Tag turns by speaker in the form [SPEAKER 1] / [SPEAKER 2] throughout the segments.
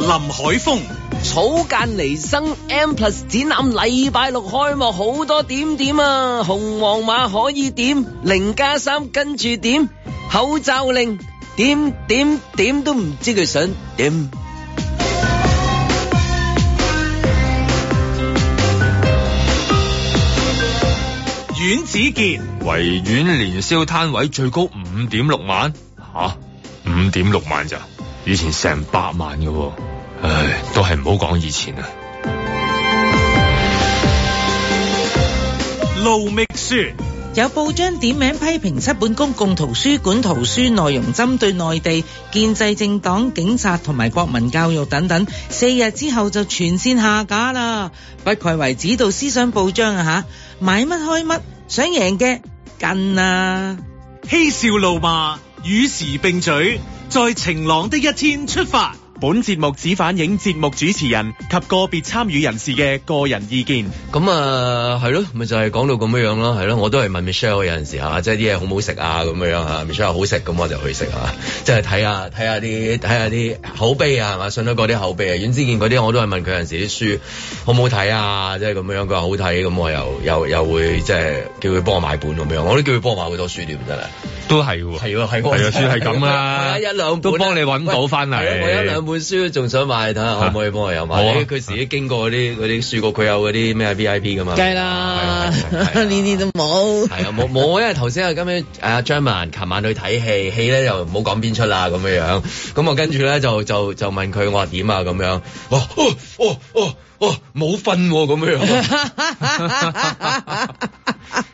[SPEAKER 1] 林海峰、
[SPEAKER 2] 草間彌生 M Plus 展覽禮拜六開幕，好多點點啊！紅黃碼可以點，零加三跟住點，口罩令點點點都唔知佢想點。
[SPEAKER 1] 阮子健、
[SPEAKER 3] 維園年宵攤位最高五點六萬，吓五點六萬咋？以前成百萬嘅喎，唉，都係唔好講以前啊！
[SPEAKER 1] 盧覓雪。
[SPEAKER 4] 有報章點名批評七本公共圖書館圖書內容針對內地建制政黨、警察同埋國民教育等等，四日之後就全線下架啦。不愧為指導思想報章啊吓，買乜開乜，想贏嘅跟啊！
[SPEAKER 1] 嬉笑怒罵，與時並舉，在晴朗的一天出發。
[SPEAKER 5] 本節目只反映節目主持人及個別參與人士嘅個人意見。
[SPEAKER 6] 咁啊，係咯，咪就係講到咁樣樣咯，係咯，我都係問 Michelle 有陣時嚇，即係啲嘢好唔好食啊咁樣嚇，Michelle 好食，咁我就去食嚇， 即係睇下睇下啲睇下啲口碑啊，係嘛，信得過啲口碑啊，阮之健嗰啲我都係問佢有陣時啲書好唔好睇啊，即係咁樣樣，佢話好睇，咁我又又又會即係叫佢幫我買本咁樣，我都叫佢幫我買好多書添，真係。
[SPEAKER 3] 都係喎，
[SPEAKER 6] 係喎，係
[SPEAKER 3] 係啊，算係咁啦，
[SPEAKER 6] 一兩本啊
[SPEAKER 3] 都幫你揾到翻嚟。
[SPEAKER 6] 喂我有兩本書仲想買，睇下可唔可以幫我有買？
[SPEAKER 3] 好啊
[SPEAKER 6] 佢自己經過嗰啲嗰啲書局，佢有嗰啲咩啊 V I P 噶嘛？啊
[SPEAKER 4] 梗係啦，呢啲都冇。
[SPEAKER 6] 係啊，冇冇，因為頭先啊，今日阿張文琴晚去睇戲，戲咧又唔好講邊出啦咁樣樣，咁我跟住咧就就就問佢我話點啊咁樣，哇哦哦哦哦冇瞓喎咁樣樣。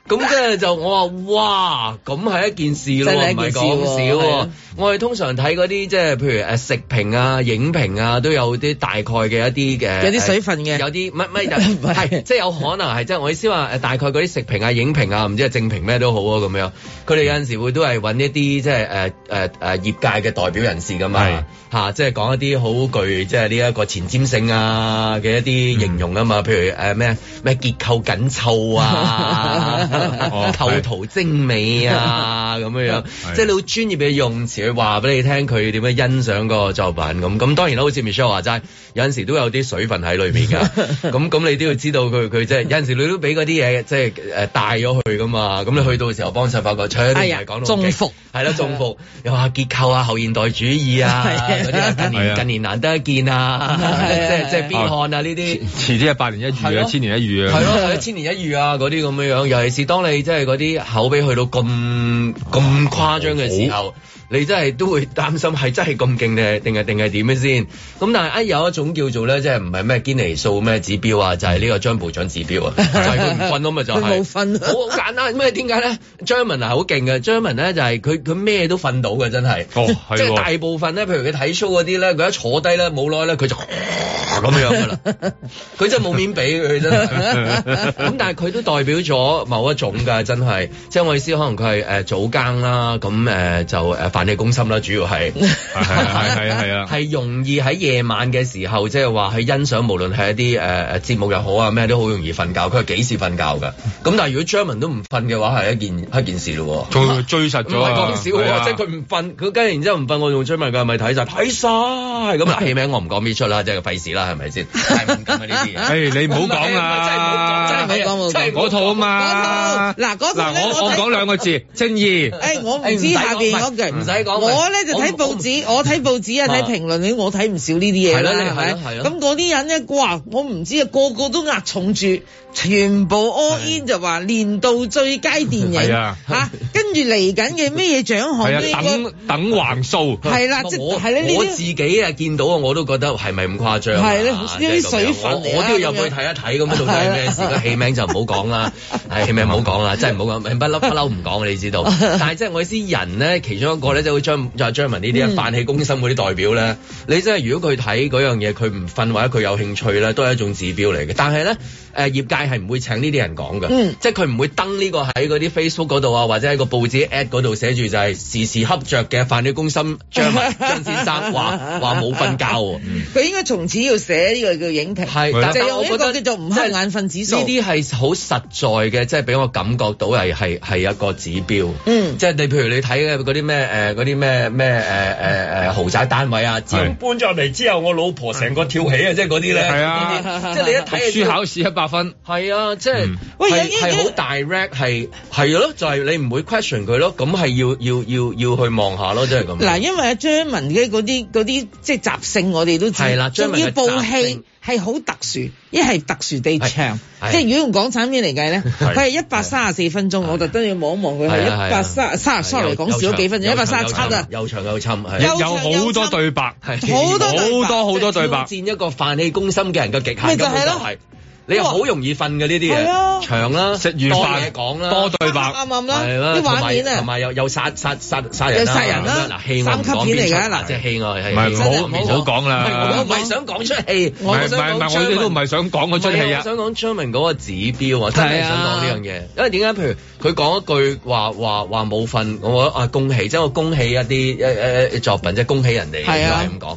[SPEAKER 6] 咁跟住就我話哇，咁係一件事咯，
[SPEAKER 4] 真係
[SPEAKER 6] 唔
[SPEAKER 4] 一件
[SPEAKER 6] 係
[SPEAKER 4] 事
[SPEAKER 6] 講
[SPEAKER 4] 喎
[SPEAKER 6] 少
[SPEAKER 4] 係
[SPEAKER 6] 喎
[SPEAKER 4] 啊。
[SPEAKER 6] 我哋通常睇嗰啲即係譬如誒食評啊、影評啊，都有啲大概嘅一啲嘅
[SPEAKER 4] 有啲水分嘅
[SPEAKER 6] 有啲乜 乜
[SPEAKER 4] 唔係
[SPEAKER 6] 係即係有可能係即係我意思話誒，大概嗰啲食評啊、影評啊，唔知係正評咩都好啊咁樣。佢哋有陣時會都係揾一啲即係誒誒誒業界嘅代表人士㗎嘛
[SPEAKER 3] 係
[SPEAKER 6] 嚇，即係講一啲好具即係呢一個前瞻性啊嘅一
[SPEAKER 4] 嗯
[SPEAKER 6] 啲形容啊嘛，譬如誒咩咩結構緊湊啊
[SPEAKER 3] 哦，
[SPEAKER 6] 構圖精美啊咁樣樣，即係你好專業嘅用詞去話俾你聽佢點樣欣賞個作品咁。咁當然啦，好似 Michelle 話齋，有陣時都有啲水分喺裏面 㗎。咁咁你都要知道佢佢即係有陣時你都俾嗰啲嘢即係誒帶咗去㗎嘛。咁你去到嘅時候幫襯發覺，唱都唔
[SPEAKER 4] 嗯哎呀
[SPEAKER 6] 係講到咁
[SPEAKER 4] 中
[SPEAKER 6] 勁
[SPEAKER 4] 伏
[SPEAKER 6] 係啦，中伏又話結構啊、後現代主義 啊
[SPEAKER 4] 係啊
[SPEAKER 6] 嗰啲啊，近
[SPEAKER 3] 係
[SPEAKER 6] 年
[SPEAKER 3] 啊
[SPEAKER 6] 近年難得一見啊，即
[SPEAKER 4] 係啊
[SPEAKER 6] 係即係必看啊呢啲。
[SPEAKER 3] 遲啲係百年一
[SPEAKER 6] 係
[SPEAKER 3] 遇
[SPEAKER 6] 咯
[SPEAKER 3] 啊，千年一遇啊。
[SPEAKER 6] 係咯，係一千年一遇啊，嗰啲咁樣樣，尤其是當你即係嗰啲口碑去到咁咁誇張嘅時候，你真係都會擔心係真係咁勁定係定係定係點嘅先。咁但係啊有一種叫做咧，即係唔係咩堅尼數咩指標啊，就係呢個張部長指標啊，就係佢唔瞓咯嘛，就係
[SPEAKER 4] 佢冇瞓啊
[SPEAKER 6] 好好簡單，咩點解咧？張文係好勁嘅，張文咧就係佢佢咩都瞓到嘅，真係。
[SPEAKER 3] 哦，係
[SPEAKER 6] 即係
[SPEAKER 3] 喎，
[SPEAKER 6] 大部分咧，譬如佢睇 show 嗰啲咧，佢一坐低咧冇耐 咧，佢就咁樣噶啦， 佢真係冇面俾佢 真係。咁但係佢都代表咗某一種㗎，真係。即係我意思，可能佢係誒早更啦，咁誒、呃就誒飯氣攻心啦，主要係。
[SPEAKER 3] 係係係係係啊，
[SPEAKER 6] 係容易喺夜晚嘅時候，即係話去欣賞，無論係一啲誒誒節目又好啊，咩都好容易瞓覺。佢係幾時瞓覺㗎？咁 但係如果 Jerman 都唔瞓嘅話，係一件一件事咯喎。
[SPEAKER 3] 仲要追實
[SPEAKER 6] 唔
[SPEAKER 3] 咗
[SPEAKER 6] 係
[SPEAKER 3] 啊係
[SPEAKER 6] 講笑喎，
[SPEAKER 3] 啊
[SPEAKER 6] 即係佢唔瞓，佢跟住然之後唔瞓，我仲追問佢係咪睇晒？睇晒咁嗱，戲名我唔講邊出啦，即係費事啦，係咪先？太敏感啊呢啲嘢。
[SPEAKER 3] 誒，你唔好講啊
[SPEAKER 6] 唔係真係唔好講真係唔好
[SPEAKER 3] 啦，
[SPEAKER 6] 講真係唔好
[SPEAKER 3] 嗰套啊嘛，
[SPEAKER 4] 嗰套嗱嗰套
[SPEAKER 3] 嗱，
[SPEAKER 4] 咧
[SPEAKER 3] 我
[SPEAKER 4] 我
[SPEAKER 3] 我
[SPEAKER 4] 睇
[SPEAKER 3] 講兩個字，正義。
[SPEAKER 4] 誒，我唔知下邊嗰句，
[SPEAKER 6] 哎唔使講
[SPEAKER 4] 我咧就睇報紙，我睇報紙啊，睇
[SPEAKER 6] 啊
[SPEAKER 4] 評論我睇唔少呢啲嘢啦，
[SPEAKER 6] 係啦
[SPEAKER 4] 係咪
[SPEAKER 6] 係啦係？啦
[SPEAKER 4] 咁嗰啲人咧，哇！我唔知啊，個個都壓重住，全部 all in 就話年度最佳電影
[SPEAKER 3] 係啊
[SPEAKER 4] 嚇，跟住嚟緊嘅咩嘢獎項
[SPEAKER 3] 係
[SPEAKER 4] 都
[SPEAKER 3] 啊，
[SPEAKER 4] 應該
[SPEAKER 3] 等等橫數，
[SPEAKER 6] 啊
[SPEAKER 4] 係啦，即
[SPEAKER 6] 我
[SPEAKER 4] 係咧呢
[SPEAKER 6] 我
[SPEAKER 4] 啲
[SPEAKER 6] 自己啊見到啊，我都覺得係咪咁誇張啊？
[SPEAKER 4] 係咧
[SPEAKER 6] 啊
[SPEAKER 4] 呢啲
[SPEAKER 6] 即係咁樣
[SPEAKER 4] 水分
[SPEAKER 6] 我
[SPEAKER 4] 嚟啊
[SPEAKER 6] 我都要入去睇一睇咁到底係咩事？
[SPEAKER 4] 係啊
[SPEAKER 6] 個戲名就唔好講啦，係戲名唔好 講啦，真係唔好講，不嬲不嬲唔講你知道。但係即係我意思，人咧其中一個咧，就會將就係張文呢啲啊
[SPEAKER 4] 嗯
[SPEAKER 6] 泛氣攻心嗰啲代表咧，你真係如果佢睇嗰樣嘢，佢唔瞓或者佢有興趣咧，都係一種指標嚟嘅。但係咧。誒業界係唔會請呢啲人講嘅，
[SPEAKER 4] 嗯
[SPEAKER 6] 即係佢唔會登呢個喺嗰啲 Facebook 嗰度啊，或者喺個報報紙 at 嗰度寫住就係時時恰着嘅飯氣攻心張文張先 生話話冇瞓覺喎。
[SPEAKER 4] 佢應該從此要寫呢個叫影評，
[SPEAKER 6] 係，
[SPEAKER 4] 就
[SPEAKER 6] 但
[SPEAKER 4] 嗯係
[SPEAKER 6] 係
[SPEAKER 4] 用
[SPEAKER 6] 我
[SPEAKER 4] 一
[SPEAKER 6] 覺
[SPEAKER 4] 個
[SPEAKER 6] 得
[SPEAKER 4] 叫做唔黑眼瞓指數。
[SPEAKER 6] 呢啲係好實在嘅，即係俾我感覺到係係係一個指標。
[SPEAKER 4] 嗯
[SPEAKER 6] 即係你譬如你睇嘅嗰啲咩誒嗰啲咩咩誒誒誒豪宅單位啊，自從搬咗入嚟之後，我老婆成個跳起啊！即係嗰啲咧，
[SPEAKER 3] 係啊
[SPEAKER 6] 呢 啲即係你一
[SPEAKER 3] 讀
[SPEAKER 6] 睇就知
[SPEAKER 3] 書
[SPEAKER 6] 道
[SPEAKER 3] 考試一百分，
[SPEAKER 6] 係啊，即係
[SPEAKER 3] 嗯
[SPEAKER 4] 喂有
[SPEAKER 6] 係
[SPEAKER 4] 啲
[SPEAKER 6] 係
[SPEAKER 4] 有
[SPEAKER 6] 好
[SPEAKER 4] 啲
[SPEAKER 6] direct，係係咯，就係你唔會 question 佢咯，咁係要要要要去望下咯，即係咁。
[SPEAKER 4] 嗱，因為阿張文嘅嗰啲嗰啲即係習性，我哋都知。
[SPEAKER 6] 係啦張
[SPEAKER 4] 仲
[SPEAKER 6] 文嘅
[SPEAKER 4] 要部
[SPEAKER 6] 習
[SPEAKER 4] 戲
[SPEAKER 6] 性
[SPEAKER 4] 係好特殊，一係特殊地長，
[SPEAKER 6] 係係
[SPEAKER 4] 即係如果用港產片嚟計咧，
[SPEAKER 3] 係
[SPEAKER 4] 佢係一百三十四分鐘，
[SPEAKER 6] 係
[SPEAKER 4] 我特登要望一望佢係
[SPEAKER 6] 係
[SPEAKER 4] 一
[SPEAKER 6] 啊
[SPEAKER 4] 百三三
[SPEAKER 6] 係
[SPEAKER 4] ，sorry
[SPEAKER 6] 有
[SPEAKER 4] 講少咗幾分鐘，
[SPEAKER 6] 有
[SPEAKER 4] 一百三
[SPEAKER 6] 有
[SPEAKER 4] 十七啊。
[SPEAKER 6] 有長有侵係。
[SPEAKER 4] 有
[SPEAKER 3] 有有好多對白，
[SPEAKER 6] 係
[SPEAKER 4] 好多對白
[SPEAKER 3] 好多好多對白
[SPEAKER 6] 挑。戰一個泛氣攻心嘅人嘅極限，
[SPEAKER 4] 咪就係咯
[SPEAKER 6] 根本係你又好容易瞓嘅呢啲
[SPEAKER 4] 係啊
[SPEAKER 6] 嘢，長啦，
[SPEAKER 3] 食完飯
[SPEAKER 6] 多嘢講啦，
[SPEAKER 3] 多對白
[SPEAKER 4] 啱啱啦，
[SPEAKER 6] 係啦
[SPEAKER 4] 啲畫面
[SPEAKER 6] 同
[SPEAKER 4] 啊，
[SPEAKER 6] 埋又又殺殺殺殺人
[SPEAKER 4] 又殺人啦
[SPEAKER 6] 嗱戲我唔
[SPEAKER 4] 三
[SPEAKER 6] 講
[SPEAKER 4] 級片
[SPEAKER 6] 邊
[SPEAKER 4] 嚟㗎
[SPEAKER 6] 出
[SPEAKER 4] 嗱
[SPEAKER 6] 嗱即係戲我係
[SPEAKER 3] 唔係唔
[SPEAKER 4] 好唔好
[SPEAKER 3] 講啦
[SPEAKER 6] 唔係我唔係想講出戲，
[SPEAKER 3] 唔係唔
[SPEAKER 6] 想
[SPEAKER 3] 係唔
[SPEAKER 6] 講
[SPEAKER 3] 係，我哋都
[SPEAKER 6] 張
[SPEAKER 3] 唔
[SPEAKER 6] 文
[SPEAKER 3] 係想講嗰出戲
[SPEAKER 6] 唔係
[SPEAKER 3] 啊
[SPEAKER 6] 我。想講張明嗰個指標啊，真係
[SPEAKER 2] 係啊
[SPEAKER 6] 想講呢樣嘢。因為點解？譬如佢講一句話話話冇瞓，我覺得啊恭喜，即係我恭喜一啲誒誒作品，即係恭喜人哋，
[SPEAKER 4] 係啊
[SPEAKER 6] 應該係咁講。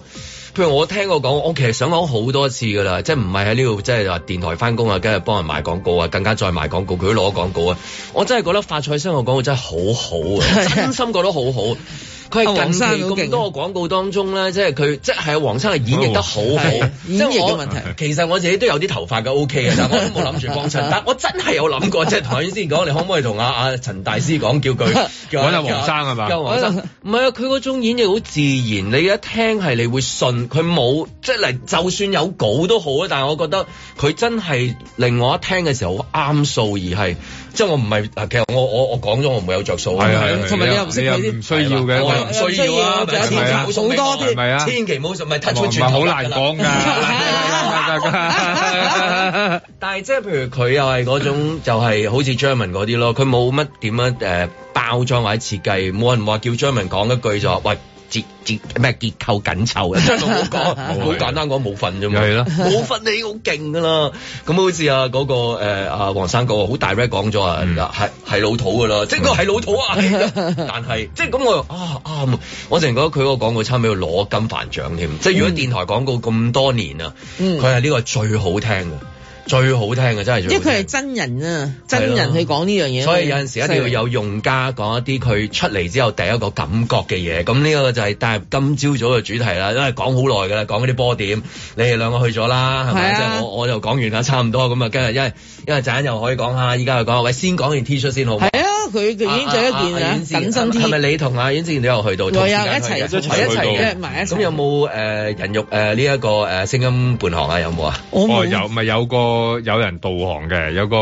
[SPEAKER 6] 譬如我聽過講，我其實想講好多次㗎啦，即係唔係喺呢度，即係話電台翻工啊，跟住幫人賣廣告啊，更加再賣廣告，佢都攞廣告啊。我真係覺得發菜生活廣告真係好好啊，真心覺得好好。佢
[SPEAKER 4] 阿
[SPEAKER 6] 係
[SPEAKER 4] 哦黃
[SPEAKER 6] 近期
[SPEAKER 4] 生好勁啊
[SPEAKER 6] 咁多個廣告當中咧，即係佢即係啊黃生係演繹得好好
[SPEAKER 4] 係，啊
[SPEAKER 6] 即係
[SPEAKER 4] 演繹嘅
[SPEAKER 6] 我
[SPEAKER 4] 問題
[SPEAKER 6] 其實我自己都有啲頭髮嘅 OK 嘅，但我都冇諗住 幫襯。但我真係有諗過，即係頭先先講，你可唔可以同阿阿陳大師講，叫 佢叫
[SPEAKER 3] 搵阿黃生係嘛
[SPEAKER 6] 叫阿黃生，唔係啊，佢嗰種演繹好自然，你一聽係你會信，佢冇即係嚟，就算有稿都好啊。但係我覺得佢真係令我一聽嘅時候好啱數，而係即係我唔係其實我我我講咗我唔會有着數啊
[SPEAKER 3] 係啊係啊
[SPEAKER 4] 同埋你又唔識佢啲
[SPEAKER 3] 你又唔需要嘅，
[SPEAKER 6] 我又唔需要啊，
[SPEAKER 4] 仲有
[SPEAKER 6] 千祈唔好送俾我
[SPEAKER 4] 好多
[SPEAKER 3] 添係咪啊
[SPEAKER 6] 千祈唔好送，咪突
[SPEAKER 3] 唔
[SPEAKER 6] 出
[SPEAKER 3] 係
[SPEAKER 6] 全
[SPEAKER 3] 好難講 㗎。
[SPEAKER 6] 但係即係譬如佢又係嗰種就係好似張文嗰啲咯，佢冇乜點樣誒包裝或者設計，冇人話叫張文講一句就話喂。結結咩結構 緊湊嘅，張文冇講，好簡單講冇份啫嘛，
[SPEAKER 3] 係咯
[SPEAKER 6] 冇份你好勁㗎啦。咁好似啊嗰個誒啊黃生嗰個好 direct 講咗啊，
[SPEAKER 3] 嗯
[SPEAKER 6] 係係老土㗎啦，即係個係老土啊。 但係即係咁我又啊啱，我淨係覺得佢嗰個廣告差唔多要攞金帆獎添。即係
[SPEAKER 3] 嗯
[SPEAKER 6] 如果電台廣告咁多年啊，
[SPEAKER 4] 嗯
[SPEAKER 6] 佢係呢個最好聽嘅，最好聽嘅真係最好聽。
[SPEAKER 4] 因為佢係真人啊，真人去講呢樣嘢，
[SPEAKER 6] 所以有陣時一定要有用家講一啲佢出嚟之後第一個感覺嘅嘢，咁呢個就係帶入今朝早嘅主題啦，因為講好耐㗎啦，講嗰啲波點，你哋兩個去咗啦，係
[SPEAKER 4] 係
[SPEAKER 6] 咪？
[SPEAKER 4] 啊
[SPEAKER 6] 即係我我就講完啦，差唔多咁啊，跟住因為因為陣間又可以講下，依家又講下，喂，先講件 T 恤先好唔好
[SPEAKER 4] 係啊，佢佢已經着一件啊緊身 T，
[SPEAKER 6] 係咪你同阿阮之前都有去到？
[SPEAKER 4] 我有
[SPEAKER 6] 同
[SPEAKER 4] 一
[SPEAKER 6] 時間去
[SPEAKER 4] 齊
[SPEAKER 6] 嘅
[SPEAKER 4] 同
[SPEAKER 6] 係一齊
[SPEAKER 4] 佢
[SPEAKER 6] 嘅
[SPEAKER 4] 約埋一齊
[SPEAKER 6] 咁有冇誒人肉誒呢一個誒聲音伴行啊？有冇啊？
[SPEAKER 4] 我
[SPEAKER 3] 哦，
[SPEAKER 4] 冇
[SPEAKER 3] 有咪有個有人導航嘅，有個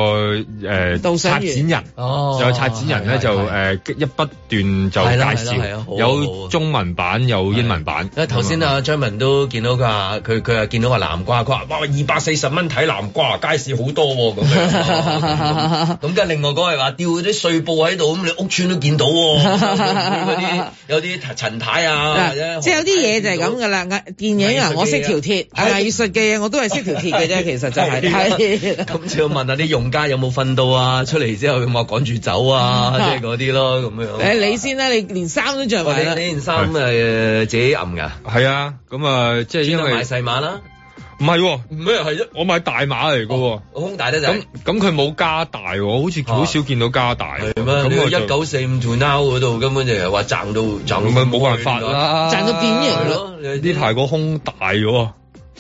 [SPEAKER 4] 導
[SPEAKER 3] 誒
[SPEAKER 4] 賞
[SPEAKER 3] 策
[SPEAKER 4] 員
[SPEAKER 3] 展人。
[SPEAKER 6] 哦
[SPEAKER 3] 有策展人咧就誒一不斷就
[SPEAKER 6] 係啦
[SPEAKER 3] 介
[SPEAKER 6] 係啦係啦好
[SPEAKER 3] 紹，
[SPEAKER 6] 啊好
[SPEAKER 3] 有
[SPEAKER 6] 啊
[SPEAKER 3] 中文版有英文版。
[SPEAKER 6] 因為頭先啊張文都見到佢話佢佢又見到個南瓜，佢話哇二 百四十蚊睇南瓜，街市好多喎咁樣。咁跟另外嗰個係話吊啲碎布喺度，咁你屋村都見到喎。嗰 啲有啲陳太啊，
[SPEAKER 4] 嗱，即係有啲嘢就係咁噶啦。藝電影啊，我識條鐵，
[SPEAKER 6] 係
[SPEAKER 4] 藝術嘅嘢我都係識條鐵嘅啫。其實就係係
[SPEAKER 6] 咁啊就要問下啲用家有冇瞓到啊？出嚟之後有冇話趕住走 啊？即係嗰啲咯，咁樣。
[SPEAKER 4] 誒，你先啦，你連衫都着
[SPEAKER 6] 喂，
[SPEAKER 4] 埋啊
[SPEAKER 6] 你
[SPEAKER 4] 啦
[SPEAKER 6] 哦你。件衫誒自己揞㗎，
[SPEAKER 3] 係啊，咁啊，即係
[SPEAKER 6] 專
[SPEAKER 3] 因
[SPEAKER 6] 登
[SPEAKER 3] 為
[SPEAKER 6] 買細碼啦，
[SPEAKER 3] 唔係喎，
[SPEAKER 6] 咩係啫？
[SPEAKER 3] 我買大碼嚟嘅喎。
[SPEAKER 6] 胸大得就
[SPEAKER 3] 咁咁佢冇加大喎，好似好少見到加大喎。
[SPEAKER 6] 係咩？
[SPEAKER 3] 啊咁我
[SPEAKER 6] 咁一
[SPEAKER 3] 就
[SPEAKER 6] 九四五 to now 嗰度根本就係話賺到賺到啊
[SPEAKER 3] 咁咪冇辦法啦，
[SPEAKER 4] 賺到變形
[SPEAKER 6] 係
[SPEAKER 4] 咯
[SPEAKER 6] 咯，
[SPEAKER 3] 呢排個胸大咗，啊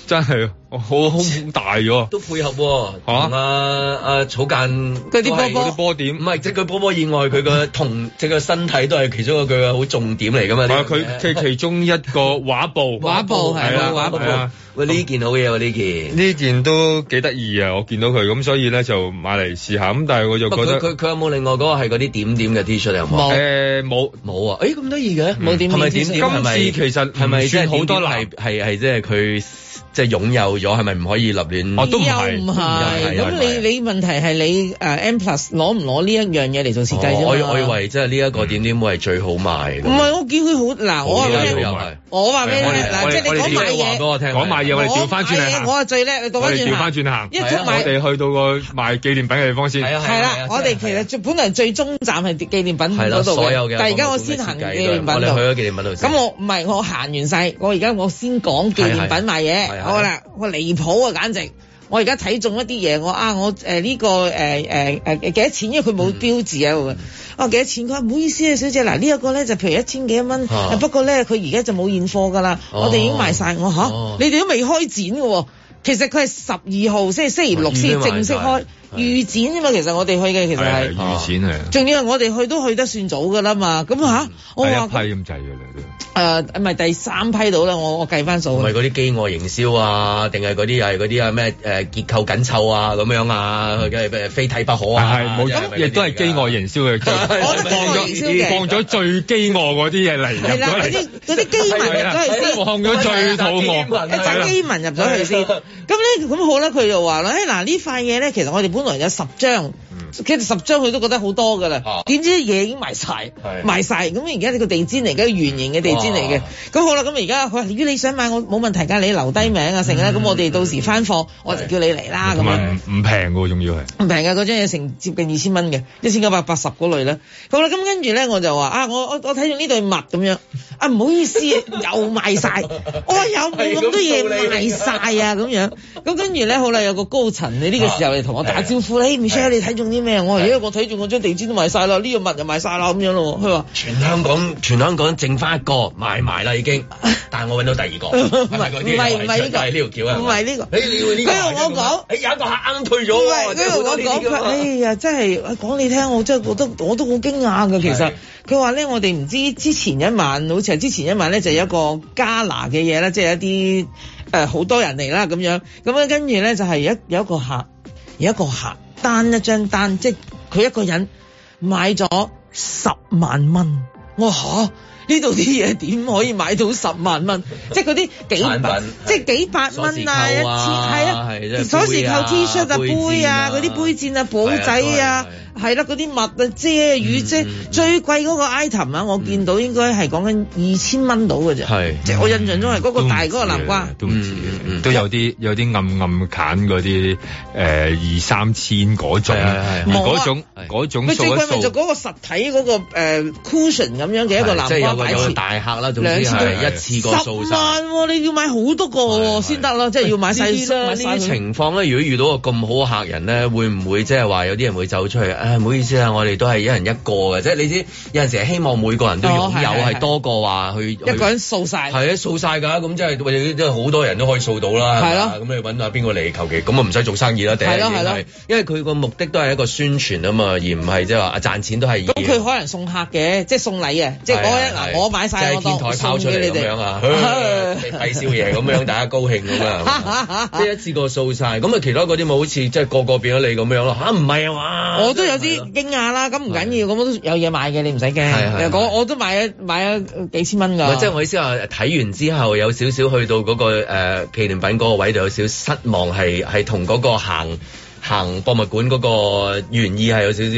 [SPEAKER 3] 真係我胸大咗，啊
[SPEAKER 6] 都配合喎，
[SPEAKER 3] 嚇
[SPEAKER 6] 同阿阿草間
[SPEAKER 4] 嗰啲波嗯
[SPEAKER 3] 嗰啲波點
[SPEAKER 6] 唔。係即係佢波波以外，佢個同即係個身體都係其中一個佢嘅好重點嚟㗎嘛。
[SPEAKER 3] 啊！
[SPEAKER 6] 呢樣
[SPEAKER 3] 佢
[SPEAKER 6] 嘢
[SPEAKER 3] 其其中一個畫布，
[SPEAKER 4] 嗯 畫布係
[SPEAKER 3] 啦，
[SPEAKER 4] 畫布
[SPEAKER 3] 係啊哦
[SPEAKER 6] 喂呢件好嘢喎，呢件。
[SPEAKER 3] 呢件都幾得意啊！我見到佢咁，所以咧就買嚟試下。咁但係我就
[SPEAKER 6] 喂
[SPEAKER 3] 覺
[SPEAKER 6] 佢
[SPEAKER 3] 得
[SPEAKER 6] 佢佢有冇另外嗰個係嗰啲點點嘅 T 恤有冇啊？
[SPEAKER 4] 哦
[SPEAKER 3] 誒冇。
[SPEAKER 6] 冇啊！誒咁得意嘅，
[SPEAKER 4] 冇點點
[SPEAKER 6] 係咪
[SPEAKER 4] T 恤
[SPEAKER 6] 點點係咪
[SPEAKER 3] 嗯今次其實唔
[SPEAKER 6] 係咪即係
[SPEAKER 3] 算好多
[SPEAKER 6] 係係係即係佢即係擁有咗，係咪唔可以立亂？
[SPEAKER 3] 哦都唔係
[SPEAKER 4] 又唔係，咁你你問題係你誒 M Plus 攞唔攞呢一樣嘢嚟做設計啫
[SPEAKER 6] 哦
[SPEAKER 4] 嘛
[SPEAKER 6] 我以我以為即係呢一個點點會係最好賣嘅。
[SPEAKER 4] 唔係，我見佢好嗱，我
[SPEAKER 6] 好
[SPEAKER 4] 話
[SPEAKER 6] 嘢
[SPEAKER 4] 俾你聽
[SPEAKER 6] 好嘢
[SPEAKER 4] 我話俾你
[SPEAKER 3] 我
[SPEAKER 4] 聽
[SPEAKER 3] 哋
[SPEAKER 4] 嗱，
[SPEAKER 3] 我
[SPEAKER 4] 即
[SPEAKER 3] 哋
[SPEAKER 4] 係你
[SPEAKER 3] 我哋
[SPEAKER 4] 講買
[SPEAKER 6] 自己話俾
[SPEAKER 4] 嘢，
[SPEAKER 6] 啊我聽
[SPEAKER 3] 講買嘢，我哋調翻轉嚟
[SPEAKER 4] 買嘢
[SPEAKER 3] 行。
[SPEAKER 4] 我係最叻，你倒
[SPEAKER 3] 我
[SPEAKER 4] 翻
[SPEAKER 3] 哋
[SPEAKER 4] 轉
[SPEAKER 3] 調翻轉行，
[SPEAKER 4] 一
[SPEAKER 6] 係
[SPEAKER 4] 出
[SPEAKER 6] 啊
[SPEAKER 3] 我
[SPEAKER 4] 買
[SPEAKER 3] 哋去到個賣紀念品嘅地方先。
[SPEAKER 6] 係啊
[SPEAKER 4] 係
[SPEAKER 6] 係
[SPEAKER 4] 啦
[SPEAKER 6] 啊，
[SPEAKER 4] 我哋其
[SPEAKER 6] 係啊
[SPEAKER 4] 實最本來最終站係紀念品
[SPEAKER 6] 係啦，
[SPEAKER 3] 嗯
[SPEAKER 4] 嗰度
[SPEAKER 6] 所有嘅，
[SPEAKER 4] 但係而家我先行紀念品
[SPEAKER 6] 我哋去
[SPEAKER 4] 度。
[SPEAKER 6] 咗紀念品度先。
[SPEAKER 4] 咁我唔係我行完晒，我而家我先講紀念
[SPEAKER 6] 係係
[SPEAKER 4] 品賣
[SPEAKER 6] 係
[SPEAKER 4] 嘢，
[SPEAKER 6] 係
[SPEAKER 4] 好啦，我離譜啊，簡直！我而家睇中一啲嘢，我啊我誒呢、個誒誒誒幾多錢？因為佢
[SPEAKER 6] 嗯
[SPEAKER 4] 冇標誌喺度嘅。哦幾多錢？佢話唔好意思啊，小姐，嗱呢一個咧就譬如一千幾蚊，
[SPEAKER 6] 啊
[SPEAKER 4] 不過咧佢而家就冇現貨㗎啦，
[SPEAKER 6] 哦
[SPEAKER 4] 我哋已經賣晒。我吓，
[SPEAKER 6] 哦
[SPEAKER 4] 你哋都未開展嘅喎。其實佢係十二號，即係星期六先正式開
[SPEAKER 6] 哦已經
[SPEAKER 4] 預
[SPEAKER 6] 賣晒
[SPEAKER 4] 展啫嘛。其實我哋去嘅其實
[SPEAKER 3] 係
[SPEAKER 4] 係。
[SPEAKER 3] 預錢啊，
[SPEAKER 4] 仲要係我哋去都去得算早噶啦嘛，咁吓、
[SPEAKER 6] 嗯
[SPEAKER 3] 第
[SPEAKER 4] 我
[SPEAKER 3] 一批
[SPEAKER 4] 話
[SPEAKER 3] 咁滯㗎啦都。
[SPEAKER 4] 呃誒唔係第三批到啦，我我計翻數
[SPEAKER 6] 唔
[SPEAKER 4] 啦
[SPEAKER 6] 係，嗰啲飢餓營銷啊，定係嗰啲係嗰啲啊咩誒結構緊湊啊咁樣啊，佢梗係非睇不可啊，
[SPEAKER 3] 係冇，亦都係飢 餓營銷嘅 最，
[SPEAKER 4] 我
[SPEAKER 3] 放
[SPEAKER 4] 覺得飢餓
[SPEAKER 3] 咗
[SPEAKER 4] 營銷嘅
[SPEAKER 3] 放咗最飢餓嗰啲嘢嚟入
[SPEAKER 4] 係啦，
[SPEAKER 3] 咗
[SPEAKER 4] 嗰
[SPEAKER 3] 嚟
[SPEAKER 4] 啲。嗰啲基民
[SPEAKER 6] 啊
[SPEAKER 4] 入咗去先。
[SPEAKER 3] 放咗最肚餓，
[SPEAKER 4] 一陣基民入咗去先，咁咧咁好啦，佢就話啦，誒嗱呢塊嘢咧，其實我哋本來有十張，其實十張佢都覺得好多㗎啦
[SPEAKER 6] 啊，
[SPEAKER 4] 點知嘢已經賣晒，
[SPEAKER 6] 係
[SPEAKER 4] 賣晒。咁而家呢個地氈嚟嘅，圓形嘅地氈嚟嘅
[SPEAKER 6] 哇，
[SPEAKER 4] 咁好啦，咁而家佢話如果你想買，我冇問題㗎，你留低名啊成啦，咁我哋到時翻貨，我就叫你嚟啦啊咁
[SPEAKER 3] 同
[SPEAKER 4] 樣。
[SPEAKER 3] 埋唔唔平喎，仲要係。
[SPEAKER 4] 唔平嘅嗰張嘢成接近二千蚊嘅，一千九百八十嗰類啦。好啦，咁跟住咧我就話啊，我我我睇到呢對襪咁樣，啊唔好意思， 又賣晒，哎我話有冇咁多嘢賣晒啊咁樣。咁跟住咧，好啦，有個高層你呢個時候嚟同我打招呼咧，Michelle 你睇中啲咩？我話咦，我睇中我張地氈都賣晒啦，呢個襪又賣晒啦咁樣咯。佢話
[SPEAKER 6] 全香港全香港剩翻一個賣埋啦已經，但係我揾到第二個，係咪嗰 啲
[SPEAKER 4] 唔係唔係呢個
[SPEAKER 6] 就係呢條橋啊，
[SPEAKER 4] 唔係呢個
[SPEAKER 6] 誒你要呢個，
[SPEAKER 4] 佢同我講
[SPEAKER 6] 啊誒有一個客啱退
[SPEAKER 4] 唔
[SPEAKER 6] 咗
[SPEAKER 4] 係
[SPEAKER 6] 喎，即係
[SPEAKER 4] 佢同
[SPEAKER 6] 好多
[SPEAKER 4] 我
[SPEAKER 6] 呢啲啊
[SPEAKER 4] 講
[SPEAKER 6] 㗎
[SPEAKER 4] 佢，
[SPEAKER 6] 嘛
[SPEAKER 4] 哎呀，真係講你聽，我真係覺得我都好驚訝㗎。其實
[SPEAKER 6] 係
[SPEAKER 4] 佢話咧，我哋唔知之前一晚，好似係之前一晚咧，就有一個加拿嘅嘢啦，即係一啲呃誒好多人嚟啦咁樣。咁樣跟住咧就係
[SPEAKER 6] 嗯
[SPEAKER 4] 有一有一個客，有一個客單一張單，即係佢一個人買咗十萬蚊。我話嚇呢度啲嘢點可以買到十萬蚊？即係嗰啲幾
[SPEAKER 6] 產
[SPEAKER 4] 百
[SPEAKER 6] 品，
[SPEAKER 4] 即係幾百
[SPEAKER 6] 鎖匙
[SPEAKER 4] 蚊啊，一千
[SPEAKER 6] 扣啊
[SPEAKER 4] 係啊
[SPEAKER 6] 係，即係
[SPEAKER 4] 鎖匙
[SPEAKER 6] 杯啊
[SPEAKER 4] 扣 T-shirt 啊、
[SPEAKER 6] 杯
[SPEAKER 4] 杯啊、
[SPEAKER 6] 墊
[SPEAKER 4] 嗰
[SPEAKER 6] 啊
[SPEAKER 4] 啲杯墊啊、簿仔啊，係啦，嗰啲襪啊、遮雨遮
[SPEAKER 6] 嗯嗯，嗯
[SPEAKER 4] 最貴嗰個 item 啊，我見到應該係講緊二千蚊到嘅啫。
[SPEAKER 6] 係
[SPEAKER 4] 即係我印象中係嗰個大嗰個南瓜，
[SPEAKER 3] 啊都唔止
[SPEAKER 6] 嗯嗯
[SPEAKER 3] 嘅，
[SPEAKER 6] 嗯
[SPEAKER 3] 都有啲有啲暗暗砍嗰啲誒呃二三千嗰種，
[SPEAKER 6] 係係係啊
[SPEAKER 3] 而嗰種
[SPEAKER 6] 係
[SPEAKER 3] 嗰種
[SPEAKER 4] 佢最
[SPEAKER 3] 數一
[SPEAKER 4] 貴啊咪就
[SPEAKER 3] 數。
[SPEAKER 4] 嗰個實體嗰個誒 cushion 咁樣嘅一個
[SPEAKER 6] 即係
[SPEAKER 4] 南瓜
[SPEAKER 6] 有個
[SPEAKER 4] 擺
[SPEAKER 6] 有個
[SPEAKER 4] 設。
[SPEAKER 6] 大客啦，總之
[SPEAKER 4] 兩千都
[SPEAKER 6] 係一次過
[SPEAKER 4] 十
[SPEAKER 6] 掃晒。
[SPEAKER 4] 萬喎，你要買好多個
[SPEAKER 6] 係
[SPEAKER 4] 喎
[SPEAKER 6] 係
[SPEAKER 4] 先得咯，即係要買晒
[SPEAKER 6] 呢啲咧
[SPEAKER 4] 買
[SPEAKER 6] 呢
[SPEAKER 4] 晒
[SPEAKER 6] 啲情況咧，如果遇到個咁好嘅客人咧，會唔會即係話有啲人會走出去？唉，唔好意思啊，我哋都係一人一個嘅，即係你知有陣時係希望每個人都擁
[SPEAKER 4] 哦係
[SPEAKER 6] 有
[SPEAKER 4] 係
[SPEAKER 6] 係多過話去
[SPEAKER 4] 一個人掃晒。
[SPEAKER 6] 係啊，掃晒㗎，咁即係喂，你都好多人都可以掃到啦。
[SPEAKER 4] 係咯
[SPEAKER 6] 嘛咁你揾下邊個嚟，求其咁啊，唔使做生意啦。第一
[SPEAKER 4] 係咯係咯
[SPEAKER 6] 已經係因為佢個目的都係一個宣傳啊嘛，而唔係即係話啊賺錢都係以。
[SPEAKER 4] 咁佢可能送客嘅，即係送禮嘅，即係
[SPEAKER 6] 係
[SPEAKER 4] 嗰
[SPEAKER 6] 啊
[SPEAKER 4] 一
[SPEAKER 6] 係
[SPEAKER 4] 嗱，我買晒
[SPEAKER 6] 即
[SPEAKER 4] 我
[SPEAKER 6] 係天
[SPEAKER 4] 當
[SPEAKER 6] 台拋
[SPEAKER 4] 送
[SPEAKER 6] 出嚟
[SPEAKER 4] 俾你
[SPEAKER 6] 咁
[SPEAKER 4] 哋
[SPEAKER 6] 樣 啊，費宵夜咁樣，大家高興咁 啊，即係一次過掃晒。咁啊，其他嗰啲咪好似即係個個變咗你咁樣咯嚇，唔係啊嘛，
[SPEAKER 4] 我都有
[SPEAKER 6] 啊
[SPEAKER 4] 啲驚訝啦，咁唔緊要，咁我都有嘢買嘅，你唔使
[SPEAKER 6] 係啊係
[SPEAKER 4] 驚。我我都買咗買咗幾千蚊
[SPEAKER 6] 唔係
[SPEAKER 4] 㗎。
[SPEAKER 6] 即係我意思話，睇完之後有少少去到嗰、個誒、呃、紀念品嗰個位度有少少失望，係係同嗰個行行博物館嗰個原意係有少少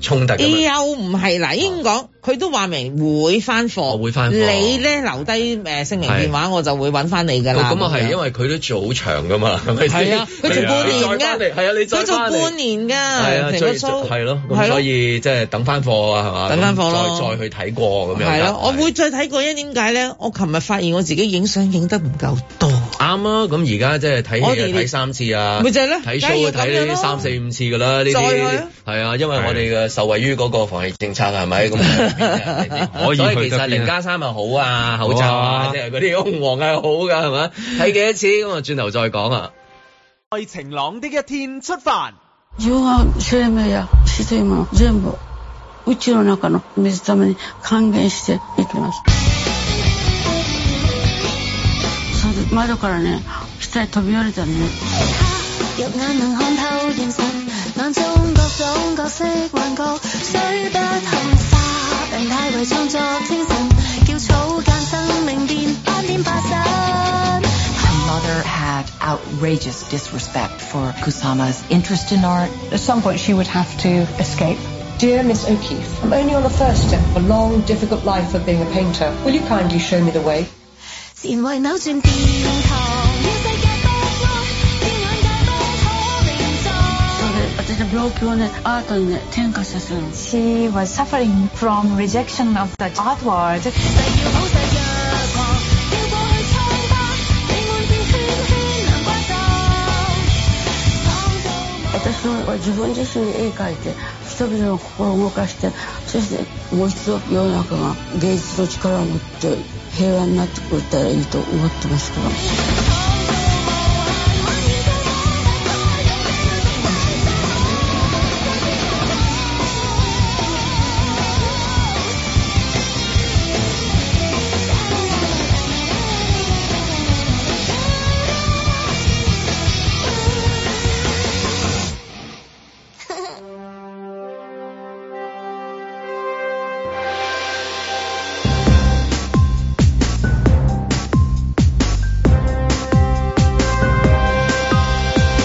[SPEAKER 6] 衝突咁樣。
[SPEAKER 4] 又唔係嗱，應講佢都話明會翻貨，
[SPEAKER 6] 我哦會返貨
[SPEAKER 4] 你咧留低誒姓名電話，我就會揾翻你㗎
[SPEAKER 6] 咁
[SPEAKER 4] 啦。
[SPEAKER 6] 咁啊，係因為佢都做好長噶嘛，係咪先？
[SPEAKER 4] 係啊，佢做半年
[SPEAKER 6] 你再返
[SPEAKER 4] 㗎，
[SPEAKER 6] 嚟 係啊，你再
[SPEAKER 4] 佢做
[SPEAKER 6] 返嚟
[SPEAKER 4] 半年
[SPEAKER 6] 係啊，
[SPEAKER 4] 㗎，成個
[SPEAKER 6] 最
[SPEAKER 4] show
[SPEAKER 6] 係咯，
[SPEAKER 4] 係
[SPEAKER 6] 咁所以即係等翻貨啊，係嘛？
[SPEAKER 4] 等返貨咯
[SPEAKER 6] 咁再再去睇過咁樣。
[SPEAKER 4] 係咯，我會再睇過，因為點解咧？我琴日發現我自己影相影得唔夠多，
[SPEAKER 6] 啱啊！咁而家即係睇
[SPEAKER 4] 我
[SPEAKER 6] 戲
[SPEAKER 4] 哋
[SPEAKER 6] 啊，睇三次啊，
[SPEAKER 4] 咪就係咯
[SPEAKER 6] 睇
[SPEAKER 4] 梗係
[SPEAKER 6] show
[SPEAKER 4] 要
[SPEAKER 6] 啊
[SPEAKER 4] 咁樣
[SPEAKER 6] 睇
[SPEAKER 4] 咯
[SPEAKER 6] 呢三四五次噶啦，呢
[SPEAKER 4] 再去
[SPEAKER 6] 啲
[SPEAKER 4] 啊
[SPEAKER 6] 係啊，因為我哋嘅受惠於嗰個防疫政策係咪 咁？
[SPEAKER 3] 可以去得邊啊
[SPEAKER 6] 所以其實零加三又好啊，口罩
[SPEAKER 3] 好
[SPEAKER 6] 啊
[SPEAKER 3] 啊，
[SPEAKER 6] 即係嗰啲紅黃係好噶，係咪？睇幾多次咁啊？轉頭再講啊！
[SPEAKER 1] 在晴朗的一天出發。
[SPEAKER 7] 自分は生命や自然も全部宇宙の中の水ために還元していきますそれで窓からね下に飛び降りたのね
[SPEAKER 8] 肉眼能看透現實，眼中各種角色幻覺，雖不堪花病態為創作精神，叫草間生命變八點八十。
[SPEAKER 9] My mother had outrageous disrespect for Kusama's interest in art.
[SPEAKER 10] At some point, she would have to escape. Dear Miss O'Keefe, I'm only on the first step of a long, difficult life of being a painter. Will you kindly show me the way?
[SPEAKER 8] 善為扭轉殿堂。要世界不安，只眼界不可名狀。
[SPEAKER 7] 私の病気をね、アートにね、転化させるの。
[SPEAKER 10] She was suffering from rejection of the art world.
[SPEAKER 7] 私は自分自身に絵描いて、人々の心を動かして、そしてもう一度世の中が芸術の力を持って平和になってくれたらいいと思ってますから。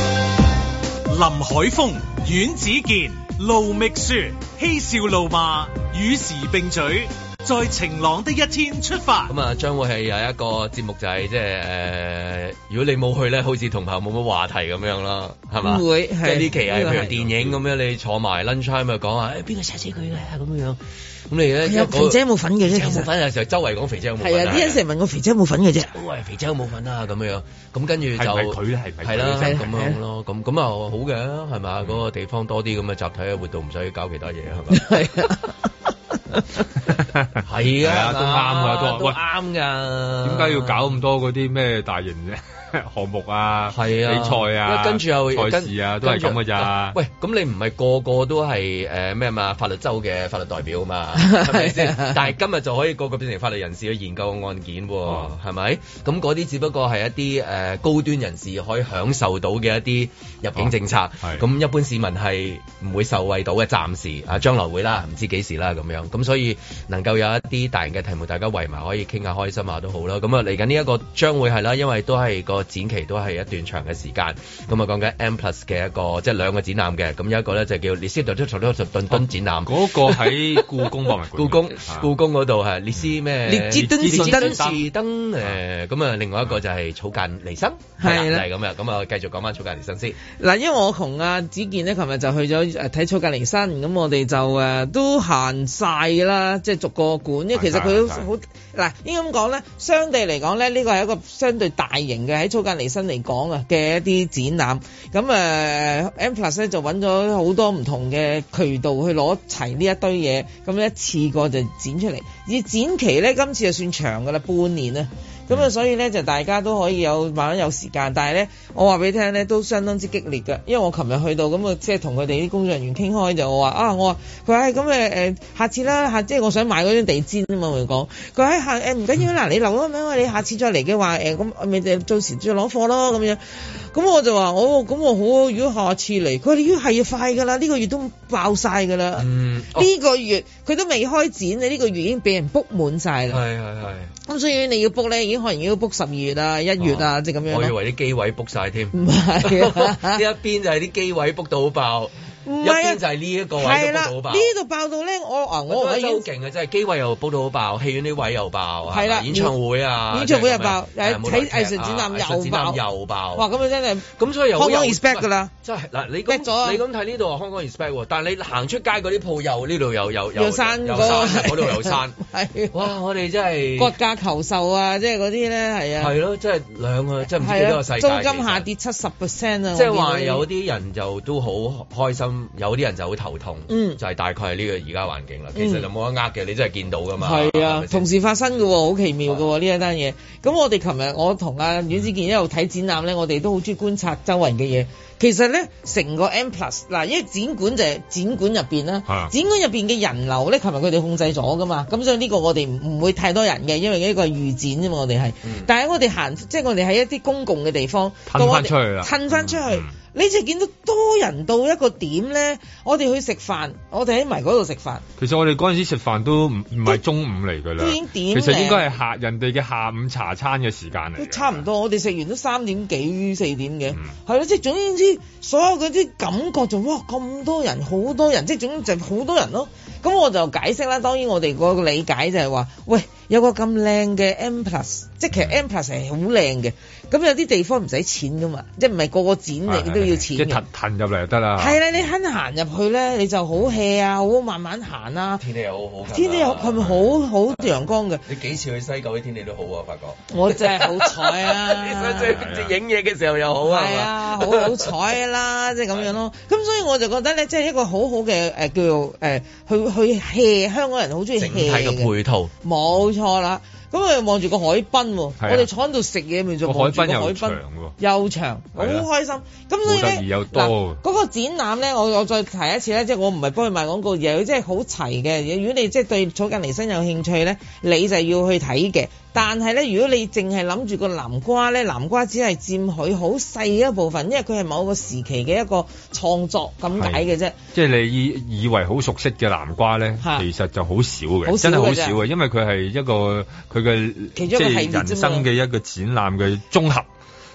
[SPEAKER 1] 林海峰、阮子健、路觅雪，嬉笑怒罵，與時並舉，在晴朗的一天出發。
[SPEAKER 6] 咁啊，將會係有一個節目就係即係誒，如果你冇去咧，好似同朋友冇乜話題咁樣啦，係嘛？
[SPEAKER 2] 會
[SPEAKER 6] 即
[SPEAKER 2] 係
[SPEAKER 6] 係呢期係
[SPEAKER 2] 呢個
[SPEAKER 6] 譬
[SPEAKER 2] 係
[SPEAKER 6] 如電影咁樣，你坐埋 lunch time 咪講話誒邊個殺死佢嘅咁樣，咁你咧
[SPEAKER 4] 有肥姐冇份嘅啫
[SPEAKER 6] 肥姐
[SPEAKER 4] 其實
[SPEAKER 6] 冇份有時候周圍講肥姐有冇份
[SPEAKER 4] 係啊，啲人成日問我肥姐有冇份嘅啫。
[SPEAKER 6] 喂，肥仔有冇份啊？咁樣，咁跟住就
[SPEAKER 3] 係咪佢咧係咪佢
[SPEAKER 6] 係啦，
[SPEAKER 3] 咧
[SPEAKER 6] 咁樣咯，咁咁啊好嘅，係咪啊？嗰個地方多啲咁啊嘅集體嘅活動，唔使搞其他嘢係咪？係
[SPEAKER 3] 係啊
[SPEAKER 6] 啊，
[SPEAKER 3] 都啱㗎都
[SPEAKER 6] 都
[SPEAKER 4] 啊
[SPEAKER 3] 喂
[SPEAKER 6] 啱㗎。
[SPEAKER 3] 點
[SPEAKER 6] 點
[SPEAKER 3] 解要搞咁多嗰啲咩大型 嘅項目啊、
[SPEAKER 6] 係啊
[SPEAKER 3] 比賽
[SPEAKER 6] 因為
[SPEAKER 3] 啊、
[SPEAKER 6] 跟住又
[SPEAKER 3] 賽事啊，都係咁㗎咋。
[SPEAKER 6] 喂，咁你唔係個個都係誒咩啊嘛？法律州嘅法律代 表嘛，係咪先？
[SPEAKER 3] 啊
[SPEAKER 6] 但係今日就可以個個變成法律人士去研究案件喎，
[SPEAKER 3] 哦
[SPEAKER 6] 係咪？咁嗰啲只不過係一啲誒、呃高端人士可以享受到嘅一啲入
[SPEAKER 3] 哦
[SPEAKER 6] 境政策，咁、一般市民係唔會受惠到嘅，暫時啊，將來會啦，唔知幾時啦咁樣。咁所以能夠有一啲大型嘅題目，大家圍埋可以傾下開心下都好啦。咁啊，嚟緊呢一個將會係啦，因為都係個展期都係一段長嘅時間。咁啊，講緊 M Plus 嘅一個即係兩個展覽嘅，咁有一個咧就叫 l i s i d o t o t o t o 頓敦展覽，
[SPEAKER 3] 嗰個喺故宮博物館
[SPEAKER 6] 故宮故宮嗰度係列斯咩？
[SPEAKER 4] 列支敦士登
[SPEAKER 6] 列支士登誒，咁啊，另外一個就係草間彌生，
[SPEAKER 4] 係
[SPEAKER 6] 就
[SPEAKER 4] 啦
[SPEAKER 6] 係咁啊，咁啊，繼續講翻草間彌生先。
[SPEAKER 4] 嗱，因為我同阿子健咧，琴日就去咗誒睇草隔離山，咁我哋就誒、呃都行晒㗎啦，即係逐個館，因為其實佢都
[SPEAKER 3] 行晒
[SPEAKER 4] 好嗱，應該咁講咧，相對嚟講咧，呢個係一個相對大型嘅喺草間離身嚟講啊嘅一啲展覽，咁誒、呃 M Plus 咧就揾咗好多唔同嘅渠道去攞齊呢一堆嘢，咁一次過就展出嚟，而展期咧今次就算長㗎啦，半年啊。咁
[SPEAKER 3] 嗯
[SPEAKER 4] 啊，所以咧就大家都可以有慢慢有時間，但係咧我話俾你聽咧都相當之激烈嘅，因為我琴日去到咁啊，即係同佢哋啲工作人員傾開就我話啊，我話佢話唉咁誒誒，下次啦，下即係我想買嗰張地氈啊嘛，佢講佢話唉下誒唔緊要啦，
[SPEAKER 6] 嗯
[SPEAKER 4] 你留咗名，你下次再嚟嘅話誒咁咪就到時再攞貨咯咁樣。咁我就話我咁我好啊，如果下次嚟，佢哋要係要快㗎啦，呢、個月都爆晒㗎啦，呢、
[SPEAKER 6] 嗯
[SPEAKER 4] 個月佢都未開展，你、呢個月已經俾人 book 滿晒啦。
[SPEAKER 6] 係係係。
[SPEAKER 4] 咁所以你要 book 咧，已經可能要 book 十二月啊、一月啊，即係咁樣
[SPEAKER 6] 哦我以
[SPEAKER 4] 咯。
[SPEAKER 6] 為啲機位 book 晒添，
[SPEAKER 4] 唔係啊
[SPEAKER 6] 呢 一邊就係啲機位 book 到好爆，
[SPEAKER 4] 唔
[SPEAKER 6] 一
[SPEAKER 4] 係啊
[SPEAKER 6] 邊就係呢一個位都
[SPEAKER 4] 係
[SPEAKER 6] book
[SPEAKER 4] 啦，
[SPEAKER 6] 到好爆
[SPEAKER 4] 呢。度爆到咧，我啊我
[SPEAKER 6] 我
[SPEAKER 4] 話
[SPEAKER 6] 覺得
[SPEAKER 4] 已
[SPEAKER 6] 好
[SPEAKER 4] 經
[SPEAKER 6] 勁啊！真係機位又 book 到好爆，戲院啲位又爆，
[SPEAKER 4] 係啦
[SPEAKER 6] 係咪演唱會啊，
[SPEAKER 4] 演唱會又
[SPEAKER 6] 即係咁樣
[SPEAKER 4] 爆誒
[SPEAKER 6] 係
[SPEAKER 4] 睇藝術展覽
[SPEAKER 6] 啊藝術
[SPEAKER 4] 又
[SPEAKER 6] 展
[SPEAKER 4] 爆
[SPEAKER 6] 覽又爆。
[SPEAKER 4] 哇！咁啊真係
[SPEAKER 6] 咁所以又好
[SPEAKER 4] 香港
[SPEAKER 6] 有
[SPEAKER 4] respect 㗎啦，
[SPEAKER 6] 真係嗱，你
[SPEAKER 4] respect 咗啊
[SPEAKER 6] 咁你咁睇呢度啊，香港 respect 喎，但係你行出街嗰啲鋪又呢度又又
[SPEAKER 4] 又山
[SPEAKER 6] 又
[SPEAKER 4] 嗰
[SPEAKER 6] 山
[SPEAKER 4] 個
[SPEAKER 6] 嗰度 又山，
[SPEAKER 4] 係
[SPEAKER 6] 哇！我哋真係
[SPEAKER 4] 割價求售啊，即係嗰啲咧係啊，
[SPEAKER 6] 係咯，真係兩個真係唔知幾
[SPEAKER 4] 係
[SPEAKER 6] 多
[SPEAKER 4] 啊，
[SPEAKER 6] 個世界。
[SPEAKER 4] 租金
[SPEAKER 6] 其實
[SPEAKER 4] 下跌七十 percent 啊，
[SPEAKER 6] 即
[SPEAKER 4] 我見
[SPEAKER 6] 係
[SPEAKER 4] 到
[SPEAKER 6] 話
[SPEAKER 4] 呢
[SPEAKER 6] 有啲人就都好開心，有啲人就好頭痛，
[SPEAKER 4] 嗯
[SPEAKER 6] 就係大概係呢個而家環境啦。其
[SPEAKER 4] 嗯
[SPEAKER 6] 實就冇得呃嘅，你真係見到噶嘛。
[SPEAKER 4] 係
[SPEAKER 6] 係
[SPEAKER 4] 啊
[SPEAKER 6] 咪，先
[SPEAKER 4] 同時發生嘅喎，好奇妙嘅喎呢一單嘢。咁我哋琴日我同阿阮子健一路睇展覽咧，我哋都好中意觀察周圍嘅嘢。其實咧，成個 M Plus 嗱，因為展館就係展館入邊啦，
[SPEAKER 3] 啊
[SPEAKER 4] 展館入邊嘅人流咧，琴日佢哋控制咗噶嘛，咁所以呢個我哋唔唔會太多人嘅，因為呢個係預展啫嘛，我哋係。但係我哋行，即係我哋喺一啲公共嘅地方，
[SPEAKER 3] 嗯褪返
[SPEAKER 4] 我哋
[SPEAKER 3] 出去啦
[SPEAKER 4] 褪翻出去。
[SPEAKER 3] 嗯
[SPEAKER 4] 你就見到多人到一個點咧，我哋去食飯，我哋喺埋嗰度食飯，
[SPEAKER 3] 其實我哋嗰陣時食飯都唔唔係中午嚟㗎啦，
[SPEAKER 4] 都已經
[SPEAKER 3] 其
[SPEAKER 4] 點零
[SPEAKER 3] 實應該係下人哋嘅下午茶餐嘅時間嚟
[SPEAKER 4] 都
[SPEAKER 3] 㗎。
[SPEAKER 4] 差唔多，我哋食完都三點幾四點嘅，係咯、即係總言之，所有嗰啲感覺就哇咁多人，好多人，即係總之就好多人咯。咁我就解釋啦，當然我哋個理解就係話，喂，有個咁靚嘅 M Plus，即係其實 M Plus 係好靚嘅。咁有啲地方唔使錢噶嘛，即係唔係個個展你都要啊錢
[SPEAKER 11] 啊即係
[SPEAKER 4] 嘅
[SPEAKER 11] 騰。騰入嚟就得啦。
[SPEAKER 4] 係啦，你肯行入去咧，你就好 hea 啊，好慢慢行啊。
[SPEAKER 6] 天氣又好好㗎，
[SPEAKER 4] 天氣好係咪好好陽光嘅？
[SPEAKER 6] 你幾次去西九啲天氣都好啊，發覺。
[SPEAKER 4] 我真係好彩
[SPEAKER 6] 你
[SPEAKER 4] 啊！
[SPEAKER 6] 想最影嘢嘅時候又好啊，
[SPEAKER 4] 係啊，好好彩啦，即係咁樣咯。咁所以我就覺得咧，即係一個好好嘅誒叫做誒去去 hea 香港人好中意 hea
[SPEAKER 6] 睇個配套。
[SPEAKER 4] 冇錯啦。咁我哋望住個海濱喎，
[SPEAKER 11] 係啊
[SPEAKER 4] 我哋坐喺度食嘢，咪就望住個海
[SPEAKER 11] 個海濱又
[SPEAKER 4] 濱
[SPEAKER 11] 長喎
[SPEAKER 4] 又長，好
[SPEAKER 11] 係啊
[SPEAKER 4] 開心。咁所以
[SPEAKER 11] 好得意
[SPEAKER 4] 咧，
[SPEAKER 11] 又多
[SPEAKER 4] 嗱嗰個展覽咧，我我再提一次咧，即係我唔係幫佢賣廣告，而係佢即係好齊嘅。如果你即係對草間彌生有興趣咧，你就要去睇嘅。但係咧，如果你淨係諗住個南瓜咧，南瓜只係佔佢好細一部分，因為佢係某個時期嘅一個創作咁解嘅啫。
[SPEAKER 11] 即係你以以為好熟悉嘅南瓜咧，
[SPEAKER 4] 嚇
[SPEAKER 11] 其實就好少
[SPEAKER 4] 好
[SPEAKER 11] 嘅，
[SPEAKER 4] 少
[SPEAKER 11] 真係
[SPEAKER 4] 嘅
[SPEAKER 11] 好
[SPEAKER 4] 啫
[SPEAKER 11] 少嘅，因為佢係一個佢嘅
[SPEAKER 4] 其
[SPEAKER 11] 即
[SPEAKER 4] 中一個系列
[SPEAKER 11] 係
[SPEAKER 4] 啫嘛
[SPEAKER 11] 人生嘅一個展覽嘅綜合，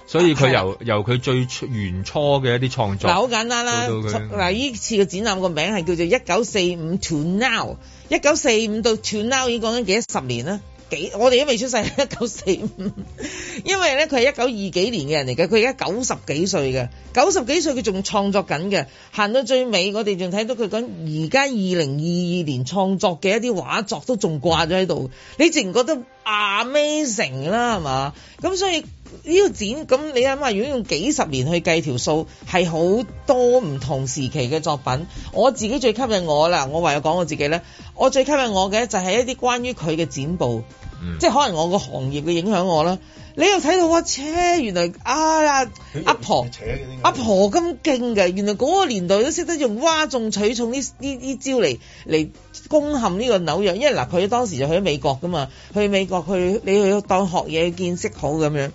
[SPEAKER 11] 所以佢
[SPEAKER 4] 係啦啊
[SPEAKER 11] 由由佢最初原初嘅一啲創作，
[SPEAKER 4] 嗱，好簡單啦。
[SPEAKER 11] 到到佢
[SPEAKER 4] 嗱，呢次嘅展覽個名係叫做一九四五 to now，一九四五到 to now 已經講緊幾多十年啦。幾我哋都未出世， 一九四五。因為咧，佢係一九二幾年嘅人嚟嘅，佢而家九十幾歲嘅，九十幾歲佢仲創作緊嘅。行到最尾，我哋仲睇到佢講而家二零二二年創作嘅一啲畫作都仲掛咗喺度，你自然覺得 amazing 啦，係嘛？咁所以呢個展咁你諗下，如果用幾十年去計條數，係好多唔同時期嘅作品。我自己最吸引我啦，我唯有講我自己咧，我最吸引我嘅就係一啲關於佢嘅展報。
[SPEAKER 11] 嗯
[SPEAKER 4] 即係可能我個行業嘅影響我啦。你又睇到哇，車原來啊阿婆阿婆咁勁嘅，原來嗰個年代都識得用嘩眾取寵呢呢呢招嚟嚟攻陷呢個紐約，因為嗱佢當時就去咗美國噶嘛，去美國去你去當學嘢見識好咁樣。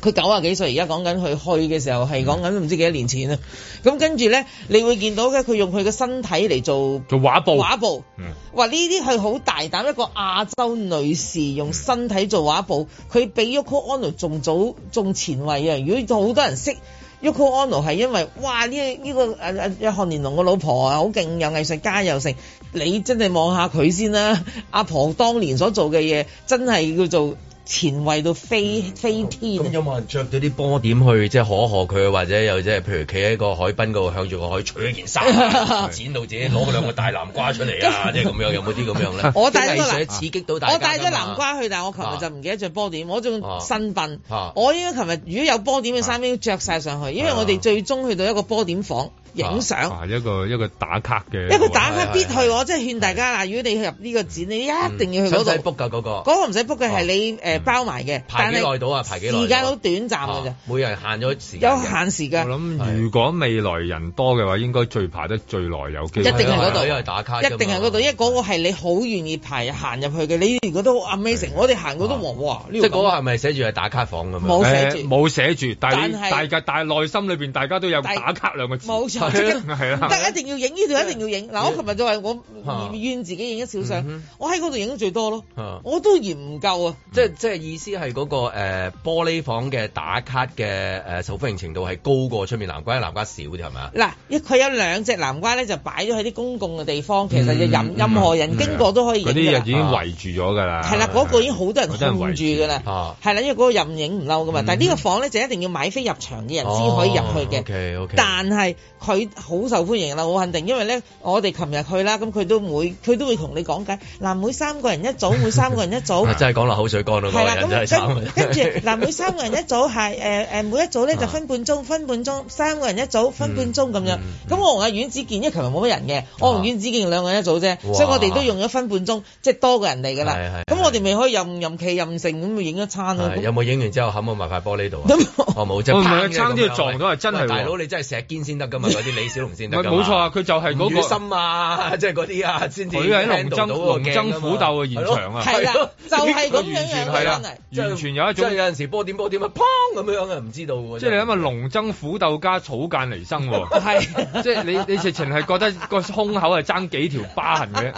[SPEAKER 4] 佢九啊幾歲，而家講緊佢去嘅時候係講緊唔知幾多年前啊。咁跟住咧，你會見到咧，佢用佢嘅身體嚟做
[SPEAKER 11] 做畫布
[SPEAKER 4] 畫布。
[SPEAKER 11] 嗯
[SPEAKER 4] 話呢啲係好大膽，一個亞洲女士用身體做畫布，佢比 Yoko Ono 仲早仲前衛啊！如果好多人識 Yoko Ono 係因為哇呢呢、個誒誒約翰連儂個老婆啊，好勁，又藝術家又成，你真係望下佢先啦！阿婆當年所做嘅嘢真係叫做前衛到飛飛天啊
[SPEAKER 6] 咁有冇人着咗啲波點去即係可可佢，或者又即係譬如企喺個海濱嗰度向住個海除咗件衫， 剪到自己攞個兩個大南瓜出嚟啊！即係咁樣，有冇啲咁樣咧？
[SPEAKER 4] 我帶咗個
[SPEAKER 6] 啲藝術
[SPEAKER 4] 南
[SPEAKER 6] 刺激到大家
[SPEAKER 4] 我帶咗
[SPEAKER 6] 㗎嘛
[SPEAKER 4] 南瓜去，但係我琴日就唔記得着波點，我仲
[SPEAKER 6] 啊
[SPEAKER 4] 新笨
[SPEAKER 6] 啊。
[SPEAKER 4] 我應該琴日如果有波點嘅衫，應該着晒上去，因為我哋最終去到一個波點房影相。
[SPEAKER 11] 啊一個一個打卡嘅，
[SPEAKER 4] 因為佢打卡必去，我真係勸大家啦！如果你去入呢個展，你一定要去嗰
[SPEAKER 6] 嗯使唔使
[SPEAKER 4] 度。
[SPEAKER 6] book 啊㗎嗰個？
[SPEAKER 4] 嗰個唔使 book 嘅係你誒包埋嘅，
[SPEAKER 6] 排
[SPEAKER 4] 但
[SPEAKER 6] 幾
[SPEAKER 4] 係
[SPEAKER 6] 耐到啊排幾耐到啊
[SPEAKER 4] 時間好短暫㗎咋
[SPEAKER 6] 啊，每人限咗時間
[SPEAKER 4] 有
[SPEAKER 6] 嘅。
[SPEAKER 4] 限時
[SPEAKER 11] 我
[SPEAKER 4] 間。
[SPEAKER 11] 諗如果未來人多嘅話，應該最排得最耐有機
[SPEAKER 4] 一
[SPEAKER 11] 會，
[SPEAKER 4] 定係嗰
[SPEAKER 6] 啊因為打卡
[SPEAKER 4] 度，
[SPEAKER 6] 啫
[SPEAKER 4] 一
[SPEAKER 6] 嘛
[SPEAKER 4] 定係嗰度，因為嗰個係你好願意排行入去嘅。你如果都好 amazing，我哋行過都哇哇呢
[SPEAKER 6] 啊
[SPEAKER 4] 度
[SPEAKER 6] 即係嗰個係咪寫住係打卡房咁樣？
[SPEAKER 4] 冇寫住
[SPEAKER 11] 誒冇寫住，但係
[SPEAKER 4] 但係
[SPEAKER 11] 大家但係內心裏邊大家都有打卡兩個字，
[SPEAKER 4] 冇錯即刻
[SPEAKER 11] 係啊啦，
[SPEAKER 4] 得一啊定要影呢度，一定要影。嗱，我琴日就話我
[SPEAKER 6] 啊
[SPEAKER 4] 怨自己影咗少
[SPEAKER 6] 嗯
[SPEAKER 4] 相
[SPEAKER 6] 哼，
[SPEAKER 4] 我喺嗰度影得最多咯
[SPEAKER 6] 啊，
[SPEAKER 4] 我都嫌唔夠啊。
[SPEAKER 6] 即係即係意思係嗰、個、呃、玻璃房嘅打卡嘅誒、呃受歡迎程度係高過出面南瓜，因為南瓜少啲係咪啊？
[SPEAKER 4] 嗱，佢有兩隻南瓜咧，就擺咗喺啲公共嘅地方，其實就任
[SPEAKER 6] 嗯
[SPEAKER 4] 任何人經過都可以影
[SPEAKER 11] 嗰啲
[SPEAKER 4] 㗎
[SPEAKER 11] 人
[SPEAKER 4] 啦
[SPEAKER 11] 已。經圍住咗㗎啦，
[SPEAKER 4] 係啦，嗰個已經好多人
[SPEAKER 11] 嗰啲人
[SPEAKER 4] 控住㗎啦
[SPEAKER 11] 圍，
[SPEAKER 6] 啊
[SPEAKER 4] 係啦，因為嗰個任影唔嬲
[SPEAKER 11] 嗯
[SPEAKER 4] 㗎嘛。但係呢個房咧就一定要買飛入場嘅人先可以入去嘅。
[SPEAKER 6] OK OK。
[SPEAKER 4] 但係佢好受歡迎啦，我肯定，因為咧我哋琴日去啦，咁佢都每佢都會同你講解，嗱每三個人一組，每三個人一組。
[SPEAKER 6] 啊 真係講落口水乾咯，
[SPEAKER 4] 係
[SPEAKER 6] 嗰
[SPEAKER 4] 啦，
[SPEAKER 6] 個人真係慘啊
[SPEAKER 4] 咁。跟 跟住嗱，每三個人一組係誒誒，每一組咧就分半鐘，分半鐘，三個人一
[SPEAKER 6] 嗯
[SPEAKER 4] 組，分半鐘咁樣。咁我同阿阮子健，因為琴日冇乜人嘅，我同阮子健兩個人一組啫，
[SPEAKER 6] 啊哇
[SPEAKER 4] 所以我哋都用咗分半鐘，即係多過人哋㗎
[SPEAKER 6] 係
[SPEAKER 4] 啦
[SPEAKER 6] 係。
[SPEAKER 4] 咁我哋咪可以任任企任性咁咪影一餐咯。
[SPEAKER 6] 係有冇影完之後冚我埋塊玻璃度啊？哦冇，即
[SPEAKER 11] 唔係
[SPEAKER 6] 係砰嘅
[SPEAKER 11] 差啲
[SPEAKER 6] 咁樣
[SPEAKER 11] 撞到係真係
[SPEAKER 6] 喂
[SPEAKER 11] 喎
[SPEAKER 6] 大佬你真係石堅先得㗎嘛？嗰啲李小龍先
[SPEAKER 11] 唔
[SPEAKER 6] 得
[SPEAKER 11] 係
[SPEAKER 6] 㗎嘛
[SPEAKER 11] 冇錯啊，佢就係
[SPEAKER 6] 吳
[SPEAKER 11] 嗰
[SPEAKER 6] 宇
[SPEAKER 11] 個。
[SPEAKER 6] 森啊， 即係嗰啲啊，先至
[SPEAKER 11] 佢喺龍
[SPEAKER 6] handle 到
[SPEAKER 11] 爭
[SPEAKER 6] 個
[SPEAKER 11] 龍
[SPEAKER 6] 鏡
[SPEAKER 11] 爭
[SPEAKER 6] 㗎嘛
[SPEAKER 11] 虎鬥嘅現場啊，
[SPEAKER 4] 係啦
[SPEAKER 6] 係咯
[SPEAKER 4] 就係 咁樣
[SPEAKER 11] 完全
[SPEAKER 4] 樣
[SPEAKER 11] 係啦
[SPEAKER 4] 嘅
[SPEAKER 6] 真係
[SPEAKER 11] 完全有一
[SPEAKER 6] 即係
[SPEAKER 11] 種
[SPEAKER 6] 有陣時波點波點啊，砰咁樣啊，唔知道喎。
[SPEAKER 11] 即係你諗下
[SPEAKER 6] 真係
[SPEAKER 11] 龍爭虎鬥加草間離生 喎，
[SPEAKER 4] 係
[SPEAKER 11] 即係你你直情係覺得個胸口係爭幾條疤痕嘅，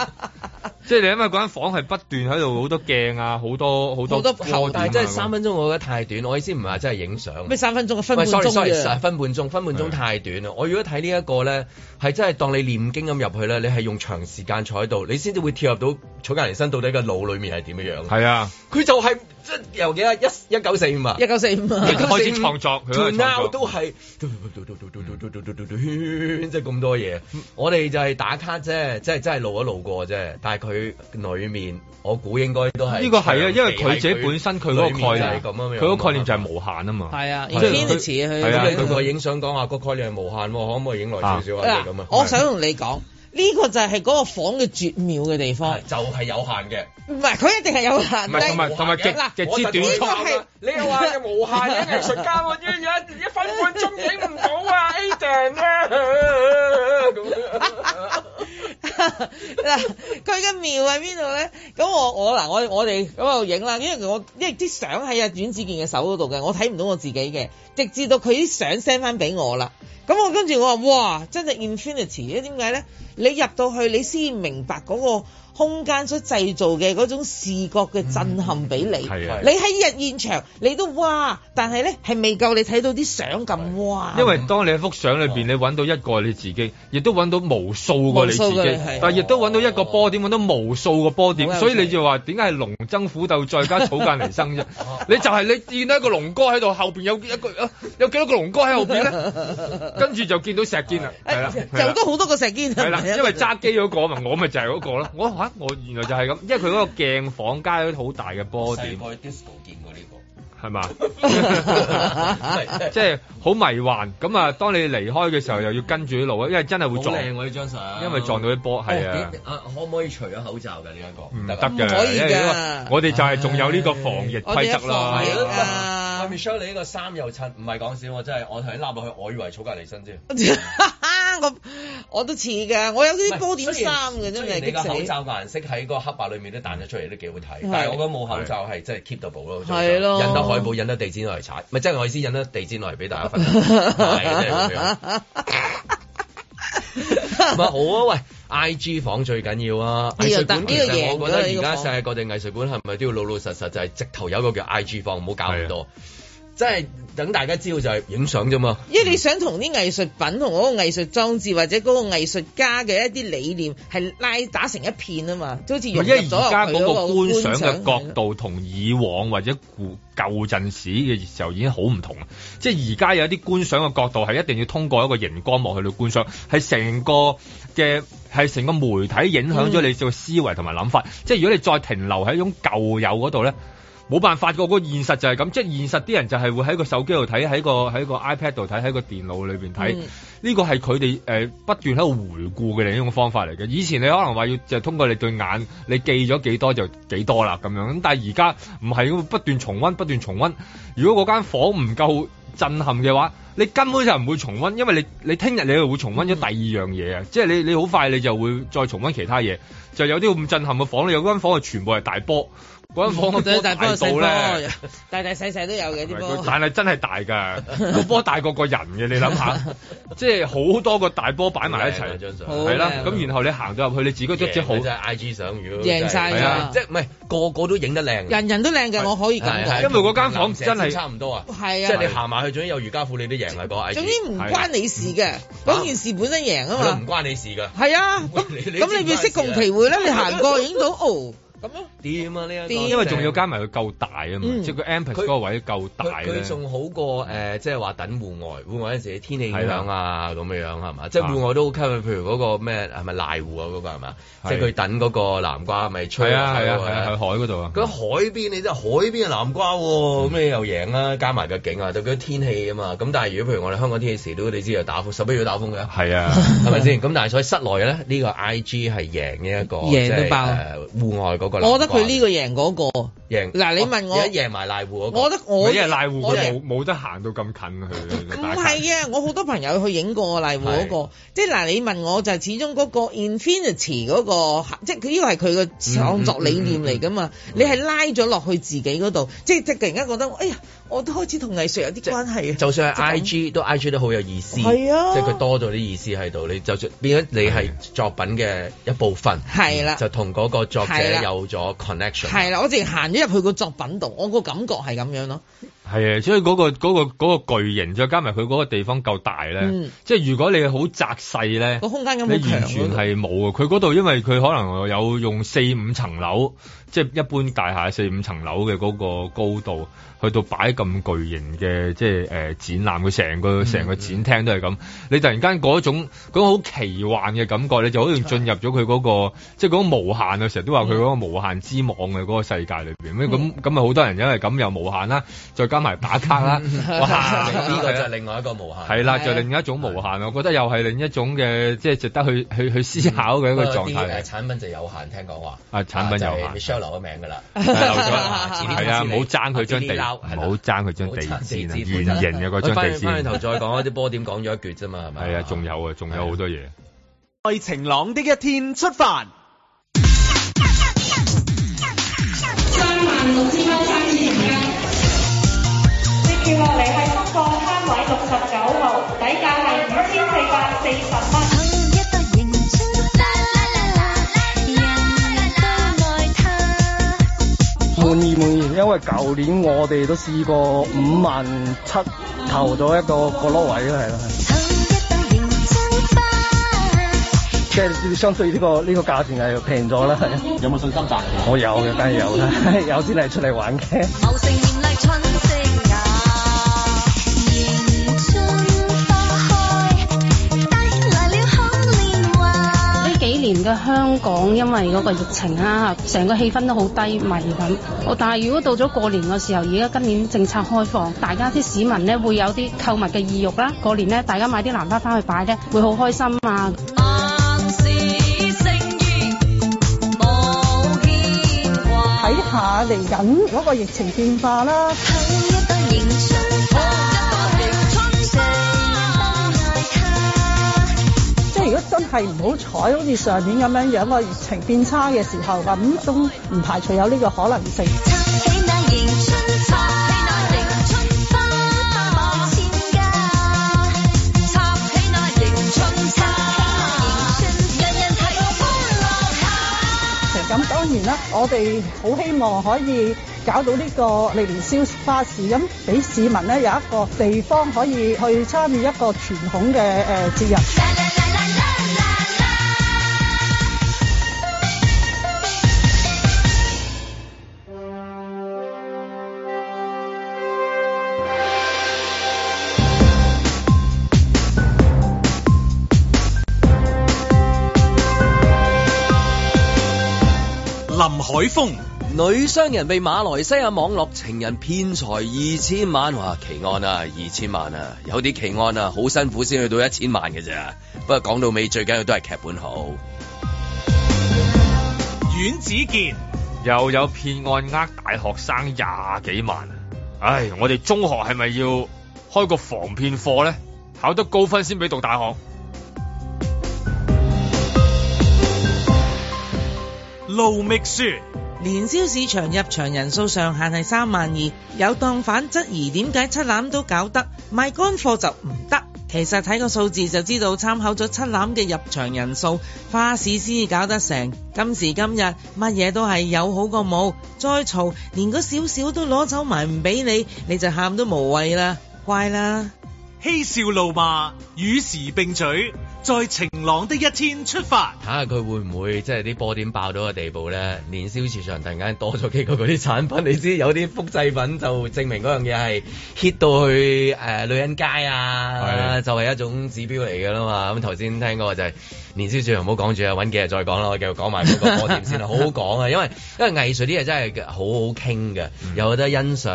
[SPEAKER 11] 即係你因為嗰間房係不斷喺度好多鏡啊，好多好多
[SPEAKER 6] 好多
[SPEAKER 11] 波點啊
[SPEAKER 6] 後，但係真係三
[SPEAKER 11] 咁
[SPEAKER 6] 分鐘，我覺得太短。我意思唔係話真係影相。
[SPEAKER 4] 咩三分鐘啊，分
[SPEAKER 6] 喂
[SPEAKER 4] 半鐘
[SPEAKER 6] sorry sorry，
[SPEAKER 4] 啫。
[SPEAKER 6] 分半鐘，分半鐘太短啊啦。我如果睇呢一個咧，係真係當你念經咁入去咧，你係用長時間坐喺度，你先至會跳入到草間彌生到底個腦裡面係點樣樣。
[SPEAKER 11] 係啊，
[SPEAKER 6] 佢就係即係由幾啊一一九四五啊，
[SPEAKER 4] 一九四五啊，
[SPEAKER 11] 開始創作佢
[SPEAKER 6] To
[SPEAKER 11] 開始創
[SPEAKER 6] now
[SPEAKER 11] 作
[SPEAKER 6] 都係嘟嘟嘟嘟嘟嘟嘟嘟嘟嘟圈，即係咁多嘢。我哋就係打卡啫，即係真係路一路過啫。但係佢裏面，我估應該都係
[SPEAKER 11] 呢個係啊，因為佢自己本身佢嗰
[SPEAKER 6] 裡
[SPEAKER 11] 個
[SPEAKER 6] 面
[SPEAKER 11] 概
[SPEAKER 6] 就
[SPEAKER 11] 念，
[SPEAKER 6] 係咁樣樣啊
[SPEAKER 11] 佢嗰個概念就係無限啊嘛。
[SPEAKER 4] 係啊
[SPEAKER 11] 即係佢
[SPEAKER 4] infinity 啊佢
[SPEAKER 11] 係啊
[SPEAKER 6] 咁你同
[SPEAKER 11] 佢
[SPEAKER 6] 我影相講話個概念係無限喎，可唔可以影耐少少啊？你咁啊，
[SPEAKER 4] 我想同你講，呢個就係嗰個房嘅絕妙嘅地方。
[SPEAKER 6] 就係有限嘅。
[SPEAKER 4] 唔係，佢一定係有限
[SPEAKER 11] 唔係同埋
[SPEAKER 4] 低
[SPEAKER 11] 同埋極
[SPEAKER 4] 嗱
[SPEAKER 11] 極之短
[SPEAKER 4] 呢個
[SPEAKER 11] 促。
[SPEAKER 4] 係
[SPEAKER 6] 你又話有無限嘅藝術家喎，一一一分半鐘影唔到啊，Aden 啊，咁
[SPEAKER 4] 嗱， 佢嘅妙喺邊度咧？咁我我嗱，我我哋咁度影啦，因為我因為啲相喺阿阮子健嘅手嗰度嘅，我睇唔到我自己嘅，直至到佢啲相 send 翻俾我啦。咁我跟住我話：哇，真係 infinity！因為點解咧？你入到去，你先明白嗰個空間所製造嘅嗰種視覺嘅震撼俾你。
[SPEAKER 11] 係啊
[SPEAKER 4] 你喺日現場，你都哇，但係咧係未夠你睇到啲相咁哇。
[SPEAKER 11] 因為當你喺幅相裏
[SPEAKER 4] 哦
[SPEAKER 11] 邊，你揾到一個你自己，亦都揾到無數個你自
[SPEAKER 4] 無數個你
[SPEAKER 11] 己
[SPEAKER 4] 係，
[SPEAKER 11] 但亦都揾到一個波點，揾到無數個波
[SPEAKER 4] 好
[SPEAKER 11] 點，
[SPEAKER 4] 有
[SPEAKER 11] 所以
[SPEAKER 4] 趣
[SPEAKER 11] 你就話點解係龍爭虎鬥再加草間 彌生啫？你就係你見到一個龍哥喺度，後邊有一個啊有幾多個龍哥喺後邊 咧？跟住就見到石堅啦，係啦，係啦
[SPEAKER 4] 哎有都好多個石堅。
[SPEAKER 11] 係啦，因為揸機嗰個嘛，我咪就係嗰個咯。我嚇我原來就係咁，因為佢嗰個鏡房加咗好大嘅波點，
[SPEAKER 6] 個 disco 見過呢
[SPEAKER 11] 係嘛？
[SPEAKER 6] 個，
[SPEAKER 11] 即係好迷幻。咁啊，當你離開嘅時候，又要跟住啲路啊，因為真係會
[SPEAKER 6] 好
[SPEAKER 11] 撞，
[SPEAKER 6] 靚喎呢張相，
[SPEAKER 11] 因為撞到啲波係啊
[SPEAKER 6] 哦。幾啊，可唔可以除咗口罩㗎呢一個？
[SPEAKER 11] 唔
[SPEAKER 6] 唔
[SPEAKER 11] 得
[SPEAKER 6] 㗎
[SPEAKER 11] 㗎，
[SPEAKER 4] 唔可以
[SPEAKER 11] 因為
[SPEAKER 4] 㗎
[SPEAKER 11] 我哋就係仲有呢個防疫規則
[SPEAKER 4] 我
[SPEAKER 11] 啦
[SPEAKER 4] 哋有。防疫啊
[SPEAKER 6] 喂 Michelle，你呢個衫又襯，唔係講笑，我真係我頭先揦落去，我以為草隔離身啫。
[SPEAKER 4] 我我都似㗎，我有啲波點衫嘅真
[SPEAKER 6] 雖然
[SPEAKER 4] 係
[SPEAKER 6] 你
[SPEAKER 4] 激
[SPEAKER 6] 個口
[SPEAKER 4] 死。
[SPEAKER 6] 罩顏色喺個黑白裏面都彈咗出嚟，都幾好睇
[SPEAKER 4] 係。
[SPEAKER 6] 但係我覺得冇口罩係真係 keep 到保咯，
[SPEAKER 4] 係咯
[SPEAKER 6] 印得海報，印得地氈落嚟踩，咪即係我意思，印得地氈落嚟俾大家 分享。係真係咁樣。唔係好啊，喂！I G 房最緊要啊，
[SPEAKER 4] 呢
[SPEAKER 6] 藝
[SPEAKER 4] 個
[SPEAKER 6] 術
[SPEAKER 4] 得
[SPEAKER 6] 館
[SPEAKER 4] 呢
[SPEAKER 6] 其
[SPEAKER 4] 個
[SPEAKER 6] 實我覺
[SPEAKER 4] 贏咗呢
[SPEAKER 6] 得而
[SPEAKER 4] 個
[SPEAKER 6] 家
[SPEAKER 4] 房
[SPEAKER 6] 世界各地藝術館係咪都要老老實實，就係直頭有個叫 I G 房，唔好搞咁
[SPEAKER 4] 啊
[SPEAKER 6] 多。即係等大家知道就係影相啫嘛。
[SPEAKER 4] 因為你想同啲藝術品同嗰個藝術裝置或者嗰個藝術家嘅一啲理念係拉打成一片啊嘛，即好似
[SPEAKER 11] 因
[SPEAKER 4] 融入
[SPEAKER 11] 為而
[SPEAKER 4] 咗
[SPEAKER 11] 家
[SPEAKER 4] 入
[SPEAKER 11] 嗰
[SPEAKER 4] 佢
[SPEAKER 11] 個
[SPEAKER 4] 嗰
[SPEAKER 11] 觀賞嘅
[SPEAKER 4] 角
[SPEAKER 11] 角度同以往或者古舊陣時嘅時候已經好唔同，即係而家有啲觀賞嘅角度係一定要通過一個熒光幕去到觀賞，係成個嘅係成個媒體影響咗你嘅思維同埋諗法。即係如果你再停留喺一種舊有嗰度咧。冇辦法個個現實就係咁，即係現實啲人就係會喺個手機度睇，喺個喺個 iPad 度睇，喺個電腦裏邊睇。
[SPEAKER 4] 嗯
[SPEAKER 11] 呢個係佢哋誒不斷喺度回顧嘅另一種方法嚟嘅。以前你可能話要就通過你對眼，你記咗幾多就幾多啦咁樣。咁但係而家唔係咁，不斷重温，不斷重温。如果嗰間房唔夠震撼嘅話，你根本就唔會重温，因為你你聽日你又會重温咗第二樣嘢啊！即係你你好快你就會再重温其他嘢，就有啲咁震撼嘅房，你有間房係全部係大波，
[SPEAKER 4] 嗯
[SPEAKER 11] 嗰 間房嘅波
[SPEAKER 4] 大
[SPEAKER 11] 大
[SPEAKER 4] 波
[SPEAKER 11] 到
[SPEAKER 4] 細
[SPEAKER 11] 咧
[SPEAKER 4] 波。，大大細細都有嘅啲波。
[SPEAKER 11] 但係真係大㗎，個波大過個人嘅，你諗下，即係好多個大波擺埋一
[SPEAKER 6] 好靚啊
[SPEAKER 11] 齊，
[SPEAKER 6] 張相
[SPEAKER 11] 係啦。
[SPEAKER 4] 好靚
[SPEAKER 11] 咁然後你行到入去，你自己都
[SPEAKER 6] 即
[SPEAKER 11] 即好
[SPEAKER 6] 啊真係 I G 相，如果
[SPEAKER 4] 贏晒
[SPEAKER 11] 㗎
[SPEAKER 6] 係啊即係唔係個個都影得靚。
[SPEAKER 4] 人人都靚嘅，我可以咁
[SPEAKER 6] 係
[SPEAKER 4] 講
[SPEAKER 6] 係。
[SPEAKER 11] 因為嗰間房
[SPEAKER 6] 藍石
[SPEAKER 11] 真係
[SPEAKER 6] 先差唔多啊，
[SPEAKER 4] 係
[SPEAKER 6] 即
[SPEAKER 4] 啊
[SPEAKER 6] 係你行埋去，總之有瑜伽褲，你都贏啊嗰個 I G。
[SPEAKER 4] 總之唔關你事嘅，嗰件事本身贏啊
[SPEAKER 6] 係咯
[SPEAKER 4] 嘛
[SPEAKER 6] 唔。關你事㗎。
[SPEAKER 4] 係啊，
[SPEAKER 6] 喂
[SPEAKER 4] 咁
[SPEAKER 6] 你你
[SPEAKER 4] 咁你咪
[SPEAKER 11] 啊
[SPEAKER 4] 識共期會啦，你行過影到哦，咁 咯。
[SPEAKER 6] 點啊呢一個？
[SPEAKER 4] 掂
[SPEAKER 11] 因為仲要加埋佢夠大啊嘛，
[SPEAKER 4] 嗯
[SPEAKER 11] 即係個 amp
[SPEAKER 6] 佢
[SPEAKER 11] 嗰個位夠大
[SPEAKER 6] 佢
[SPEAKER 11] 咧
[SPEAKER 6] 佢。仲好過誒、呃即係話等戶外，戶外嗰陣時天氣影響啊咁樣樣係嘛？即係戶外都好吸引，譬如嗰個咩係咪瀨戶啊嗰個係嘛？
[SPEAKER 11] 係
[SPEAKER 6] 即係佢等嗰個南瓜咪吹
[SPEAKER 11] 係啊係啊
[SPEAKER 6] 吹
[SPEAKER 11] 係啊，去海嗰度啊。
[SPEAKER 6] 佢海邊你真係海邊嘅南瓜喎，咁你又贏啦，加埋個景啊，對佢天氣啊嘛。咁但係如果譬如我哋香港天氣時都你知又打風，十一月打風嘅。
[SPEAKER 11] 係啊，
[SPEAKER 6] 係咪先？咁但係所以室內咧，呢、個 I G 係贏呢、一個
[SPEAKER 4] 贏到
[SPEAKER 6] 即係呃
[SPEAKER 4] 爆
[SPEAKER 6] 誒戶外嗰個南瓜。
[SPEAKER 4] 我覺得佢呢個贏嗰個，
[SPEAKER 6] 贏
[SPEAKER 4] 嗱你問我
[SPEAKER 6] 而家贏埋瀨戶嗰個。
[SPEAKER 4] 我覺得
[SPEAKER 11] 因
[SPEAKER 4] 我
[SPEAKER 11] 為瀨戶
[SPEAKER 4] 我
[SPEAKER 11] 佢冇冇得行到咁近佢。
[SPEAKER 4] 唔
[SPEAKER 11] 大家
[SPEAKER 4] 係啊！我好多朋友去影過瀨戶嗰個，即係嗱，你問我就始終嗰個 Infinity 嗰、個，即係佢呢個係佢嘅
[SPEAKER 11] 嗯
[SPEAKER 4] 創作理念嚟噶嘛。你係拉咗落去自己嗰度，即係即係突然間覺得，哎呀，我都開始同藝術有啲關係嘅。啊
[SPEAKER 6] 就算係 I G 都 I G 都好有意思，
[SPEAKER 4] 係啊
[SPEAKER 6] 即係佢多咗啲意思喺度。你就算變咗你係作品嘅一部分，
[SPEAKER 4] 係啦
[SPEAKER 6] 就同嗰個作
[SPEAKER 4] 係啦
[SPEAKER 6] 者有咗 connection。
[SPEAKER 4] 係啦，我直行咗入去個作品度，我個感覺係咁樣咯。
[SPEAKER 11] 係啊，所以嗰、個嗰、個嗰、個巨型，再加埋佢嗰個地方夠大咧，
[SPEAKER 4] 嗯
[SPEAKER 11] 即係如果你好窄細咧，
[SPEAKER 4] 個空間感好
[SPEAKER 11] 你
[SPEAKER 4] 強
[SPEAKER 11] 完
[SPEAKER 4] 嗰
[SPEAKER 11] 全
[SPEAKER 4] 度
[SPEAKER 11] 係冇啊！佢嗰度因為佢可能有用四五層樓，即係一般大廈四五層樓嘅嗰個高度，去到擺咁巨型嘅即係誒、呃展覽，佢成個成個展廳都係咁。你突然間嗰種嗰種好奇幻嘅感覺，你就好似進入咗佢嗰個即係嗰種無限啊！成日都話佢嗰個無限之網嘅嗰個世界裏邊，咁咁咪好多人因為咁又無限啦，再加埋打卡啦，哇！ 啊
[SPEAKER 6] 呢個就係另外一個無限。
[SPEAKER 11] 係啦，就另一種無限，我覺得又係另一種嘅，即係值得去去去思考嘅一個狀
[SPEAKER 6] 不過嗯啲誒
[SPEAKER 11] 態。
[SPEAKER 6] 產品就有限，聽講話。
[SPEAKER 11] 啊，產品有限，
[SPEAKER 6] 就係 Michelle 留咗名 㗎啦，
[SPEAKER 11] 係留 咗，係啊，
[SPEAKER 6] 遲啲通知你
[SPEAKER 11] 冇爭佢張地，
[SPEAKER 6] 遲啲撈係啦
[SPEAKER 11] 冇爭佢張地氈啊，圓形嘅嗰張
[SPEAKER 6] 翻
[SPEAKER 11] 地
[SPEAKER 6] 翻頭
[SPEAKER 11] 氈。
[SPEAKER 6] 再講啲波點講咗一橛啫嘛，係咪？
[SPEAKER 11] 係啊，仲有啊，仲有好多嘢。
[SPEAKER 1] 在晴朗的一天出發。
[SPEAKER 12] 三萬六千蚊三千蚊。接住落嚟係北角攤位六十九號，底價係五千四百四十蚊。
[SPEAKER 13] 滿意滿意，因為舊年我哋都試過五萬七投咗一個角落位啦，係啦。即係相對呢、個呢、個價錢係平咗啦，有冇信心賺？我有嘅，梗係有啦， 有先係出嚟玩嘅。
[SPEAKER 14] 呢幾年嘅香港，因為嗰個疫情啊，成個氣氛都好低迷咁。我但係如果到咗過年嘅時候，而家今年政策開放，大家啲市民呢會有啲購物嘅意欲啦。過年呢，大家買啲蘭花翻去擺呢，會好開心啊！
[SPEAKER 15] 睇下嚟緊嗰個疫情變化啦。即係如果真係唔好彩，好似上年咁樣樣個疫情變差嘅時候，咁都唔排除有呢個可能性。咁當然啦，我哋好希望可以搞到呢個利年宵花市，咁俾市民咧有一個地方可以去參與一個傳統嘅
[SPEAKER 8] ờ,
[SPEAKER 15] 誒節日。
[SPEAKER 1] 林海峰，
[SPEAKER 2] 女商人被馬來西亞網絡情人騙財二千萬，哇！奇案啊，二千萬啊，有啲奇案啊，好辛苦先去到一千萬嘅咋。不過講到尾，最緊要都係劇本好。
[SPEAKER 1] 阮子健，
[SPEAKER 11] 又有騙案呃大學生廿幾萬啊！唉，我哋中學係咪要開個防騙課咧？考得高分先俾讀大學。
[SPEAKER 1] 路觅雪。
[SPEAKER 4] 年宵市場入場人數上限係三萬二，有檔販質疑點解七攬都搞得，賣乾貨就唔得。其實睇個數字就知道，參考咗七攬嘅入場人數，花市先至搞得成。今時今日，乜嘢都係有好過冇，再嘈連嗰少少都攞走埋唔俾你，你就喊都無謂啦，乖啦。
[SPEAKER 1] 嬉笑怒罵，與時並舉，在晴朗的一天出發。
[SPEAKER 6] 睇下佢會唔會即係啲波點爆到嘅地步咧？年宵市場突然間多咗幾個嗰啲產品，你知有啲複製品就證明嗰樣嘢係 hit 到去誒、呃女人街啊，
[SPEAKER 2] 係
[SPEAKER 6] 就係一種指標嚟㗎啦嘛。咁頭先聽過就係、年宵市場唔好講住啊，揾幾日再講啦。我繼續講埋嗰個波點先啦，好好講啊，因為因為藝術啲嘢真係好好傾嘅，有得欣賞，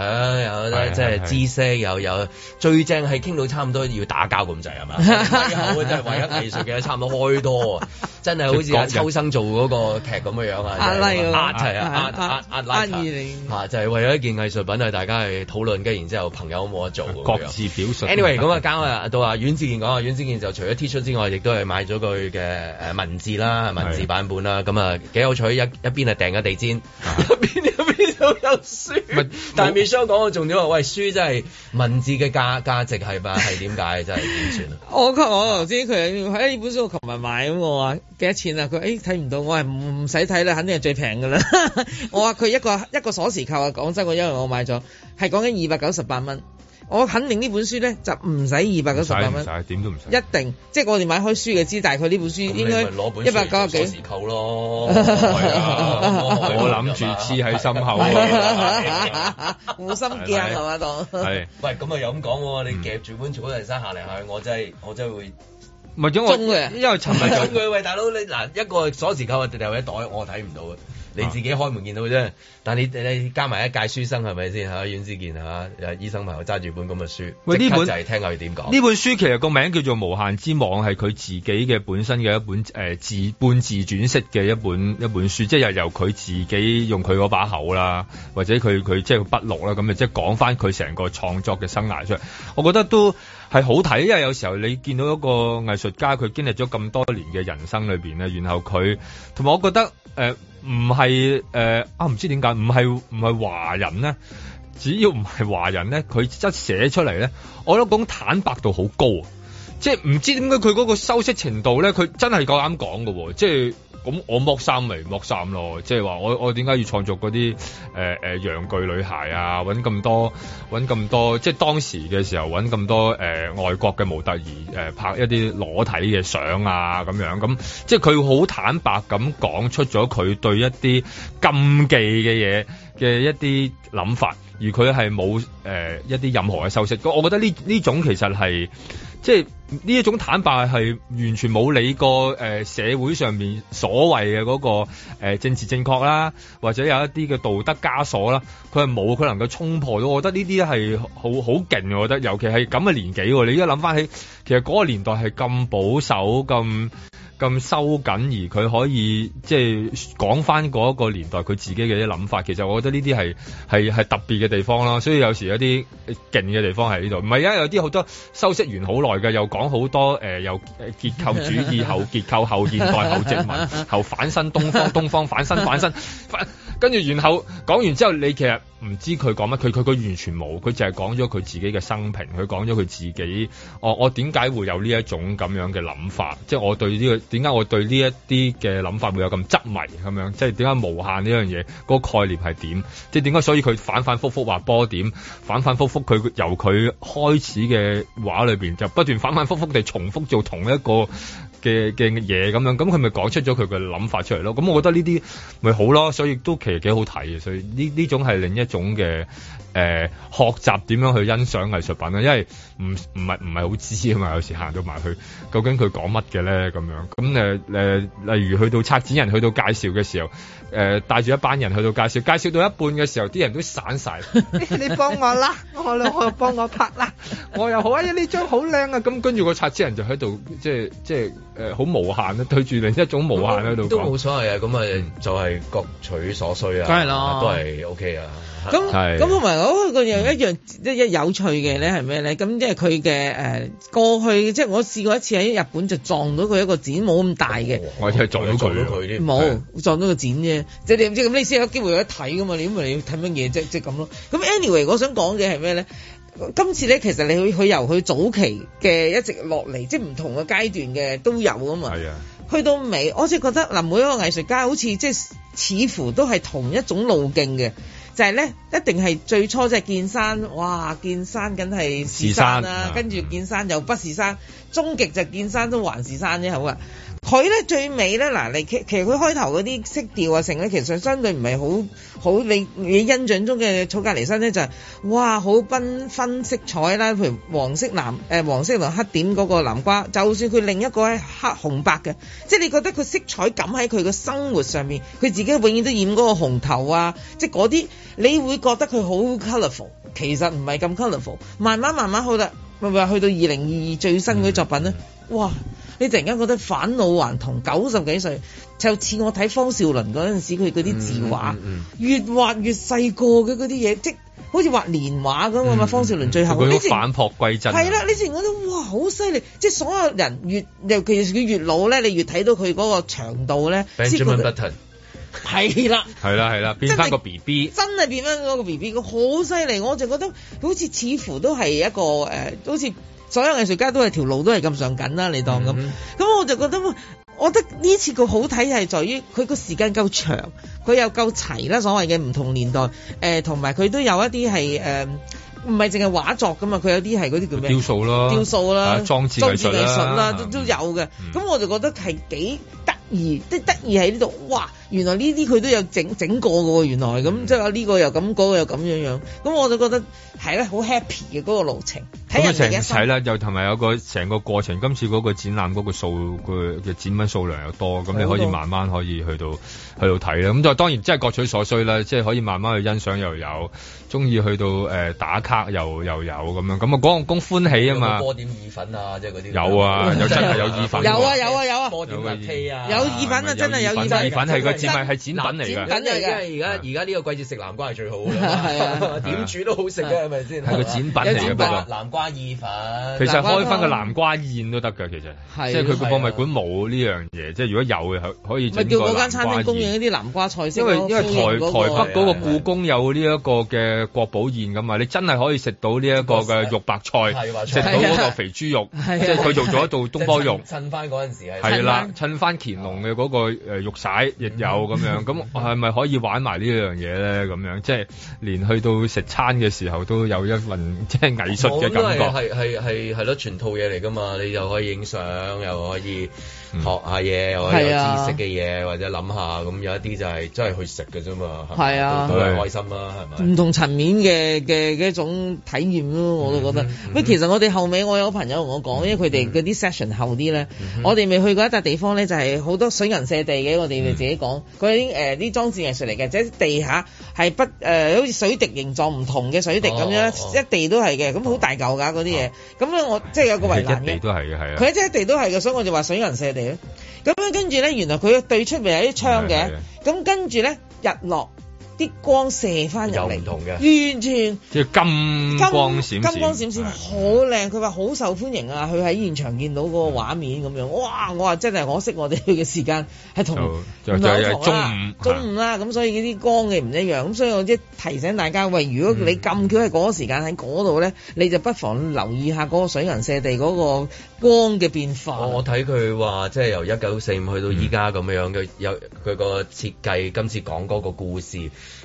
[SPEAKER 6] 有
[SPEAKER 2] 係
[SPEAKER 6] 得即係
[SPEAKER 2] 係
[SPEAKER 6] 知識，又有最正 係傾到差唔多要打交咁滯係嘛？好真係為咗藝術嘅差唔多開多啊！真 係好似阿秋生做嗰個劇咁嘅樣啊，
[SPEAKER 4] 壓拉嗰個
[SPEAKER 6] 壓係啊，
[SPEAKER 4] 係
[SPEAKER 6] 壓壓壓拉
[SPEAKER 4] 壓二零
[SPEAKER 6] 嚇就係為咗一件藝術品啊，大家去討論，跟住然之後朋友冇得做咁樣
[SPEAKER 11] 各自表述
[SPEAKER 6] Anyway，咁啊，交啊到啊阮志健講啊，阮志健就除咗 T 恤之外，亦都係買咗佢嘅誒文字啦，文字版本啦，咁啊幾有趣，一一邊係訂咗地氈， 但係 Michelle 講嘅重點話，喂書真係文字嘅價價值係咪係點解真係點算啊？
[SPEAKER 4] 我琴我頭先佢喺呢本書我琴日買咁，我話幾多錢啊？佢誒睇唔到，我係唔唔使睇啦，肯定係最平㗎啦。 我話佢一個一個鎖匙扣啊，講真，我因為我買咗係講緊二百九十八蚊，我肯定呢本書咧就唔使二百九十八
[SPEAKER 11] 唔
[SPEAKER 4] 蚊
[SPEAKER 11] 使，唔使點都唔使。
[SPEAKER 4] 一定即係我哋買開書嘅知，大概呢本書
[SPEAKER 6] 咁你
[SPEAKER 4] 應
[SPEAKER 6] 咪
[SPEAKER 4] 該
[SPEAKER 6] 攞本
[SPEAKER 4] 一百九十
[SPEAKER 6] 時
[SPEAKER 4] 幾。
[SPEAKER 6] 扣咯，
[SPEAKER 11] 係啊我諗住黐喺心 口啊。
[SPEAKER 4] 護心鏡係嘛啊當？
[SPEAKER 11] 係
[SPEAKER 6] 喂，咁啊又咁講喎，你夾住本草人生行嚟行去，我真係我真係會。
[SPEAKER 11] 唔係因為
[SPEAKER 6] 中
[SPEAKER 11] 我因為尋日就
[SPEAKER 6] 中 佢喂大佬你嗱一個鎖匙扣啊掉喺袋，我睇唔到嘅。你自己開門見到啫，但你你加埋一屆書生係咪先嚇？阮之健嚇，誒醫啊生朋友揸住本咁嘅書，
[SPEAKER 11] 喂呢
[SPEAKER 6] 即刻
[SPEAKER 11] 本
[SPEAKER 6] 就係聽下佢點講。
[SPEAKER 11] 呢本書其實個名叫做《無限之網》，係佢自己嘅本身嘅一本誒、呃自半自傳式嘅一本一本書，即係由佢自己用佢嗰把口啦，或者佢佢即係筆錄啦，咁啊即係講翻佢成個創作嘅生涯出嚟。我覺得都係好睇，因為有時候你見到一個藝術家，佢經歷咗咁多年嘅人生裏邊咧，然後佢同埋我覺得誒唔係誒啊唔知點解唔係唔係華人咧。只要唔係華人咧，佢一寫出嚟咧，我諗講坦白度好高啊！即係唔知點解佢嗰個修飾程度咧，佢真係夠膽講嘅喎！即係咁，我剝衫咪剝衫咯，即係話我我點解要創作嗰啲誒誒洋具女孩啊？揾咁多揾咁多，即係當時嘅時候揾咁多誒、呃外國嘅模特兒誒、呃拍一啲裸體嘅相啊咁樣咁，即係佢好坦白咁講出咗佢對一啲禁忌嘅嘢嘅一啲諗法，而佢係冇誒一啲任何嘅修飾。我我覺得呢呢種其實係。即係呢一種坦白係完全冇理過誒、呃社會上面所謂嘅嗰、個、呃、政治正確啦，或者有一啲嘅道德枷鎖啦，佢係冇佢能夠衝破到。我覺得呢啲係好好勁，我覺得，尤其係咁嘅年紀喎。你而家諗翻起，其實嗰個年代係咁保守、咁咁收緊，而佢可以即係講翻嗰個年代佢自己嘅啲諗法。其實我覺得呢啲係係係特別嘅地方咯。所以有時有啲勁嘅地方喺呢度，唔係因為有啲好多修飾完好耐嘅，又講好多誒、呃又呃結構主義後結構後現代後殖民後反身東方東方反身反身反，跟住然後講完之後，你其實唔知佢講乜，佢佢佢完全冇，佢就係講咗佢自己嘅生平，佢講咗佢自己，我我點解會有呢一種咁樣嘅諗法？即係我對呢、個點解我對呢一啲嘅諗法會有咁執迷咁樣？即係點解無限呢樣嘢嗰個概念係點？即係點解所以佢反反覆覆話波點，反反覆覆佢由佢開始嘅畫裏邊就不斷反反覆覆地重複做同一個。嘅嘅嘢咁樣，咁佢咪講出咗佢嘅諗法出嚟咯。咁我覺得呢啲咪好咯，所以都其實幾好睇嘅。所以呢呢種係另一種嘅誒、呃、學習點樣去欣賞藝術品啦，啊因為唔唔係唔係好知啊嘛，有時行到埋去，究竟佢講乜嘅咧咁樣。咁誒誒，例如去到策展人去到介紹嘅時候，誒、呃、帶住一班人去到介紹，介紹到一半嘅時候，啲人都 散晒。
[SPEAKER 15] 你幫我啦，我兩個幫我拍啦，
[SPEAKER 11] 我又好啊！呢張好靚啊！咁跟住個策展人就喺度，即係即係誒，好、無限啊，對住另一種無限喺度講。
[SPEAKER 6] 都冇所謂啊，咁啊就係各取所需啊，
[SPEAKER 4] 梗係啦
[SPEAKER 6] 都係 OK 啊。
[SPEAKER 4] 咁咁同埋嗰個又一樣一一有趣嘅咧係咩咧？咁即係佢嘅誒過去，即係我試過一次喺日本就撞到佢一個展冇咁大嘅，
[SPEAKER 11] 我真係撞到佢，
[SPEAKER 6] 撞到佢添
[SPEAKER 4] 冇撞到個展啫。即係你唔知咁，你先有機會有得睇噶嘛？你咁咪你要睇乜嘢啫？即係咁咯。咁 anyway，我想講嘅係咩咧？今次咧，其實你去佢由佢早期嘅一直落嚟，即係唔同嘅階段嘅都有啊嘛。
[SPEAKER 11] 係啊。
[SPEAKER 4] 去到尾，我只覺得嗱，每一個藝術家好似即係似乎都係同一種路徑嘅，就係、咧一定係最初即係見山，哇！見山梗係是山啊啦、
[SPEAKER 15] 是山
[SPEAKER 4] 跟住見山又不是山，終極就見山都還是山啫，好啊！佢咧最尾咧嗱，你其其實佢開頭嗰啲色調啊成咧，其實相對唔係好好你你印象中嘅草隔離山咧就係、哇好繽紛色彩啦，譬如黃色藍誒、呃黃色同黑點嗰個南瓜，就算佢另一個係黑紅白嘅，即係你覺得佢色彩感喺佢嘅生活上面，佢自己永遠都染嗰個紅頭啊，即係嗰啲你會覺得佢好 colourful，其實唔係咁 colourful，慢慢慢慢好啦，咪咪去到二零二二最新嗰啲作品咧。哇！你突然間覺得返老還童，九十幾歲就似我睇方少麟嗰陣時佢嗰啲字畫，越畫越細個嘅嗰啲嘢，即好似畫年畫咁啊嘛！方少麟最後
[SPEAKER 11] 嗯佢
[SPEAKER 4] 你
[SPEAKER 11] 都
[SPEAKER 4] 直
[SPEAKER 11] 反璞歸真啊。
[SPEAKER 4] 係啦，你成覺得哇好犀利，即係所有人越尤其是佢越老咧，你越睇到佢嗰個長度咧，知佢
[SPEAKER 16] Benjamin Button
[SPEAKER 4] 係啦。
[SPEAKER 11] 係啦係啦，變翻個 B B。
[SPEAKER 4] 真係變翻嗰個 B B，佢好犀利，我就覺得好似似乎都係一個誒、呃好似所有藝術家都係條路都係咁上緊啦，你當咁。咁、我就覺得，哇我覺得呢次佢好睇係在於佢個時間夠長，佢又夠齊啦，所謂嘅唔同年代誒，同埋佢都有一啲係誒。呃唔係淨係畫作噶嘛，佢有啲係嗰啲叫咩？
[SPEAKER 11] 雕塑啦
[SPEAKER 4] 雕塑啦
[SPEAKER 11] 啊，裝置藝術啦啊嗯
[SPEAKER 4] 裝啦，都都有嘅。咁、我就覺得係幾得意，即係得意喺呢度。哇！原來呢啲佢都有整整過嘅喎，原來
[SPEAKER 11] 嗯
[SPEAKER 4] 咁即係話呢個又咁，嗰、個又咁樣樣。咁我就覺得係啦，好 happy 嘅嗰、個路程。睇
[SPEAKER 11] 咁啊，
[SPEAKER 4] 人
[SPEAKER 11] 成
[SPEAKER 4] 哋嘅
[SPEAKER 11] 日
[SPEAKER 4] 一生
[SPEAKER 11] 睇啦，又同埋有個啊成個過程，今次嗰個展覽嗰個數佢嘅展品數量又多，咁你可以慢慢可以去到去到睇啦。咁就當然即係各取所需啦，即係可以慢慢去欣賞又有，中意去到誒、呃打卡又又有咁樣，咁啊嗰個工歡喜啊嘛，
[SPEAKER 6] 波點意粉啊，即係嗰啲
[SPEAKER 11] 有啊，有真係有意粉，
[SPEAKER 4] 有啊有啊有啊，
[SPEAKER 6] 波點辣 K 啊，
[SPEAKER 4] 有意粉啊，真係有意粉。
[SPEAKER 11] 意粉係個節目係展品嚟㗎。啊
[SPEAKER 4] 品嚟㗎
[SPEAKER 6] 因為而家而家呢個季節食南瓜係最好㗎啦，
[SPEAKER 4] 係啊
[SPEAKER 6] 點煮都好食嘅，係咪先？
[SPEAKER 11] 係個展品嚟嘅
[SPEAKER 6] 有
[SPEAKER 11] 不過
[SPEAKER 6] 南南瓜意粉，
[SPEAKER 4] 呃
[SPEAKER 11] 其實開翻個南瓜宴都得㗎，其實
[SPEAKER 6] 係
[SPEAKER 11] 即係佢個博物館冇呢樣嘢，即係如果有嘅可可以
[SPEAKER 4] 啊咪
[SPEAKER 11] 整
[SPEAKER 4] 叫
[SPEAKER 11] 個
[SPEAKER 4] 嗰間
[SPEAKER 11] 南
[SPEAKER 4] 餐
[SPEAKER 11] 瓜
[SPEAKER 4] 廳供
[SPEAKER 11] 宴
[SPEAKER 4] 應。一啲南瓜菜式
[SPEAKER 11] 因為
[SPEAKER 4] 咯
[SPEAKER 11] 因為
[SPEAKER 4] 歡迎
[SPEAKER 11] 台
[SPEAKER 4] 嗰個啊
[SPEAKER 11] 台北嗰個故宮有呢一個嘅國寶宴咁嘛，你真係可以食到呢一個
[SPEAKER 4] 啊
[SPEAKER 11] 嘅肉白菜
[SPEAKER 6] 係白，
[SPEAKER 11] 食
[SPEAKER 6] 菜
[SPEAKER 11] 到嗰個肥豬肉，即係佢做咗一道東坡肉。
[SPEAKER 6] 趁翻嗰陣時係
[SPEAKER 11] 係啦，襯翻乾隆嘅嗰個呃肉曬亦有咁樣，咁 係咪可以玩埋呢樣嘢咧？咁樣即係連去到食餐嘅時候都有一份即係藝術嘅感覺。
[SPEAKER 6] 係係係係咯，全套嘢嚟噶嘛，你又可以影相，又可以
[SPEAKER 11] 嗯
[SPEAKER 6] 學下嘢，又可以有
[SPEAKER 4] 係啊
[SPEAKER 6] 知識嘅嘢，或者諗下咁，有一啲就係真係去食嘅啫嘛，係咪
[SPEAKER 4] 係啊
[SPEAKER 6] 都都係開心啦，係咪？
[SPEAKER 4] 唔同層面嘅嘅嘅一種體驗
[SPEAKER 6] 嗯
[SPEAKER 4] 咯，我都覺得。喂，其實我哋後尾我有朋友同我講，因為佢
[SPEAKER 6] 嗯
[SPEAKER 4] 哋嗰啲 session 後啲咧，我哋未去過一笪地方咧，就係好多水銀瀉地嘅，我哋
[SPEAKER 6] 嗯
[SPEAKER 4] 咪自己講嗰啲誒呃啲裝置藝術嚟嘅，即係地下係不誒好似水滴形狀唔同嘅水滴咁
[SPEAKER 6] 哦
[SPEAKER 4] 樣，一地都係嘅，咁好大嚿㗎嗰啲嘢。咁咧我即係有個圍欄
[SPEAKER 11] 一
[SPEAKER 4] 嘅
[SPEAKER 11] 地。都係嘅，係啊。
[SPEAKER 4] 佢即係一地都係嘅，所以我就話水銀瀉地咯。咁樣跟住咧，原來佢對出咪有啲窗
[SPEAKER 6] 係
[SPEAKER 4] 嘅
[SPEAKER 6] 係，
[SPEAKER 4] 咁跟住咧日落啲光射翻入
[SPEAKER 6] 又
[SPEAKER 4] 嚟
[SPEAKER 6] 唔，同嘅
[SPEAKER 4] 完全金
[SPEAKER 11] 即係金光閃閃，
[SPEAKER 4] 金光閃閃，好靚。佢話好受歡迎啊！佢喺現場見到嗰個畫面咁樣，哇！我話真係可惜我哋去嘅時間係同
[SPEAKER 11] 就就
[SPEAKER 4] 唔
[SPEAKER 11] 就
[SPEAKER 4] 係好
[SPEAKER 11] 係
[SPEAKER 4] 同啦 中午
[SPEAKER 11] 中午
[SPEAKER 4] 啦，咁所以呢啲光嘅唔一樣，咁所以我即係提醒大家，喂，如果
[SPEAKER 11] 嗯
[SPEAKER 4] 你咁巧喺嗰個時間喺嗰度咧，你就不妨留意下嗰個水銀瀉地嗰個光嘅變化。
[SPEAKER 6] 我我睇佢話即係由一九四五去到
[SPEAKER 11] 嗯
[SPEAKER 6] 依家咁樣，佢有佢個設計，今次講嗰個故事，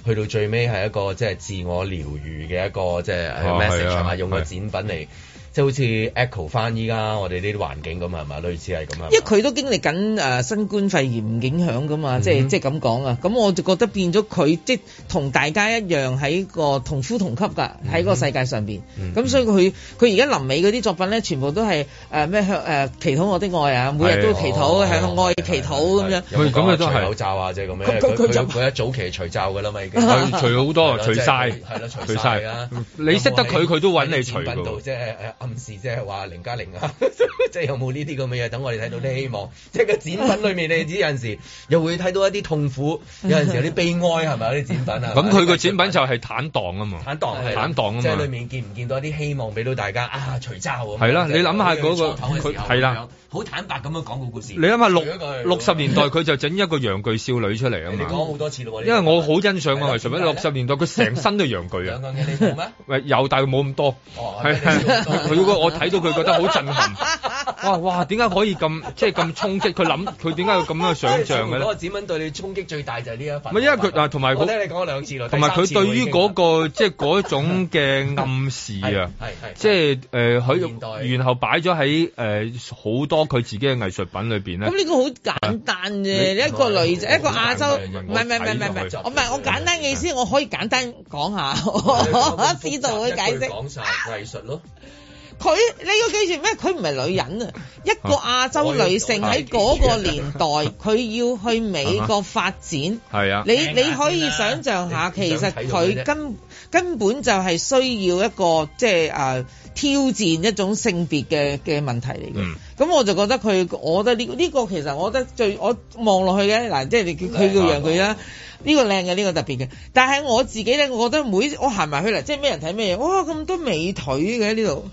[SPEAKER 6] 去到最尾係一個即係自我療愈嘅一個即係
[SPEAKER 11] 哦
[SPEAKER 6] message
[SPEAKER 11] 係啊
[SPEAKER 6] 係咪？用個
[SPEAKER 11] 係
[SPEAKER 6] 展品嚟。即係好似 echo 翻依家我哋呢啲環境咁係咪？類似係咁啊。
[SPEAKER 4] 因為佢都經歷緊誒呃新冠肺炎影響噶嘛，即係即係咁講啊。咁我就覺得變咗佢即係同大家一樣喺個同呼同吸㗎，喺個世界上邊。咁所以佢佢而家臨尾嗰啲作品咧，全部都係誒咩向誒祈禱我的愛啊，每日都祈
[SPEAKER 6] 係
[SPEAKER 4] 禱
[SPEAKER 6] 啊
[SPEAKER 4] 向愛祈禱咁樣。
[SPEAKER 6] 有冇
[SPEAKER 11] 佢咁佢都
[SPEAKER 6] 講
[SPEAKER 11] 係
[SPEAKER 6] 話除口罩啊，即係咁
[SPEAKER 11] 佢
[SPEAKER 6] 樣。
[SPEAKER 11] 佢
[SPEAKER 6] 佢
[SPEAKER 11] 佢就
[SPEAKER 6] 佢佢一早期除罩㗎啦嘛，已 經。
[SPEAKER 11] 佢除好多，
[SPEAKER 6] 係啦
[SPEAKER 11] 除
[SPEAKER 6] 即係
[SPEAKER 11] 晒，
[SPEAKER 6] 係啦，除
[SPEAKER 11] 除
[SPEAKER 6] 晒啊
[SPEAKER 11] 晒
[SPEAKER 6] 啦。
[SPEAKER 11] 你識得佢，佢都揾你除
[SPEAKER 6] 展品度
[SPEAKER 11] 㗎。
[SPEAKER 6] 即係誒暗示，即係話零加零啊， 即係有冇呢啲咁嘅嘢？等我哋睇到啲希望，即係個展品裏面，你知有陣時又會睇到一啲 痛苦，有陣時有啲悲哀係咪？有啲展品啊，
[SPEAKER 11] 咁佢個展品就係坦蕩啊嘛，
[SPEAKER 6] 坦蕩係啦
[SPEAKER 11] 坦蕩啊嘛，
[SPEAKER 6] 即係裏面見唔見到一啲希望俾到大家啊？除罩咁樣
[SPEAKER 11] 係啦
[SPEAKER 6] 即係
[SPEAKER 11] 你諗下嗰個
[SPEAKER 6] 坐頭嘅時候
[SPEAKER 11] 佢係啦
[SPEAKER 6] 咁樣，好坦白咁樣講個故事。
[SPEAKER 11] 你諗下六
[SPEAKER 6] 除咗佢
[SPEAKER 11] 六十年代佢就整一個洋具少女出嚟啊
[SPEAKER 6] 你講好
[SPEAKER 11] 嘛。
[SPEAKER 6] 多啊次咯喎，
[SPEAKER 11] 因為我好欣賞個藝術品，六十年代佢成身都洋具啊
[SPEAKER 6] 兩，個嘅你冇咩？
[SPEAKER 11] 喂有但係冇咁多，
[SPEAKER 6] 哦
[SPEAKER 11] 係係佢嗰個我睇到佢覺得好震撼， 哇哇點解可以咁即係咁衝擊？佢諗佢點解有咁樣嘅想像嘅
[SPEAKER 6] 嗰
[SPEAKER 11] 咧
[SPEAKER 6] 個？展品對你衝擊最大就係呢一份。
[SPEAKER 11] 唔係因為佢啊同埋佢
[SPEAKER 6] 我聽你講咗兩次啦，
[SPEAKER 11] 同埋
[SPEAKER 6] 第三
[SPEAKER 11] 佢
[SPEAKER 6] 次我
[SPEAKER 11] 對
[SPEAKER 6] 已
[SPEAKER 11] 於
[SPEAKER 6] 經
[SPEAKER 11] 嗰、個即係嗰種嘅暗示啊
[SPEAKER 6] 係係係，
[SPEAKER 11] 即係誒
[SPEAKER 6] 現代
[SPEAKER 11] 佢然後擺咗喺誒好多佢自己嘅藝術品裏邊咧
[SPEAKER 4] 咁。呢個好簡單啫，你一個女仔，一個亞洲，唔係唔係唔係唔係唔係，我唔係我簡單嘅意思，我可以簡單講下， 我知道會解釋。
[SPEAKER 6] 講晒藝術咯，
[SPEAKER 4] 佢你要記住咩？佢唔係女人啊，一個亞洲女性喺嗰個年 代，佢要去美國發展。
[SPEAKER 11] 係啊，
[SPEAKER 4] 你你可以想象下，其實佢根根本就係需要一個即係啊挑戰一種性別嘅嘅問題嚟嘅。
[SPEAKER 17] 嗯
[SPEAKER 4] 咁我就覺得佢，我覺得呢、呢個其實我覺得最我望落去嘅嗱，即係你叫
[SPEAKER 11] 啊
[SPEAKER 4] 佢叫讓佢啦，呢、個靚嘅，呢、個特別嘅。但係我自己咧，我覺得每我行埋去啦，即係咩人睇咩嘢，哇咁多美腿嘅呢度，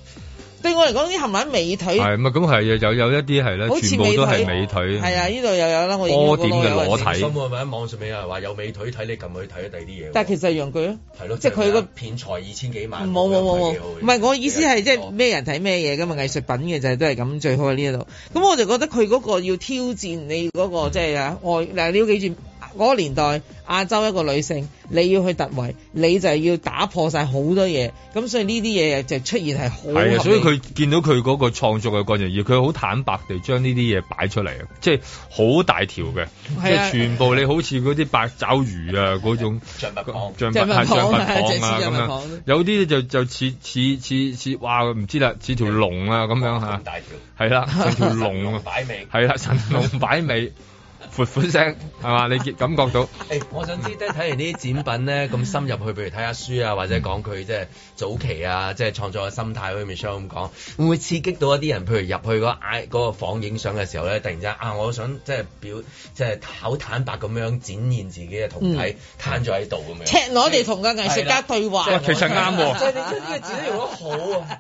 [SPEAKER 4] 對我嚟講啲行埋美腿，
[SPEAKER 11] 係
[SPEAKER 4] 係
[SPEAKER 11] 咪咁係有有一啲係咧，
[SPEAKER 4] 好似
[SPEAKER 11] 全部都
[SPEAKER 4] 美腿
[SPEAKER 11] 係美腿。
[SPEAKER 4] 啊呢度又有啊啦，我
[SPEAKER 11] 波點嘅裸體
[SPEAKER 6] 心係咪喺網上面有人話有美腿睇，你撳去睇第二啲嘢喎。
[SPEAKER 4] 但係其實係陽具啊，
[SPEAKER 6] 係咯，
[SPEAKER 4] 即係佢個
[SPEAKER 6] 片財二千幾萬，
[SPEAKER 4] 冇冇冇冇
[SPEAKER 6] 幾好，
[SPEAKER 4] 唔係我意思係即
[SPEAKER 6] 哦
[SPEAKER 4] 係咩人睇咩嘢㗎嘛，藝術品嘅就係都係咁最好喺呢一度。咁我就覺得佢嗰個要挑戰你嗰、個即係啊愛嗱，你要記住嗰、個年代亞洲一個女性，你要去突圍，你就係要打破晒好多嘢。咁所以呢啲嘢就出現係好
[SPEAKER 11] 係啊，所以
[SPEAKER 4] 合理
[SPEAKER 11] 佢見到佢嗰個創作嘅過程，而佢好坦白地將呢啲嘢擺出嚟，啊即係好大條嘅，即
[SPEAKER 4] 係啊
[SPEAKER 11] 係全部你好似嗰啲八爪魚啊嗰種
[SPEAKER 6] 象拔蚌
[SPEAKER 11] 象
[SPEAKER 4] 象拔
[SPEAKER 11] 拔
[SPEAKER 4] 蚌
[SPEAKER 11] 象拔
[SPEAKER 4] 係
[SPEAKER 11] 蚌啊
[SPEAKER 4] 象
[SPEAKER 11] 咁
[SPEAKER 4] 拔
[SPEAKER 11] 樣
[SPEAKER 4] 蚌，
[SPEAKER 11] 有啲就就似似似似哇唔知啦，似條龍啊咁樣
[SPEAKER 4] 哦
[SPEAKER 11] 嚇，
[SPEAKER 6] 大
[SPEAKER 11] 係啦，成條龍啊，
[SPEAKER 6] 擺尾
[SPEAKER 11] 係啦，神 龍擺尾，闊闊聲係嘛？你感覺到。
[SPEAKER 6] 誒，哎我想知咧，睇完呢啲展品咧，咁深入去，譬如睇下書啊，或者講佢即係早期啊，即係創作嘅心態，好似 Michelle 咁講，會唔會刺激到一啲人？譬如入去嗰 I 嗰個房影相嘅時候咧，突然之間啊，我想即係表，即係好坦白咁樣展現自己嘅胴體，攤咗喺度咁樣。
[SPEAKER 4] 赤裸地同個藝術家對話。
[SPEAKER 6] 係啦即係其實啱喎
[SPEAKER 4] 所以你出呢個字都用得好 啊！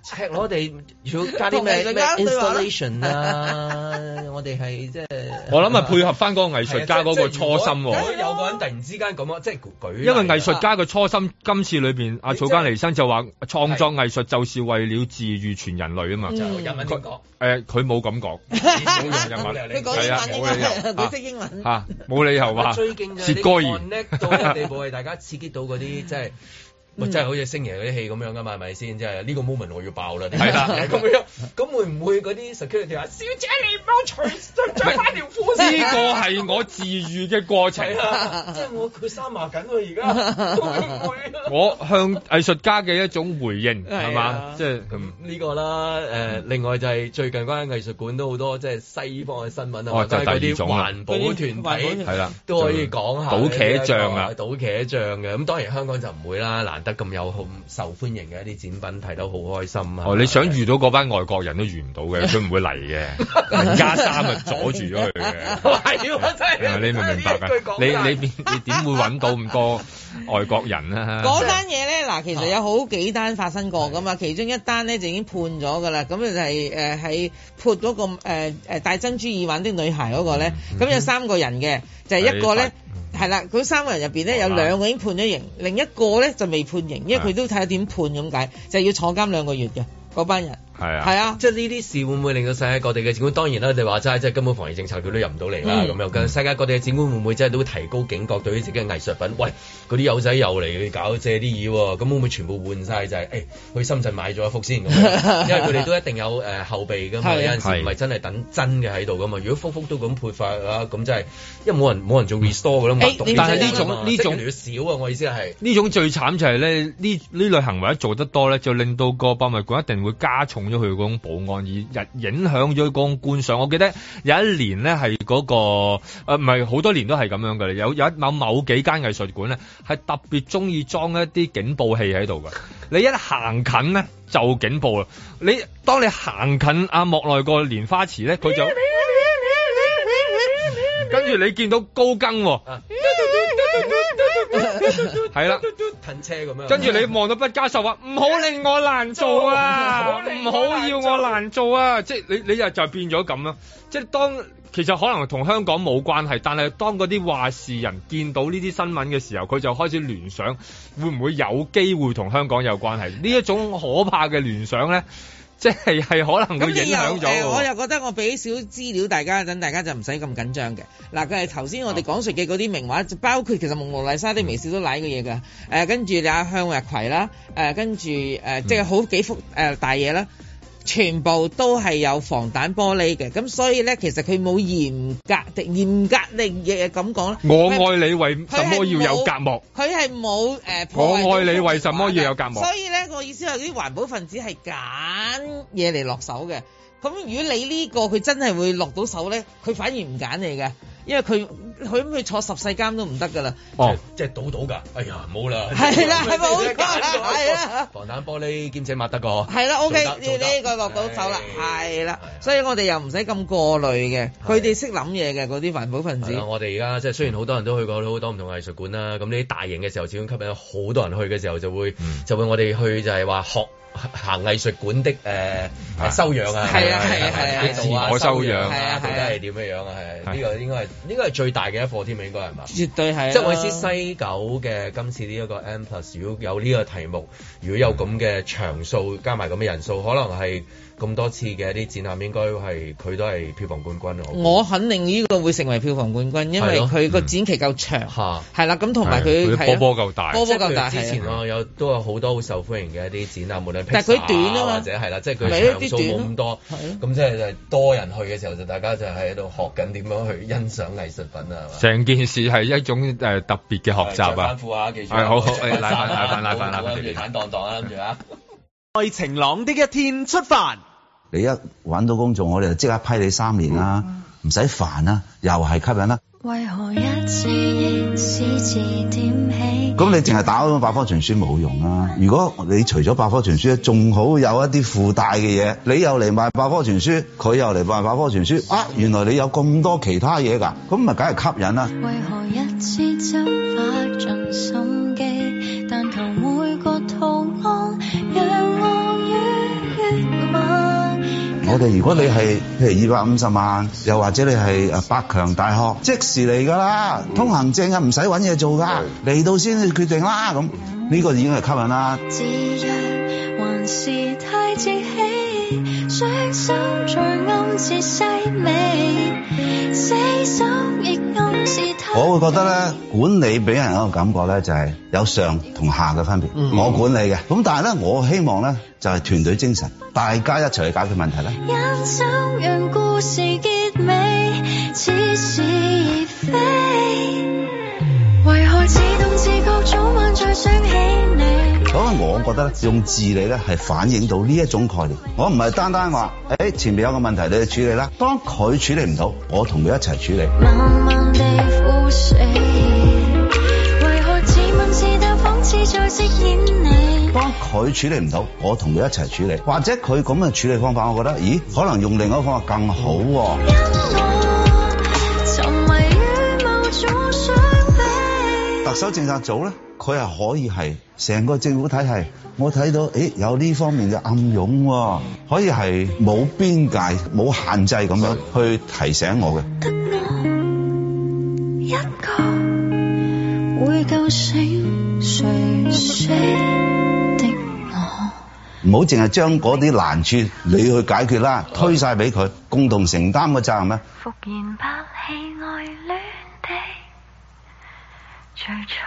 [SPEAKER 6] 赤裸地，如果加啲咩
[SPEAKER 4] 同藝術
[SPEAKER 6] 咩
[SPEAKER 4] 家對話啦
[SPEAKER 6] installation 啊， 我哋係即係。
[SPEAKER 11] 我諗係配合翻嗰個藝
[SPEAKER 6] 啊
[SPEAKER 11] 術家嗰個初心
[SPEAKER 6] 如果
[SPEAKER 11] 喎。
[SPEAKER 6] 有個人突然之間咁啊，即係舉例啊
[SPEAKER 11] 因為藝術家嘅初心，今次裏邊阿草間彌生就話
[SPEAKER 6] 嗯
[SPEAKER 11] 創作藝術就是為了治愈全人類啊嘛。
[SPEAKER 6] 就日文點講？
[SPEAKER 11] 誒，佢冇咁講，
[SPEAKER 6] 嗯
[SPEAKER 11] 冇用日文，
[SPEAKER 4] 你講英
[SPEAKER 11] 係啊
[SPEAKER 4] 文應 該，
[SPEAKER 11] 冇理由
[SPEAKER 4] 佢識英文。
[SPEAKER 11] 嚇冇理由話
[SPEAKER 6] 最勁就
[SPEAKER 11] 切歌兒
[SPEAKER 6] 係你 connect 到嘅地步係大家刺激到 嗰啲即係。
[SPEAKER 11] 嗯
[SPEAKER 6] 喂，真係好似星爺嗰啲戲咁樣噶嘛，係咪先？即係呢個 moment 我要爆啦，
[SPEAKER 11] 係啦
[SPEAKER 6] 咁樣，咁會唔會嗰啲 security 話小姐你唔好除着着翻條褲 先？
[SPEAKER 11] 呢個係我治愈嘅過程。
[SPEAKER 6] 係 啊，即係我佢三麻緊喎而家。
[SPEAKER 11] 我向藝術家嘅一種回應係
[SPEAKER 6] 係啊
[SPEAKER 11] 嘛，即係嗯咁。
[SPEAKER 6] 呢個啦，
[SPEAKER 11] 嗯
[SPEAKER 6] 誒，另外就係最近關於藝術館都好多即係西方嘅新聞啊，
[SPEAKER 11] 哦
[SPEAKER 6] 或者
[SPEAKER 11] 就係
[SPEAKER 6] 嗰
[SPEAKER 11] 第
[SPEAKER 6] 啲
[SPEAKER 11] 二種啦
[SPEAKER 6] 環保團體
[SPEAKER 11] 係啦
[SPEAKER 6] 都可以講下
[SPEAKER 11] 倒茄醬啊
[SPEAKER 6] 呢一個倒茄醬嘅。咁當然香港就唔會啦，難得咁有咁受歡迎嘅一啲展品，睇到好開心啊！
[SPEAKER 11] 哦，你想遇到嗰班外國人都遇唔到 嘅，佢唔會嚟嘅。人家三啊阻住咗佢嘅。
[SPEAKER 6] 係
[SPEAKER 11] 係
[SPEAKER 6] 喎真
[SPEAKER 11] 啊
[SPEAKER 6] 係
[SPEAKER 11] 你明唔明白啊
[SPEAKER 6] 呢一句？講
[SPEAKER 11] 你
[SPEAKER 6] 得
[SPEAKER 11] 你邊你點會揾到咁多外國人啊？
[SPEAKER 4] 嗰單嘢咧，嗱，其實有好幾單發生過噶嘛，其中一單咧就已經判咗噶啦，咁就係誒喺潑嗰個誒誒戴珍珠耳環的女孩嗰個咧，咁有三個人嘅，就係一個咧係啦，嗰三個人入邊咧有兩個已經判咗刑，另一個咧就未判刑，因為佢都睇下點判咁解，就係要坐監兩個月嘅嗰班人，
[SPEAKER 11] 係
[SPEAKER 4] 係啊。
[SPEAKER 6] 即係呢啲事會唔會令到世界各地嘅展館？當然啦，你話齋，即係根本防疫政策佢都入唔到嚟啦。
[SPEAKER 4] 嗯
[SPEAKER 6] 咁樣跟世界各地嘅展館會唔會真係都提高警覺對於自己嘅藝術品？喂，嗰啲友仔又嚟搞借啲嘢喎，咁會唔會全部換晒？就係、誒、去深圳買咗一幅先咁 樣？因為佢哋都一定有誒、呃、後備㗎嘛，
[SPEAKER 11] 係
[SPEAKER 6] 有陣時唔係真係等真嘅喺度㗎嘛。如果幅幅都咁潑法啊，咁真係因為冇人冇人做 restore 㗎啦嘛
[SPEAKER 11] 嗯誒。你唔但係呢種呢種
[SPEAKER 6] 少啊，我意思係。
[SPEAKER 11] 呢種最慘就係咧，呢呢類行為一做得多咧，就令到個博物館一定會加重咗佢嗰種保安，而日影響咗嗰種觀賞。我記得有一年咧係嗰個呃唔係好多年都係咁樣嘅，有有一某某幾間藝術館咧係特別中意裝一啲警報器喺度嘅。你一行近咧就警報啦，你當你行近阿莫內個蓮花池咧，佢就跟住你見到高更喎、 係啦。
[SPEAKER 6] 褪車咁樣，
[SPEAKER 11] 跟住你望到畢加索話唔好令我難做啊，唔好要我難做啊，即係你你就就變咗咁啦。即係當其實可能同香港冇關係，但係當嗰啲話事人見到呢啲新聞嘅時候，佢就開始聯想會唔會有機會同香港有關係？呢一種可怕嘅聯想咧，即係係可能會
[SPEAKER 4] 咁
[SPEAKER 11] 影
[SPEAKER 4] 你又
[SPEAKER 11] 響咗
[SPEAKER 4] 誒我
[SPEAKER 11] 喎。
[SPEAKER 4] 又覺得我俾少資料大家，等大家就唔使咁緊張嘅。嗱，佢係頭先
[SPEAKER 11] 哦
[SPEAKER 4] 我哋講述嘅嗰啲名畫，就包括其實蒙娜麗莎啲微笑都舐嘅嘢㗎。誒、跟住你阿向日葵啦，誒、跟住誒、即係好幾幅誒、大嘢啦。全部都係有防彈玻璃嘅，咁所以咧，其實佢冇嚴格地嚴格地嘅咁講啦。
[SPEAKER 11] 我愛你為
[SPEAKER 4] 佢
[SPEAKER 11] 什
[SPEAKER 4] 係
[SPEAKER 11] 麼要有
[SPEAKER 4] 冇
[SPEAKER 11] 隔膜？
[SPEAKER 4] 佢係冇誒
[SPEAKER 17] 呃
[SPEAKER 4] 破
[SPEAKER 11] 我
[SPEAKER 4] 壞到
[SPEAKER 11] 愛你
[SPEAKER 4] 幅
[SPEAKER 11] 為什麼要有隔膜
[SPEAKER 4] 所？以咧，我意思係啲環保分子係揀嘢嚟落手嘅。咁如果你呢個佢真係會落到手咧，佢反而唔揀你嘅，
[SPEAKER 17] 因為佢佢咁佢坐十世監都唔得㗎啦。
[SPEAKER 11] 哦，
[SPEAKER 6] 即係賭到㗎。哎呀，冇啦。
[SPEAKER 17] 係 啦，係冇錯
[SPEAKER 11] 啊
[SPEAKER 17] 啦，係啦。
[SPEAKER 6] 啦，防彈玻璃兼且抹得過。
[SPEAKER 17] 啊係啦，OK，
[SPEAKER 6] 做得做得
[SPEAKER 17] 呢個落到手啦，係啦，所以我哋又唔使咁過濾嘅，佢哋識諗嘢嘅嗰啲環保分子
[SPEAKER 6] 係。啦我哋而家即係雖然好多人都去過好多唔同藝術館啦，咁呢啲大型嘅時候，始終吸引好多人去嘅時候，就會、就會我哋去就係話學行藝術館的誒、呃
[SPEAKER 11] 啊
[SPEAKER 6] 修養啊，
[SPEAKER 11] 係啊係啊係啊
[SPEAKER 6] 係
[SPEAKER 11] 自我修養
[SPEAKER 6] 係啊，到底係點樣樣啊？係呢個應該係應該係最大嘅一課添，應該係嘛？絕對係即係我意思，西九嘅今次呢一個 M Plus，如果有呢個題目，如果有咁嘅場數加埋咁嘅人數，可能係咁多次嘅一啲展覽，應該係佢都係票房冠軍我估
[SPEAKER 17] 我肯定呢個會成為票房冠軍，因為
[SPEAKER 6] 係咯
[SPEAKER 17] 佢個展期夠長，
[SPEAKER 6] 嚇
[SPEAKER 17] 係啦，咁同埋佢係啊波波夠大。
[SPEAKER 6] 即係譬如之前
[SPEAKER 17] 係啊
[SPEAKER 6] 我有都有好多好受歡迎嘅一啲展覽，無論
[SPEAKER 17] 但係佢短啊嘛
[SPEAKER 6] Pixar 或者係啦，即係
[SPEAKER 17] 咪
[SPEAKER 6] 佢
[SPEAKER 17] 呢啲
[SPEAKER 6] 場數冇咁多，咁即係就係多人去嘅時候，就大家就喺度學緊點樣去欣賞藝術品啊，係嘛？
[SPEAKER 11] 成件事係一種誒特別嘅學習
[SPEAKER 6] 着
[SPEAKER 11] 啊
[SPEAKER 6] 翻！褲啊，記住
[SPEAKER 11] 係
[SPEAKER 6] 啊。
[SPEAKER 11] 好好
[SPEAKER 6] 着
[SPEAKER 11] 誒拉返
[SPEAKER 6] 衫啊
[SPEAKER 11] 拉返拉返拉返
[SPEAKER 6] 好諗住坦蕩蕩啊，諗住啊。
[SPEAKER 1] 在晴朗的一天出發。
[SPEAKER 18] 你一揾到工作，我哋就即刻批你三年啦，唔使煩啦，又係吸引啦。
[SPEAKER 8] 為何一次仍是遲點起？
[SPEAKER 18] 咁你淨係打嗰本百科全書冇用啦。如果你除咗百科全書咧，仲好有一啲附帶嘅嘢，你又嚟賣百科全書，佢又嚟賣百科全書，啊，原來你有咁多其他嘢㗎，咁咪梗係吸引啦。
[SPEAKER 8] 為何一次針花盡心機？但求每個圖案讓我於月晚。
[SPEAKER 18] 我哋如果你係譬如二百五十萬，又或者你係誒百強大學，即時嚟㗎啦，通行證啊，唔使揾嘢做㗎，嚟到先去決定啦。咁呢個已經係吸引啦。
[SPEAKER 8] 自虐還是太自欺，雙手在暗自細微，死守亦暗示太
[SPEAKER 18] 我會覺得咧，管理俾人一個感覺咧，就係有上同下嘅分別。我管理嘅，咁但係咧，我希望咧就係團隊精神，大家一齊去解決問題啦。
[SPEAKER 8] 忍手讓故事結尾，似是而非。為何自動自覺早晚再想起你？
[SPEAKER 18] 所以我覺得咧，用治理咧係反映到呢一種概念。我唔係單單話，誒、前面有個問題你去處理啦。當佢處理唔到，我同佢一齊處理。
[SPEAKER 8] 慢慢地枯死。為何自問是但仿似在飾演你？
[SPEAKER 18] 當佢處理唔到，我同佢一齊處理。或者佢咁嘅處理方法，我覺得，咦，可能用另一個方法更好喎、
[SPEAKER 8] 沉迷於某種想悲。
[SPEAKER 18] 特首政策組咧，佢係可以係成個政府體系，我睇到誒有呢方面嘅暗湧喎、可以係冇邊界、冇限制咁樣去提醒我嘅。
[SPEAKER 8] 一個會救醒誰識的我？
[SPEAKER 18] 唔好淨係將嗰啲難處你去解決啦，推晒俾佢，共同承擔個責任啊咧。
[SPEAKER 8] 復燃白氣愛戀的最初。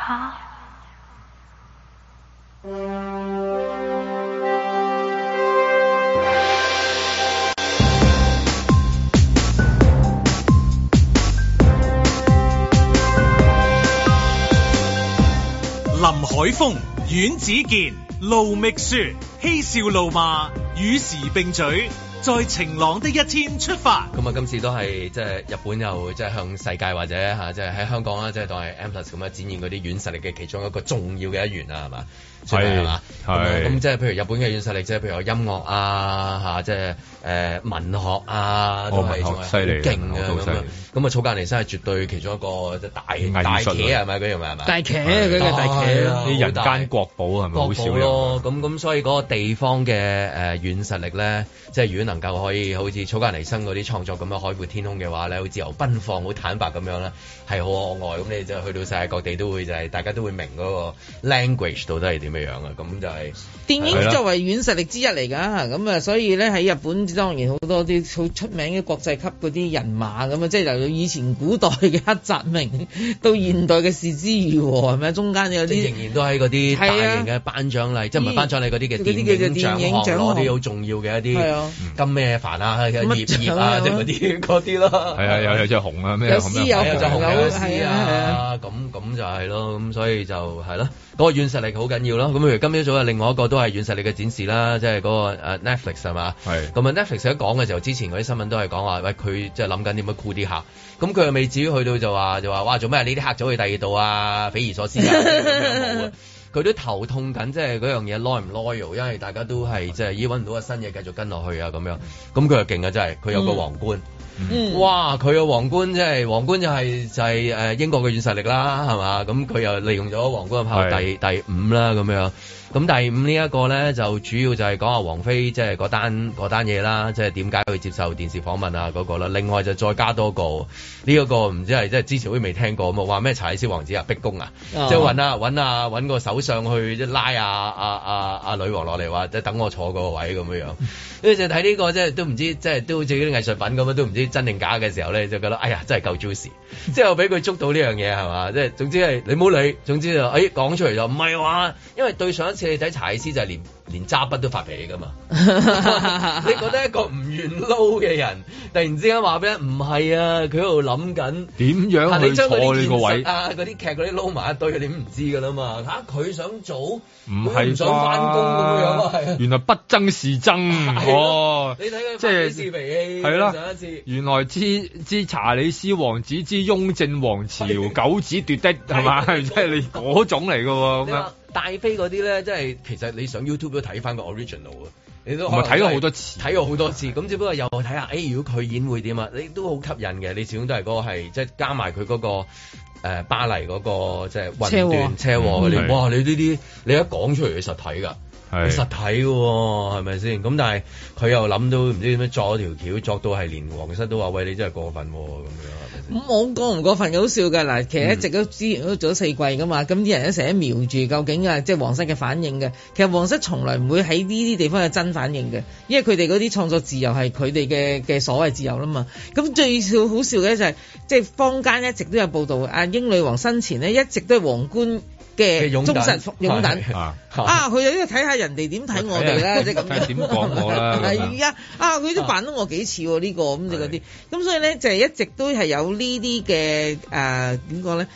[SPEAKER 1] 林海峰、阮子健、盧覓雪，嬉笑怒罵，與時並舉，在晴朗的一天出發。
[SPEAKER 6] 咁啊，今次都係即係日本又即係向世界或者嚇，即係喺香港啊啦，即係當係 M+ 咁樣展現嗰啲軟實力嘅其中一個重要嘅一員啊，係嘛？算係嘛？咁啊
[SPEAKER 11] 係
[SPEAKER 6] 咁即係譬如日本嘅軟實力，即係譬如有音樂啊嚇，即係誒文學啊，都係仲係
[SPEAKER 11] 哦文學犀利
[SPEAKER 6] 勁
[SPEAKER 11] 文學
[SPEAKER 6] 嘅
[SPEAKER 11] 都
[SPEAKER 6] 咁
[SPEAKER 11] 犀利
[SPEAKER 6] 樣。咁啊，草間彌生係絕對其中一個即係大
[SPEAKER 11] 藝術
[SPEAKER 6] 大
[SPEAKER 11] 啊
[SPEAKER 6] 茄係咪？嗰樣係咪？
[SPEAKER 11] 大茄佢嘅大茄
[SPEAKER 6] 係啊
[SPEAKER 11] 啲人
[SPEAKER 6] 好大
[SPEAKER 11] 間國寶係咪好少
[SPEAKER 6] 國寶
[SPEAKER 11] 有啊
[SPEAKER 6] 咯，咁咁所以嗰個地方嘅誒軟實力咧，即係如果能夠可以好似草間彌生嗰啲創作咁樣海闊天空嘅話咧，好自由奔放、好坦白咁樣咧，係好可愛。咁你就去到世界各地都會就係、大家都會明嗰個 language 到底係點樣樣啊。咁就係、
[SPEAKER 17] 電影作為軟實力之一嚟㗎，咁啊，所以咧喺日本當然好多啲好出名嘅國際級嗰啲人馬咁啊，即係由以前古代嘅黑澤明 到現代嘅是枝裕和係咪？中間有
[SPEAKER 6] 即係
[SPEAKER 17] 啲
[SPEAKER 6] 仍然都喺嗰啲大
[SPEAKER 17] 係啊
[SPEAKER 6] 型嘅頒獎禮，即係唔係頒獎禮嗰啲嘅
[SPEAKER 17] 嗰啲嘅
[SPEAKER 6] 電影
[SPEAKER 17] 電影
[SPEAKER 6] 獎項
[SPEAKER 17] 獎項
[SPEAKER 6] 攞啲好重要嘅一
[SPEAKER 17] 係
[SPEAKER 6] 啲
[SPEAKER 17] 啊
[SPEAKER 6] 金咩飯啊、葉
[SPEAKER 17] 獎
[SPEAKER 6] 葉啊，
[SPEAKER 17] 啊
[SPEAKER 6] 即係嗰啲嗰啲咯。
[SPEAKER 11] 係啊，有有隻熊啊咩
[SPEAKER 6] 有
[SPEAKER 11] 熊
[SPEAKER 6] 獅有
[SPEAKER 11] 咩
[SPEAKER 6] 紅
[SPEAKER 11] 熊
[SPEAKER 6] 有
[SPEAKER 11] 啊
[SPEAKER 6] 獅啊，咁咁就係咯，咁所以就係咯。咁嗰個軟實力好緊要咯。咁譬如今朝早有啊另外一個都係軟實力嘅展示啦，即係嗰個誒 Netflix 係嘛？
[SPEAKER 17] 係
[SPEAKER 6] 咁啊 Netflix 一講嘅時候，之前嗰啲新聞都係講話，喂佢即係諗緊點樣酷啲客。咁佢又未至於去到就話就話哇做咩你啲客走去第二度啊，匪夷所思啊咁樣冇啊佢都頭痛緊，即係嗰樣嘢 loyal 唔 loyal，因為大家都係即係依揾唔到個新嘢繼續跟落去啊咁樣。咁佢又勁啊，真係佢有個皇冠。
[SPEAKER 4] 嗯
[SPEAKER 6] 哇！佢個皇冠即係皇冠就係、就係、誒英國嘅軟實力啦，係嘛？咁佢又利用咗皇冠嘅炮第第五啦咁樣。咁第五呢一個咧就主要就係講下王菲即係嗰單嗰單嘢啦，即係點解佢接受電視訪問啊嗰個啦。另外就再加多個呢一、個唔知係即係之前都未聽過咁啊，話咩查理斯王子啊逼宮啊，
[SPEAKER 19] 哦
[SPEAKER 6] 即係 揾啊揾啊揾個首相去即係拉啊啊啊啊女王落嚟話即係等我坐嗰個位咁樣樣。跟住就睇呢、個即係都唔知，即係都好似啲藝術品咁樣，都唔知真定假嘅時候咧，就覺得哎呀真係夠 juicy，即係我俾佢捉到呢樣嘢係嘛，即係總之係你唔好理，總之就哎講出嚟就唔係話，因為對上一次你睇查理斯就係連連揸筆都發脾氣㗎嘛， 你覺得一個唔願撈嘅人，突然之間話俾人唔係啊，佢喺度諗緊。
[SPEAKER 11] 點
[SPEAKER 6] 啊
[SPEAKER 11] 樣
[SPEAKER 6] 你
[SPEAKER 11] 去
[SPEAKER 6] 將嗰
[SPEAKER 11] 坐
[SPEAKER 6] 啲
[SPEAKER 11] 呢
[SPEAKER 6] 現
[SPEAKER 11] 個位
[SPEAKER 6] 實？啊，嗰啲劇嗰啲撈埋一堆，你唔知㗎啦嘛嚇，佢想做，唔
[SPEAKER 11] 唔係
[SPEAKER 6] 唔想翻工咁樣啊，係啊
[SPEAKER 11] 原來不爭是爭
[SPEAKER 6] 係咯
[SPEAKER 11] 哦！
[SPEAKER 6] 你睇佢
[SPEAKER 11] 即
[SPEAKER 6] 發
[SPEAKER 11] 係
[SPEAKER 6] 幾次脾氣
[SPEAKER 11] 係啦
[SPEAKER 6] 上一次。
[SPEAKER 11] 原來之之查理斯王子之雍正王朝九子奪嫡係嘛？即係你嗰種嚟嘅喎咁
[SPEAKER 6] 你
[SPEAKER 11] 樣
[SPEAKER 6] 話。大飛嗰啲咧，即係其實你上 YouTube 都睇翻個 original 啊，你都可
[SPEAKER 11] 我
[SPEAKER 6] 能
[SPEAKER 11] 睇咗好多
[SPEAKER 6] 次，睇過好多次，咁只不過又睇下，誒、哎如果佢演會點啊，你都好吸引嘅，你始終都係嗰個係即係加埋佢嗰個。誒巴黎嗰、個即係
[SPEAKER 19] 車
[SPEAKER 6] 混
[SPEAKER 19] 禍
[SPEAKER 6] 亂車禍，你
[SPEAKER 19] 嗯
[SPEAKER 6] 哇你呢啲你一講出嚟你實體㗎，
[SPEAKER 11] 係
[SPEAKER 6] 實體嘅喎，係咪先？咁但係佢又諗到唔知點樣作條橋，作到係連皇室都話喂你真係過分喎咁樣。
[SPEAKER 4] 咁我過唔過分好笑㗎嗱，其實一直都之前都做咗四季㗎嘛，咁啲人咧成日瞄住究竟啊，即係皇室嘅反應嘅。其實皇室從來唔會喺呢啲地方有真反應嘅，因為佢哋嗰啲創作自由係佢哋嘅嘅所謂自由啦嘛。咁最笑好笑嘅就係、即係坊間一直都有報道，啊英女王生前呢，一直都係皇冠嘅
[SPEAKER 6] 嘅擁
[SPEAKER 4] 忠
[SPEAKER 6] 躉
[SPEAKER 4] 實擁躉。
[SPEAKER 11] 啊
[SPEAKER 4] 啊！佢又要睇下人哋點睇我哋啦，即係咁
[SPEAKER 11] 睇下
[SPEAKER 4] 樣。
[SPEAKER 11] 點講我 啦咁樣
[SPEAKER 4] 係啊！啊，佢都扮咗我幾次喎，呢個咁就嗰啲。咁所以咧，就係一直都係有呢啲嘅誒點講咧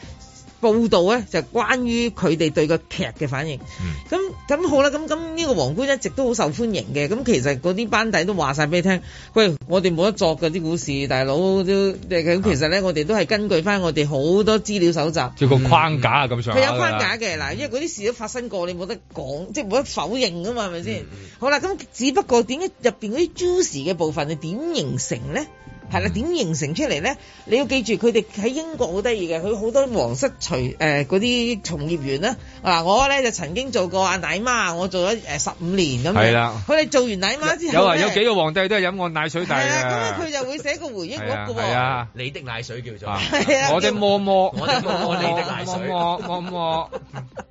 [SPEAKER 4] 報道咧，就關於佢哋對個劇嘅反應。
[SPEAKER 11] 嗯
[SPEAKER 4] 咁咁好啦，咁咁呢個皇冠一直都好受歡迎嘅。咁其實嗰啲班底都話晒俾你聽，喂，我哋冇得作嘅啲故事，大佬都咁其實咧，我哋都係根據翻我哋好多資料搜集。
[SPEAKER 11] 即係個框架啊咁上
[SPEAKER 4] 佢
[SPEAKER 11] 下㗎啦。嗯
[SPEAKER 4] 有框架嘅嗱，因為嗰啲事都發生過，你冇得講，即係冇得否認噶嘛，係咪
[SPEAKER 11] 嗯
[SPEAKER 4] 先？好啦，咁只不過點解入邊嗰啲 juicy 嘅部分係點形成咧？係
[SPEAKER 11] 嗯
[SPEAKER 4] 啦，點形成出嚟咧？你要記住，佢哋喺英國好得意嘅，佢好多皇室除誒嗰啲從業員啦。嗱、我咧就曾經做過阿奶媽，我做咗誒十五年咁樣。
[SPEAKER 11] 係啦
[SPEAKER 4] 佢哋做完奶媽之後
[SPEAKER 11] 有啊，
[SPEAKER 4] 呢
[SPEAKER 11] 有幾個皇帝都係飲我奶水大
[SPEAKER 4] 係啊，
[SPEAKER 11] 啊
[SPEAKER 4] 咁咧佢就會寫個回憶錄㗎
[SPEAKER 11] 係
[SPEAKER 4] 喎。
[SPEAKER 11] 啊，
[SPEAKER 6] 你的奶水叫做
[SPEAKER 4] 係 啊
[SPEAKER 11] 我的摸摸，
[SPEAKER 6] 我的摸摸你的奶水
[SPEAKER 11] 摸摸摸 摸，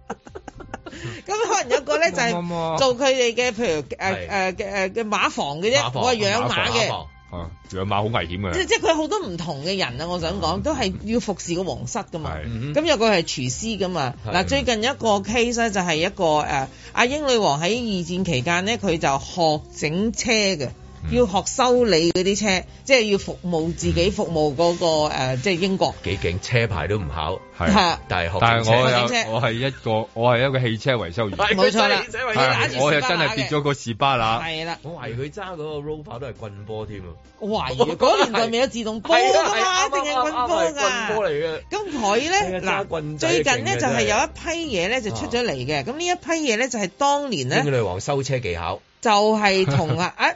[SPEAKER 4] 咁可能有個咧就係做佢哋嘅，譬如誒誒嘅誒嘅馬房嘅啫，我係養馬嘅，
[SPEAKER 11] 啊養馬好危險
[SPEAKER 4] 即
[SPEAKER 11] 嘅，
[SPEAKER 4] 即係佢有好多唔同嘅人啊！我想講都係要服侍個皇室噶嘛，咁有個係廚師噶嘛。
[SPEAKER 11] 係
[SPEAKER 4] 嗱，最近有一個 case 咧就係一個誒阿英女王喺二戰期間咧，佢就學整車嘅。要學修理嗰啲車，即係要服務自己，服務嗰、個、誒即係英國。
[SPEAKER 6] 幾勁，車牌都唔考，
[SPEAKER 4] 係啊
[SPEAKER 6] 但係學
[SPEAKER 11] 但係我
[SPEAKER 6] 整
[SPEAKER 4] 車
[SPEAKER 11] 有我係一個我係一個汽車維修員，
[SPEAKER 6] 係
[SPEAKER 4] 冇錯啦
[SPEAKER 6] 佢真係汽車維修員
[SPEAKER 11] 係我係真係跌咗個士巴拿，
[SPEAKER 4] 係啦，
[SPEAKER 6] 我懷疑佢揸嗰個 rover 都係棍波添啊！
[SPEAKER 4] 我懷疑嗰年代未有自動波
[SPEAKER 6] 係
[SPEAKER 4] 㗎
[SPEAKER 6] 啊係
[SPEAKER 4] 嘛，
[SPEAKER 6] 啊
[SPEAKER 4] 一定係棍波
[SPEAKER 6] 啱啊啱啊
[SPEAKER 4] 㗎。
[SPEAKER 6] 棍波嚟嘅。
[SPEAKER 4] 咁佢咧
[SPEAKER 6] 係啊揸
[SPEAKER 4] 嗱，
[SPEAKER 6] 棍仔
[SPEAKER 4] 最近
[SPEAKER 6] 勁
[SPEAKER 4] 咧
[SPEAKER 6] 嘅
[SPEAKER 4] 就係
[SPEAKER 6] 真係啊
[SPEAKER 4] 有一批嘢咧就出咗嚟嘅。咁呢一批嘢咧就係當年
[SPEAKER 6] 英
[SPEAKER 4] 咧
[SPEAKER 6] 女王收車技巧，
[SPEAKER 4] 就係同 啊啊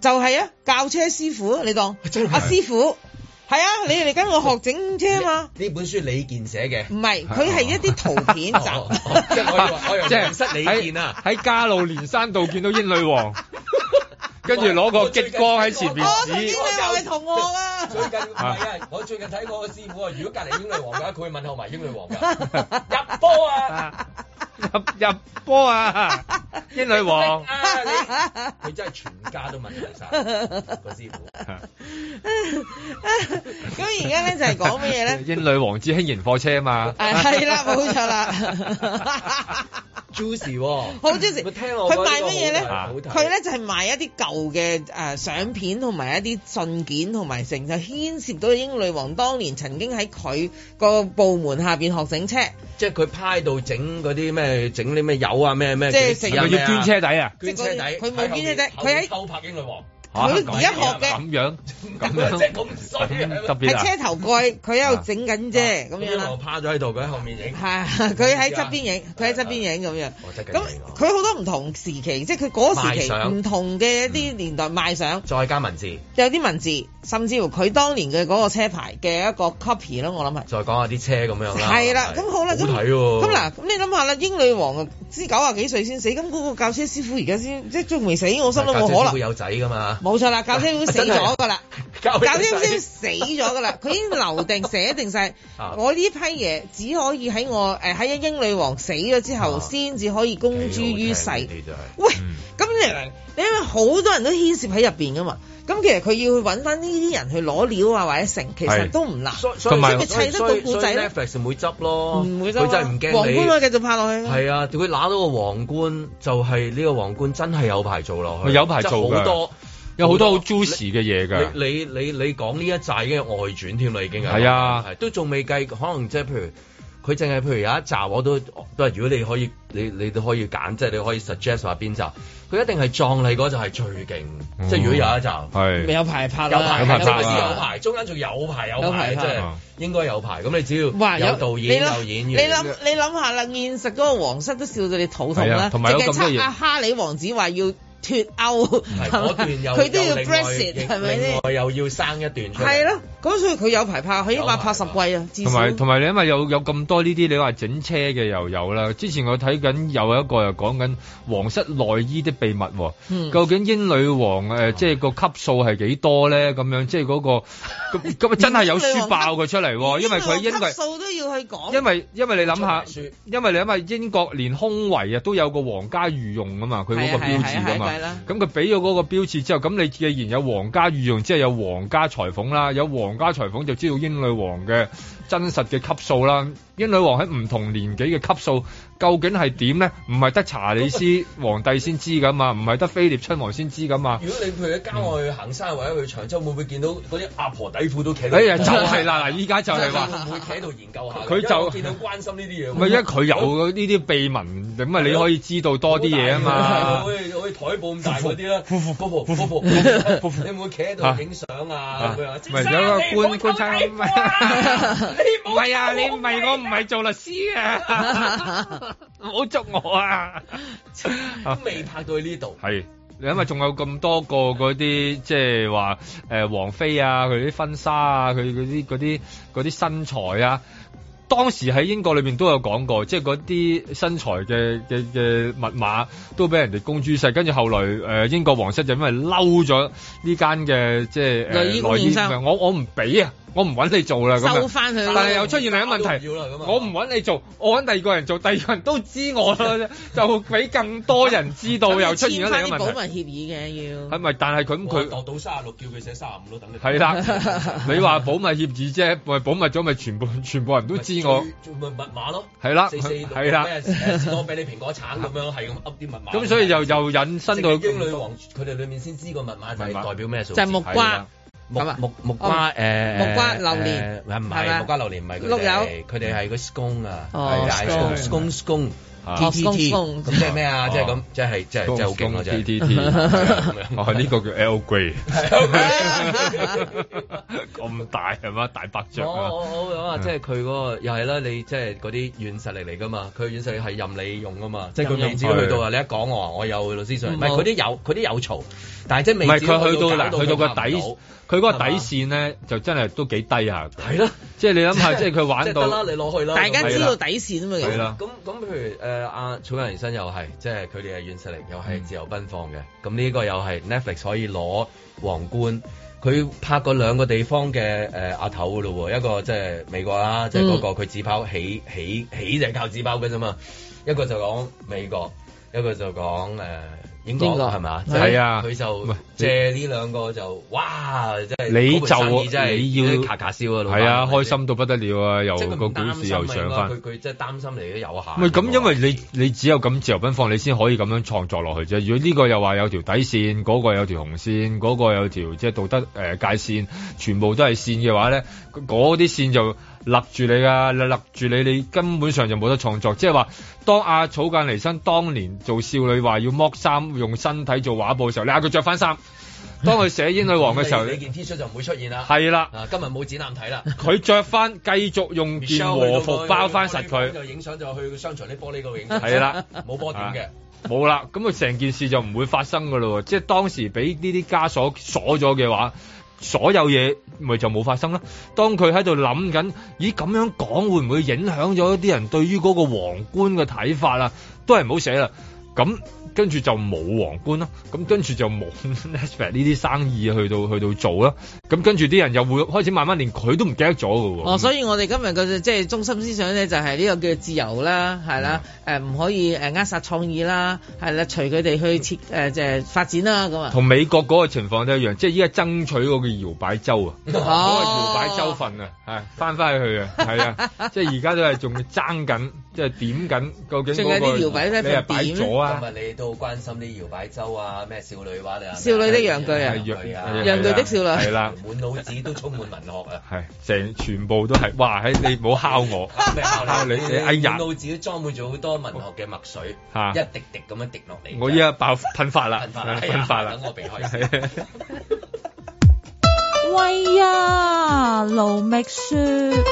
[SPEAKER 4] 就係啊教車師傅，你當阿師傅係啊，你嚟跟我學整車 嘛？
[SPEAKER 6] 呢本書李健寫嘅，
[SPEAKER 4] 唔係，佢係一啲圖片集。
[SPEAKER 6] 哦即係我以為我以為
[SPEAKER 11] 即係
[SPEAKER 6] 皇室李健啊，
[SPEAKER 11] 喺加路連山道見到英女 王，跟住攞個激光喺前面
[SPEAKER 4] 我曾經你。
[SPEAKER 11] 指
[SPEAKER 4] 話係同我啊！
[SPEAKER 6] 最近唔係啊，我最近睇過個師傅啊，如果隔離英女王嘅，佢會問候埋英女王㗎， 入波啊！
[SPEAKER 11] 入入波 啊！英女王
[SPEAKER 6] 啊 你佢真係全家都問候晒個師傅。
[SPEAKER 4] 咁而家咧就係講乜嘢 咧？哎
[SPEAKER 11] 英女王之輕型貨車嘛，
[SPEAKER 4] 誒係啦，冇錯啦。
[SPEAKER 6] juicy 喎。
[SPEAKER 4] 好 juicy
[SPEAKER 6] 咪啊聽落
[SPEAKER 4] 佢賣乜嘢咧？佢
[SPEAKER 6] 佢
[SPEAKER 4] 咧就係賣一啲舊嘅誒相片同埋一啲信件同埋成，就牽涉到英女王當年曾經喺佢個部門下邊學整車，
[SPEAKER 6] 即係佢派到整嗰啲咩，整啲咩油啊，咩咩，
[SPEAKER 4] 即係
[SPEAKER 6] 嗰啲
[SPEAKER 4] 成日
[SPEAKER 6] 咩
[SPEAKER 4] 要
[SPEAKER 11] 捐車底啊
[SPEAKER 6] 捐車底，
[SPEAKER 4] 佢冇捐車底
[SPEAKER 6] 後
[SPEAKER 4] 佢喺
[SPEAKER 6] 後拍英女王，
[SPEAKER 4] 佢而家學嘅
[SPEAKER 11] 咁樣咁
[SPEAKER 6] 即
[SPEAKER 11] 樣
[SPEAKER 6] 係咁衰啊
[SPEAKER 11] 特別啊
[SPEAKER 4] 喺車頭 蓋佢喺度整緊啫咁樣
[SPEAKER 6] 英女
[SPEAKER 4] 啦
[SPEAKER 6] 王。趴咗喺度，佢喺後面影。
[SPEAKER 4] 係啊佢喺側邊影，佢喺側邊影咁樣。
[SPEAKER 6] 我真係
[SPEAKER 4] 咁佢好多唔同時期，即係佢嗰時
[SPEAKER 6] 賣
[SPEAKER 4] 期
[SPEAKER 6] 相嗯
[SPEAKER 4] 唔同嘅一啲年代賣相，
[SPEAKER 6] 再加文字，
[SPEAKER 4] 有啲文字，甚至乎佢當年嘅嗰個車牌嘅一個 copy 咯，我諗係。
[SPEAKER 6] 再講下啲車咁樣啦。
[SPEAKER 4] 係啦，咁好啦，咁
[SPEAKER 6] 好睇喎。
[SPEAKER 4] 咁嗱，咁你諗下啦，英女王啊，知九啊幾歲先死，咁嗰個教車師傅而家先即係仲未死，我心諗冇可
[SPEAKER 6] 教車師傅
[SPEAKER 4] 能。
[SPEAKER 6] 有仔㗎嘛？
[SPEAKER 4] 冇錯啦，教車師傅死咗㗎啦，
[SPEAKER 6] 教
[SPEAKER 4] 教
[SPEAKER 6] 車
[SPEAKER 4] 車
[SPEAKER 6] 師傅
[SPEAKER 4] 師傅死咗㗎啦，佢已經留定寫定晒，
[SPEAKER 6] 啊
[SPEAKER 4] 我呢批嘢只可以喺我誒喺英女王死咗之
[SPEAKER 6] 啊
[SPEAKER 4] 後，先至可以公諸於世。喂，
[SPEAKER 6] 嗯
[SPEAKER 4] 咁你明你因為好多人都牽涉喺入邊㗎嘛，咁其實佢要揾翻呢啲人去攞料啊或者成，其實
[SPEAKER 6] 係
[SPEAKER 4] 都唔難，
[SPEAKER 6] 所以
[SPEAKER 4] 咁咪砌得
[SPEAKER 6] 所
[SPEAKER 4] 到
[SPEAKER 6] 以
[SPEAKER 4] 故仔咯。
[SPEAKER 6] 所以 Netflix 唔會執咯，
[SPEAKER 4] 唔會啊
[SPEAKER 6] 佢真係唔驚
[SPEAKER 4] 皇
[SPEAKER 6] 你。
[SPEAKER 4] 冠可以繼續拍落去㗎。
[SPEAKER 6] 係啊，佢揦到個皇冠，就係呢個皇冠真係有排做落去，
[SPEAKER 11] 有排做
[SPEAKER 6] 即係好
[SPEAKER 11] 㗎
[SPEAKER 6] 多。
[SPEAKER 11] 有好多好 juicy 嘅嘢㗎。
[SPEAKER 6] 你你你你講呢一紮已經係外傳添啦，已經係
[SPEAKER 11] 係啊
[SPEAKER 6] 係都仲未計，可能即係譬如佢淨係譬如有一集我都都係，如果你可以你你都可以揀，即係你可以 suggest 話邊集，佢一定係葬禮嗰集係最勁，即係如果有一集。
[SPEAKER 11] 係
[SPEAKER 4] 有排拍
[SPEAKER 6] 嗯有
[SPEAKER 4] 啦，
[SPEAKER 6] 排
[SPEAKER 11] 排拍
[SPEAKER 6] 有排啊
[SPEAKER 11] 啦
[SPEAKER 6] 有排，中間仲有排有
[SPEAKER 4] 有
[SPEAKER 6] 排，
[SPEAKER 4] 排
[SPEAKER 6] 即
[SPEAKER 4] 拍
[SPEAKER 6] 係應該有排。咁你只
[SPEAKER 4] 哇
[SPEAKER 6] 要有導演
[SPEAKER 4] 你諗
[SPEAKER 6] 有演
[SPEAKER 4] 你
[SPEAKER 6] 員，
[SPEAKER 4] 諗你諗下啦，現實嗰個皇室都笑到你肚痛
[SPEAKER 6] 係
[SPEAKER 4] 啦
[SPEAKER 6] 啊，同埋有
[SPEAKER 4] 淨係
[SPEAKER 6] 咁多
[SPEAKER 4] 測
[SPEAKER 6] 嘢
[SPEAKER 4] 阿哈里王子話要脱歐，
[SPEAKER 6] 係
[SPEAKER 4] 係
[SPEAKER 6] 嗰
[SPEAKER 4] 咪
[SPEAKER 6] 段 又
[SPEAKER 4] 佢都
[SPEAKER 6] 又
[SPEAKER 4] 要
[SPEAKER 6] 另
[SPEAKER 4] Brexit
[SPEAKER 6] 外
[SPEAKER 4] 係咪
[SPEAKER 6] 另
[SPEAKER 4] 先？
[SPEAKER 6] 外又要生一段出嚟。
[SPEAKER 4] 係咯，咁所以佢有排拍，佢起碼拍十季啊，至
[SPEAKER 11] 同
[SPEAKER 4] 少
[SPEAKER 11] 埋。同埋你因為有有咁多呢啲，你話整車嘅又有啦。之前我睇緊有一個又講緊皇室內衣的秘密喎、
[SPEAKER 4] 嗯
[SPEAKER 11] 究竟英女王誒、呃即係個級數係幾多咧？咁樣即係嗰、個咁咁啊真係有書爆佢出嚟喎，哦因為佢因為
[SPEAKER 4] 級。數都要去講，
[SPEAKER 11] 因為因為你諗下，因為你諗下英國連胸圍啊都有個皇家御用啊嘛，佢嗰個標誌噶
[SPEAKER 4] 係啊係啊係
[SPEAKER 11] 嘛
[SPEAKER 4] 啊係啊。
[SPEAKER 11] 咁佢俾咗嗰個標誌之後，咁你既然有皇家御用，即係有皇家裁縫啦，有皇家裁縫就知道英女王嘅真實嘅級數啦。英女王喺唔同年紀嘅級數究竟係點咧？唔係得查理斯皇帝先知噶嘛，唔係得菲臘親王先知噶 嘛。
[SPEAKER 6] 如果你譬如喺郊外去行山或者去長洲，會唔會見到嗰啲阿婆底褲都企到？
[SPEAKER 11] 哎呀，就係啦，嗱，依家就 係話。
[SPEAKER 6] 會唔會企喺度研究下？
[SPEAKER 11] 佢就
[SPEAKER 6] 因為我見到關心呢啲嘢喎。
[SPEAKER 11] 唔係，因為佢有呢啲秘聞，咁啊你可以知道多啲嘢啊 嘛
[SPEAKER 6] 好。似好似台布咁大嗰啲啦，夫婦夫婦夫婦，你會唔會企喺度影相啊？咁樣，
[SPEAKER 11] 唔係有個官官差，唔係唔係啊！你唔係我唔係做律師啊， 唔好捉我啊！
[SPEAKER 6] 都未拍到去呢度。
[SPEAKER 11] 係。因為仲有咁多個嗰啲，即係話誒王菲啊，佢啲婚紗啊，佢嗰啲嗰啲嗰啲身材啊，當時喺英國裏面都有講過，即係嗰啲身材嘅嘅嘅密碼都俾人哋公諸世，跟住後來誒、呃英國皇室就因為嬲咗呢間嘅即係呃誒
[SPEAKER 4] 內衣供應商
[SPEAKER 11] 我我唔俾啊，我唔揾你做啦咁樣
[SPEAKER 4] 收返佢
[SPEAKER 11] 但係又出現另一問題，
[SPEAKER 6] 啊
[SPEAKER 11] 我唔揾你做，我揾第二個人做，第二個人都知我 啦，就俾更多人知
[SPEAKER 17] 啊
[SPEAKER 11] 道，又出現
[SPEAKER 4] 簽
[SPEAKER 11] 咗另
[SPEAKER 4] 翻啲
[SPEAKER 11] 一個
[SPEAKER 4] 保
[SPEAKER 11] 問題。
[SPEAKER 4] 密協議嘅要。
[SPEAKER 11] 係咪？但係佢咁
[SPEAKER 6] 佢
[SPEAKER 11] 佢
[SPEAKER 6] 度到三十六，叫佢寫三十五咯，等你。
[SPEAKER 11] 係啦， 你話保密協議啫，咪保密咗咪全部 全部人都知我。
[SPEAKER 6] 最咪密碼咯，
[SPEAKER 11] 係啦
[SPEAKER 6] 四四六
[SPEAKER 11] 係啦
[SPEAKER 6] 咩誒士多啤梨蘋果橙咁樣，係咁噏啲密碼。
[SPEAKER 11] 咁所以又又引申到
[SPEAKER 6] 即係英女王佢哋裏面先知個密碼就係代表咩數字？
[SPEAKER 4] 就係木瓜，
[SPEAKER 6] 木木木
[SPEAKER 4] 哦
[SPEAKER 6] 瓜誒
[SPEAKER 4] 木瓜榴蓮
[SPEAKER 6] 誒唔
[SPEAKER 4] 係嘛
[SPEAKER 6] 係木瓜榴蓮唔係佢
[SPEAKER 4] 碌
[SPEAKER 6] 哋
[SPEAKER 4] 柚，
[SPEAKER 6] 佢哋係個 scone 啊，
[SPEAKER 4] 哦
[SPEAKER 6] 係啊
[SPEAKER 4] scone
[SPEAKER 6] scone scone
[SPEAKER 11] 啊
[SPEAKER 6] T T T
[SPEAKER 4] scone，scone
[SPEAKER 6] 咁即係咩啊？
[SPEAKER 11] 哦
[SPEAKER 6] 即係咁，即係即係即係好勁啊！真
[SPEAKER 11] T
[SPEAKER 6] 係
[SPEAKER 11] T T，哦 呢個叫 L Grey，咁大係嘛？大白
[SPEAKER 6] 我
[SPEAKER 11] 象啊！
[SPEAKER 6] 我我諗啊，即係佢嗰個又係啦，你即係嗰啲軟實力嚟噶嘛，佢軟實力係任你用噶嘛，即係佢未至於去到啊！你一講我話我有律師信，唔係佢啲有佢啲有嘈，但係即係
[SPEAKER 11] 唔
[SPEAKER 6] 未
[SPEAKER 11] 係
[SPEAKER 6] 至於
[SPEAKER 11] 佢去到
[SPEAKER 6] 搞
[SPEAKER 11] 嗱，去到個底，
[SPEAKER 6] 佢拍唔
[SPEAKER 11] 佢嗰個底線咧就真係都幾低 下。
[SPEAKER 6] 係咯，
[SPEAKER 11] 即係你諗下，即係佢
[SPEAKER 6] 即
[SPEAKER 11] 玩
[SPEAKER 6] 係得
[SPEAKER 11] 到，
[SPEAKER 6] 啦你攞去啦。
[SPEAKER 4] 大家知道
[SPEAKER 11] 係啦
[SPEAKER 4] 底線啊嘛，其
[SPEAKER 11] 係啦
[SPEAKER 4] 實。
[SPEAKER 6] 咁咁譬如誒阿草人人生又係，即係佢哋係軟實力，又係自由奔放嘅。咁呢個又係 Netflix 可以攞皇冠。佢拍過兩個地方嘅誒阿頭噶咯喎，一個即係美國啦，即係嗰個佢紙包起起起就係靠紙包嘅啫嘛。一個就講美國，一個就講誒、呃英國
[SPEAKER 11] 英國
[SPEAKER 6] 係咪啊？
[SPEAKER 11] 係啊
[SPEAKER 6] 佢就借呢兩個就哇，真係
[SPEAKER 11] 你
[SPEAKER 6] 嗰盤生意
[SPEAKER 11] 就
[SPEAKER 6] 真係
[SPEAKER 11] 你要
[SPEAKER 6] 咔咔燒啊，老闆
[SPEAKER 11] 係啊，開心到不得了啊，又
[SPEAKER 6] 即係佢
[SPEAKER 11] 個
[SPEAKER 6] 唔
[SPEAKER 11] 股
[SPEAKER 6] 擔
[SPEAKER 11] 市
[SPEAKER 6] 心啊
[SPEAKER 11] 又上翻
[SPEAKER 6] 應。該佢佢真係擔心嚟啊嘅有
[SPEAKER 11] 唔係
[SPEAKER 6] 限。
[SPEAKER 11] 咁，因為你你只有咁自由奔放，你先可以咁樣創作落去啫。如果呢個又話有條底線，嗰、個有條紅線，嗰、個有條即係道德誒、呃界線，全部都係線嘅話咧，嗰嗰啲線就勒住你㗎，勒住你，你根本上就冇得創作。即係話，當阿草間彌生當年做少女話要剝衫用身體做畫布嘅時候，你嗌佢着 翻衫；當佢寫煙女王嘅時候，
[SPEAKER 6] 你你件 T 恤就唔會出現啦。
[SPEAKER 11] 係啦
[SPEAKER 6] 啊，今日冇展覽睇啦。
[SPEAKER 11] 佢着翻繼續用件
[SPEAKER 6] Michelle
[SPEAKER 11] 和
[SPEAKER 6] 去到
[SPEAKER 11] 服
[SPEAKER 6] 個
[SPEAKER 11] 包翻實佢。
[SPEAKER 6] 就影相就去商場啲玻璃嗰度影。
[SPEAKER 11] 係啦，
[SPEAKER 6] 冇波點嘅。
[SPEAKER 11] 冇啦，咁佢成件事就唔會發生噶咯喎，即係當時俾呢啲枷鎖鎖咗嘅話，所有嘢咪就冇發生啦。當佢喺度諗緊，咦咁樣講會唔會影響咗啲人對於嗰個皇冠嘅睇法啊？都係唔好寫啦。咁跟住就冇皇冠啦，咁跟住就冇 Netflix 呢啲生意去到去到做啦。咁跟住啲人又會開始慢慢連佢都唔記得咗㗎喎。
[SPEAKER 17] 哦，所以我哋今日嘅即係中心思想咧，就係呢個叫自由啦，係啦，
[SPEAKER 11] 嗯
[SPEAKER 17] 誒唔可以誒扼殺創意啦，係啦，隨佢哋去設誒即係發展啦咁啊。
[SPEAKER 11] 同美國嗰個情況都一樣，即係依家爭取嗰個搖擺州啊，嗰、
[SPEAKER 17] 哦
[SPEAKER 11] 個搖擺州份啊，係翻翻去啊，係啊，即係而家都係仲爭緊，即係點緊，究竟
[SPEAKER 17] 仲有
[SPEAKER 11] 嗰、個
[SPEAKER 17] 啲搖擺州份
[SPEAKER 11] 你係擺咗啊？
[SPEAKER 6] 今日你都好關心啲搖擺州啊，咩少女話你啊？
[SPEAKER 17] 少女的陽具啊
[SPEAKER 6] 係
[SPEAKER 11] 係
[SPEAKER 17] 陽具的少女
[SPEAKER 11] 係啦，
[SPEAKER 6] 滿腦子都充滿文學 啊！
[SPEAKER 11] 係成全部都係，哇！喺你唔好敲我，
[SPEAKER 6] 咩啊
[SPEAKER 11] 敲你，你哎呀
[SPEAKER 6] 滿！腦子都裝滿咗好多文學嘅墨水，
[SPEAKER 11] 嚇
[SPEAKER 6] 一滴滴咁樣滴落嚟。
[SPEAKER 11] 我依家爆噴發啦，
[SPEAKER 6] 噴發啦哎
[SPEAKER 11] 噴發啦，
[SPEAKER 6] 等我避開先
[SPEAKER 11] 係
[SPEAKER 20] 喂呀，盧覓雪。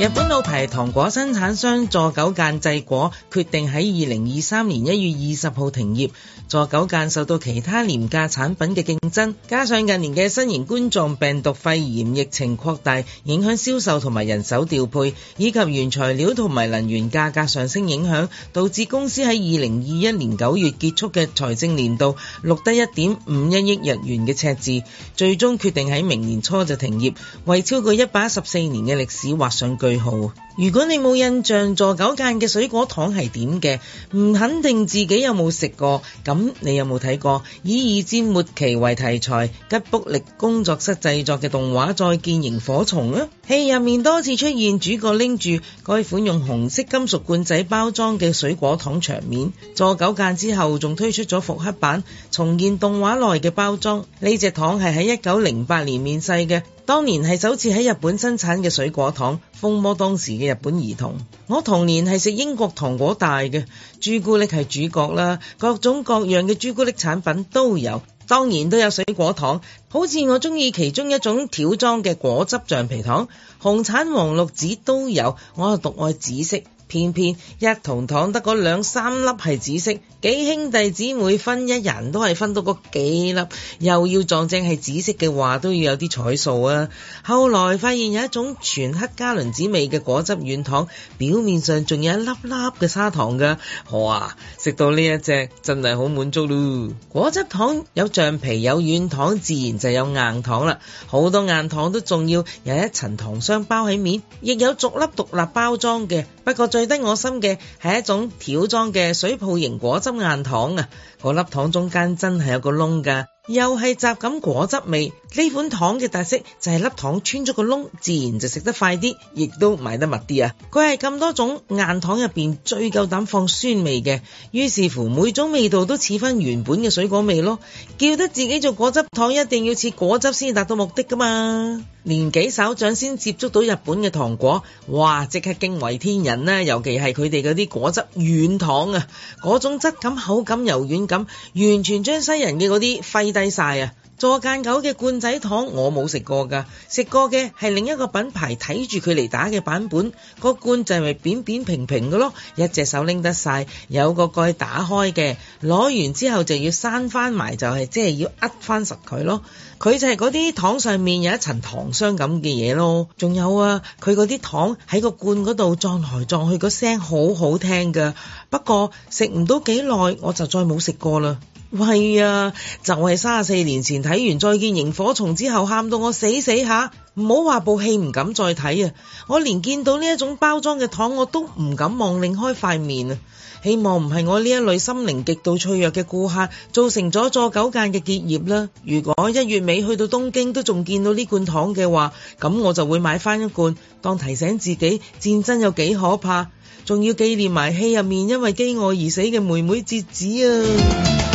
[SPEAKER 4] 日本老牌糖果生產商佐久間製果決定喺二零二三年一月二十號停業。佐久間受到其他廉價產品嘅競爭，加上近年嘅新型冠狀病毒肺炎疫情擴大，影響銷售同埋人手調配，以及原材料同埋能源價格上升影響，導致公司喺二零二一年九月結束嘅財政年度錄得一點五一億日元嘅赤字，最終決定喺明年初就停業，為超過一百一十四年嘅歷史畫上句號。如果你冇印象佐久間嘅水果糖係點嘅，唔肯定自己有冇食過，咁你有冇睇過以二戰末期為題材，吉卜力工作室製作嘅動畫《再見螢火蟲》啊？戲入面多次出現主角拎住該款用紅色金屬罐仔包裝嘅水果糖場面。佐久間之後仲推出咗復刻版，重現動畫內嘅包裝。呢隻糖係喺一九零八年面世嘅。當年係首次喺日本生產嘅水果糖，風靡當時嘅日本兒童。我童年係食英國糖果大嘅，朱古力係主角啦，各種各樣嘅朱古力產品都有，當然都有水果糖。好似我中意其中一種條裝嘅果汁橡皮糖，紅橙黃綠紫都有，我係獨愛紫色。偏偏一筒糖得嗰兩三粒係紫色，幾兄弟姊妹分一人都係分到嗰幾粒，又要撞正係紫色嘅話，都要有啲彩數啊！後來發現有一種全黑加侖子味嘅果汁軟糖，表面上仲有一粒粒嘅砂糖㗎，哇！食到呢一隻真係好滿足咯！果汁糖有橡皮有軟糖，自然就有硬糖啦，好多硬糖都仲要有一層糖霜包喺面，亦有逐粒獨立包裝嘅。不過最得我心嘅係一種條裝嘅水泡型果汁硬糖啊！嗰粒糖中間真係有個窿㗎，又係雜感果汁味。呢款糖嘅特色就係粒糖穿咗個窿，自然就食得快啲，亦都買得密啲啊！佢係咁多種硬糖入邊最夠膽放酸味嘅，於是乎每種味道都似翻原本嘅水果味咯。叫得自己做果汁糖，一定要似果汁先達到目的㗎嘛。年紀稍長先接觸到日本嘅糖果，哇！即刻驚為天人啦，尤其係佢哋嗰啲果汁軟糖啊，嗰種質感、口感、柔軟感，完全將西人嘅嗰啲揮低晒啊！座間狗嘅罐仔糖我冇食過㗎，食過嘅係另一個品牌睇住佢嚟打嘅版本，個罐就係咪扁扁平平嘅咯，一隻手拎得晒，有個蓋打開嘅，攞完之後就要閂翻埋，就係即係要扼翻實佢咯。佢就係嗰啲糖上面有一層糖霜咁嘅嘢咯，仲有啊，佢嗰啲糖喺個罐嗰度撞來撞去，個聲好好聽㗎。不過食唔到幾耐我就再冇食過啦。喂啊，就係三十四年前睇完《再見螢火蟲》之後，喊到我死死下，唔好話部戲唔敢再睇啊！我連見到呢一種包裝嘅糖，我都唔敢望擰開塊面啊！希望唔係我呢一類心靈極度脆弱嘅顧客造成咗佐久間嘅結業啦。如果一月尾去到東京都仲見到呢罐糖嘅話，咁我就會買翻一罐，當提醒自己戰爭有幾可怕，仲要紀念埋戲入面因為飢餓而死嘅妹妹節子啊！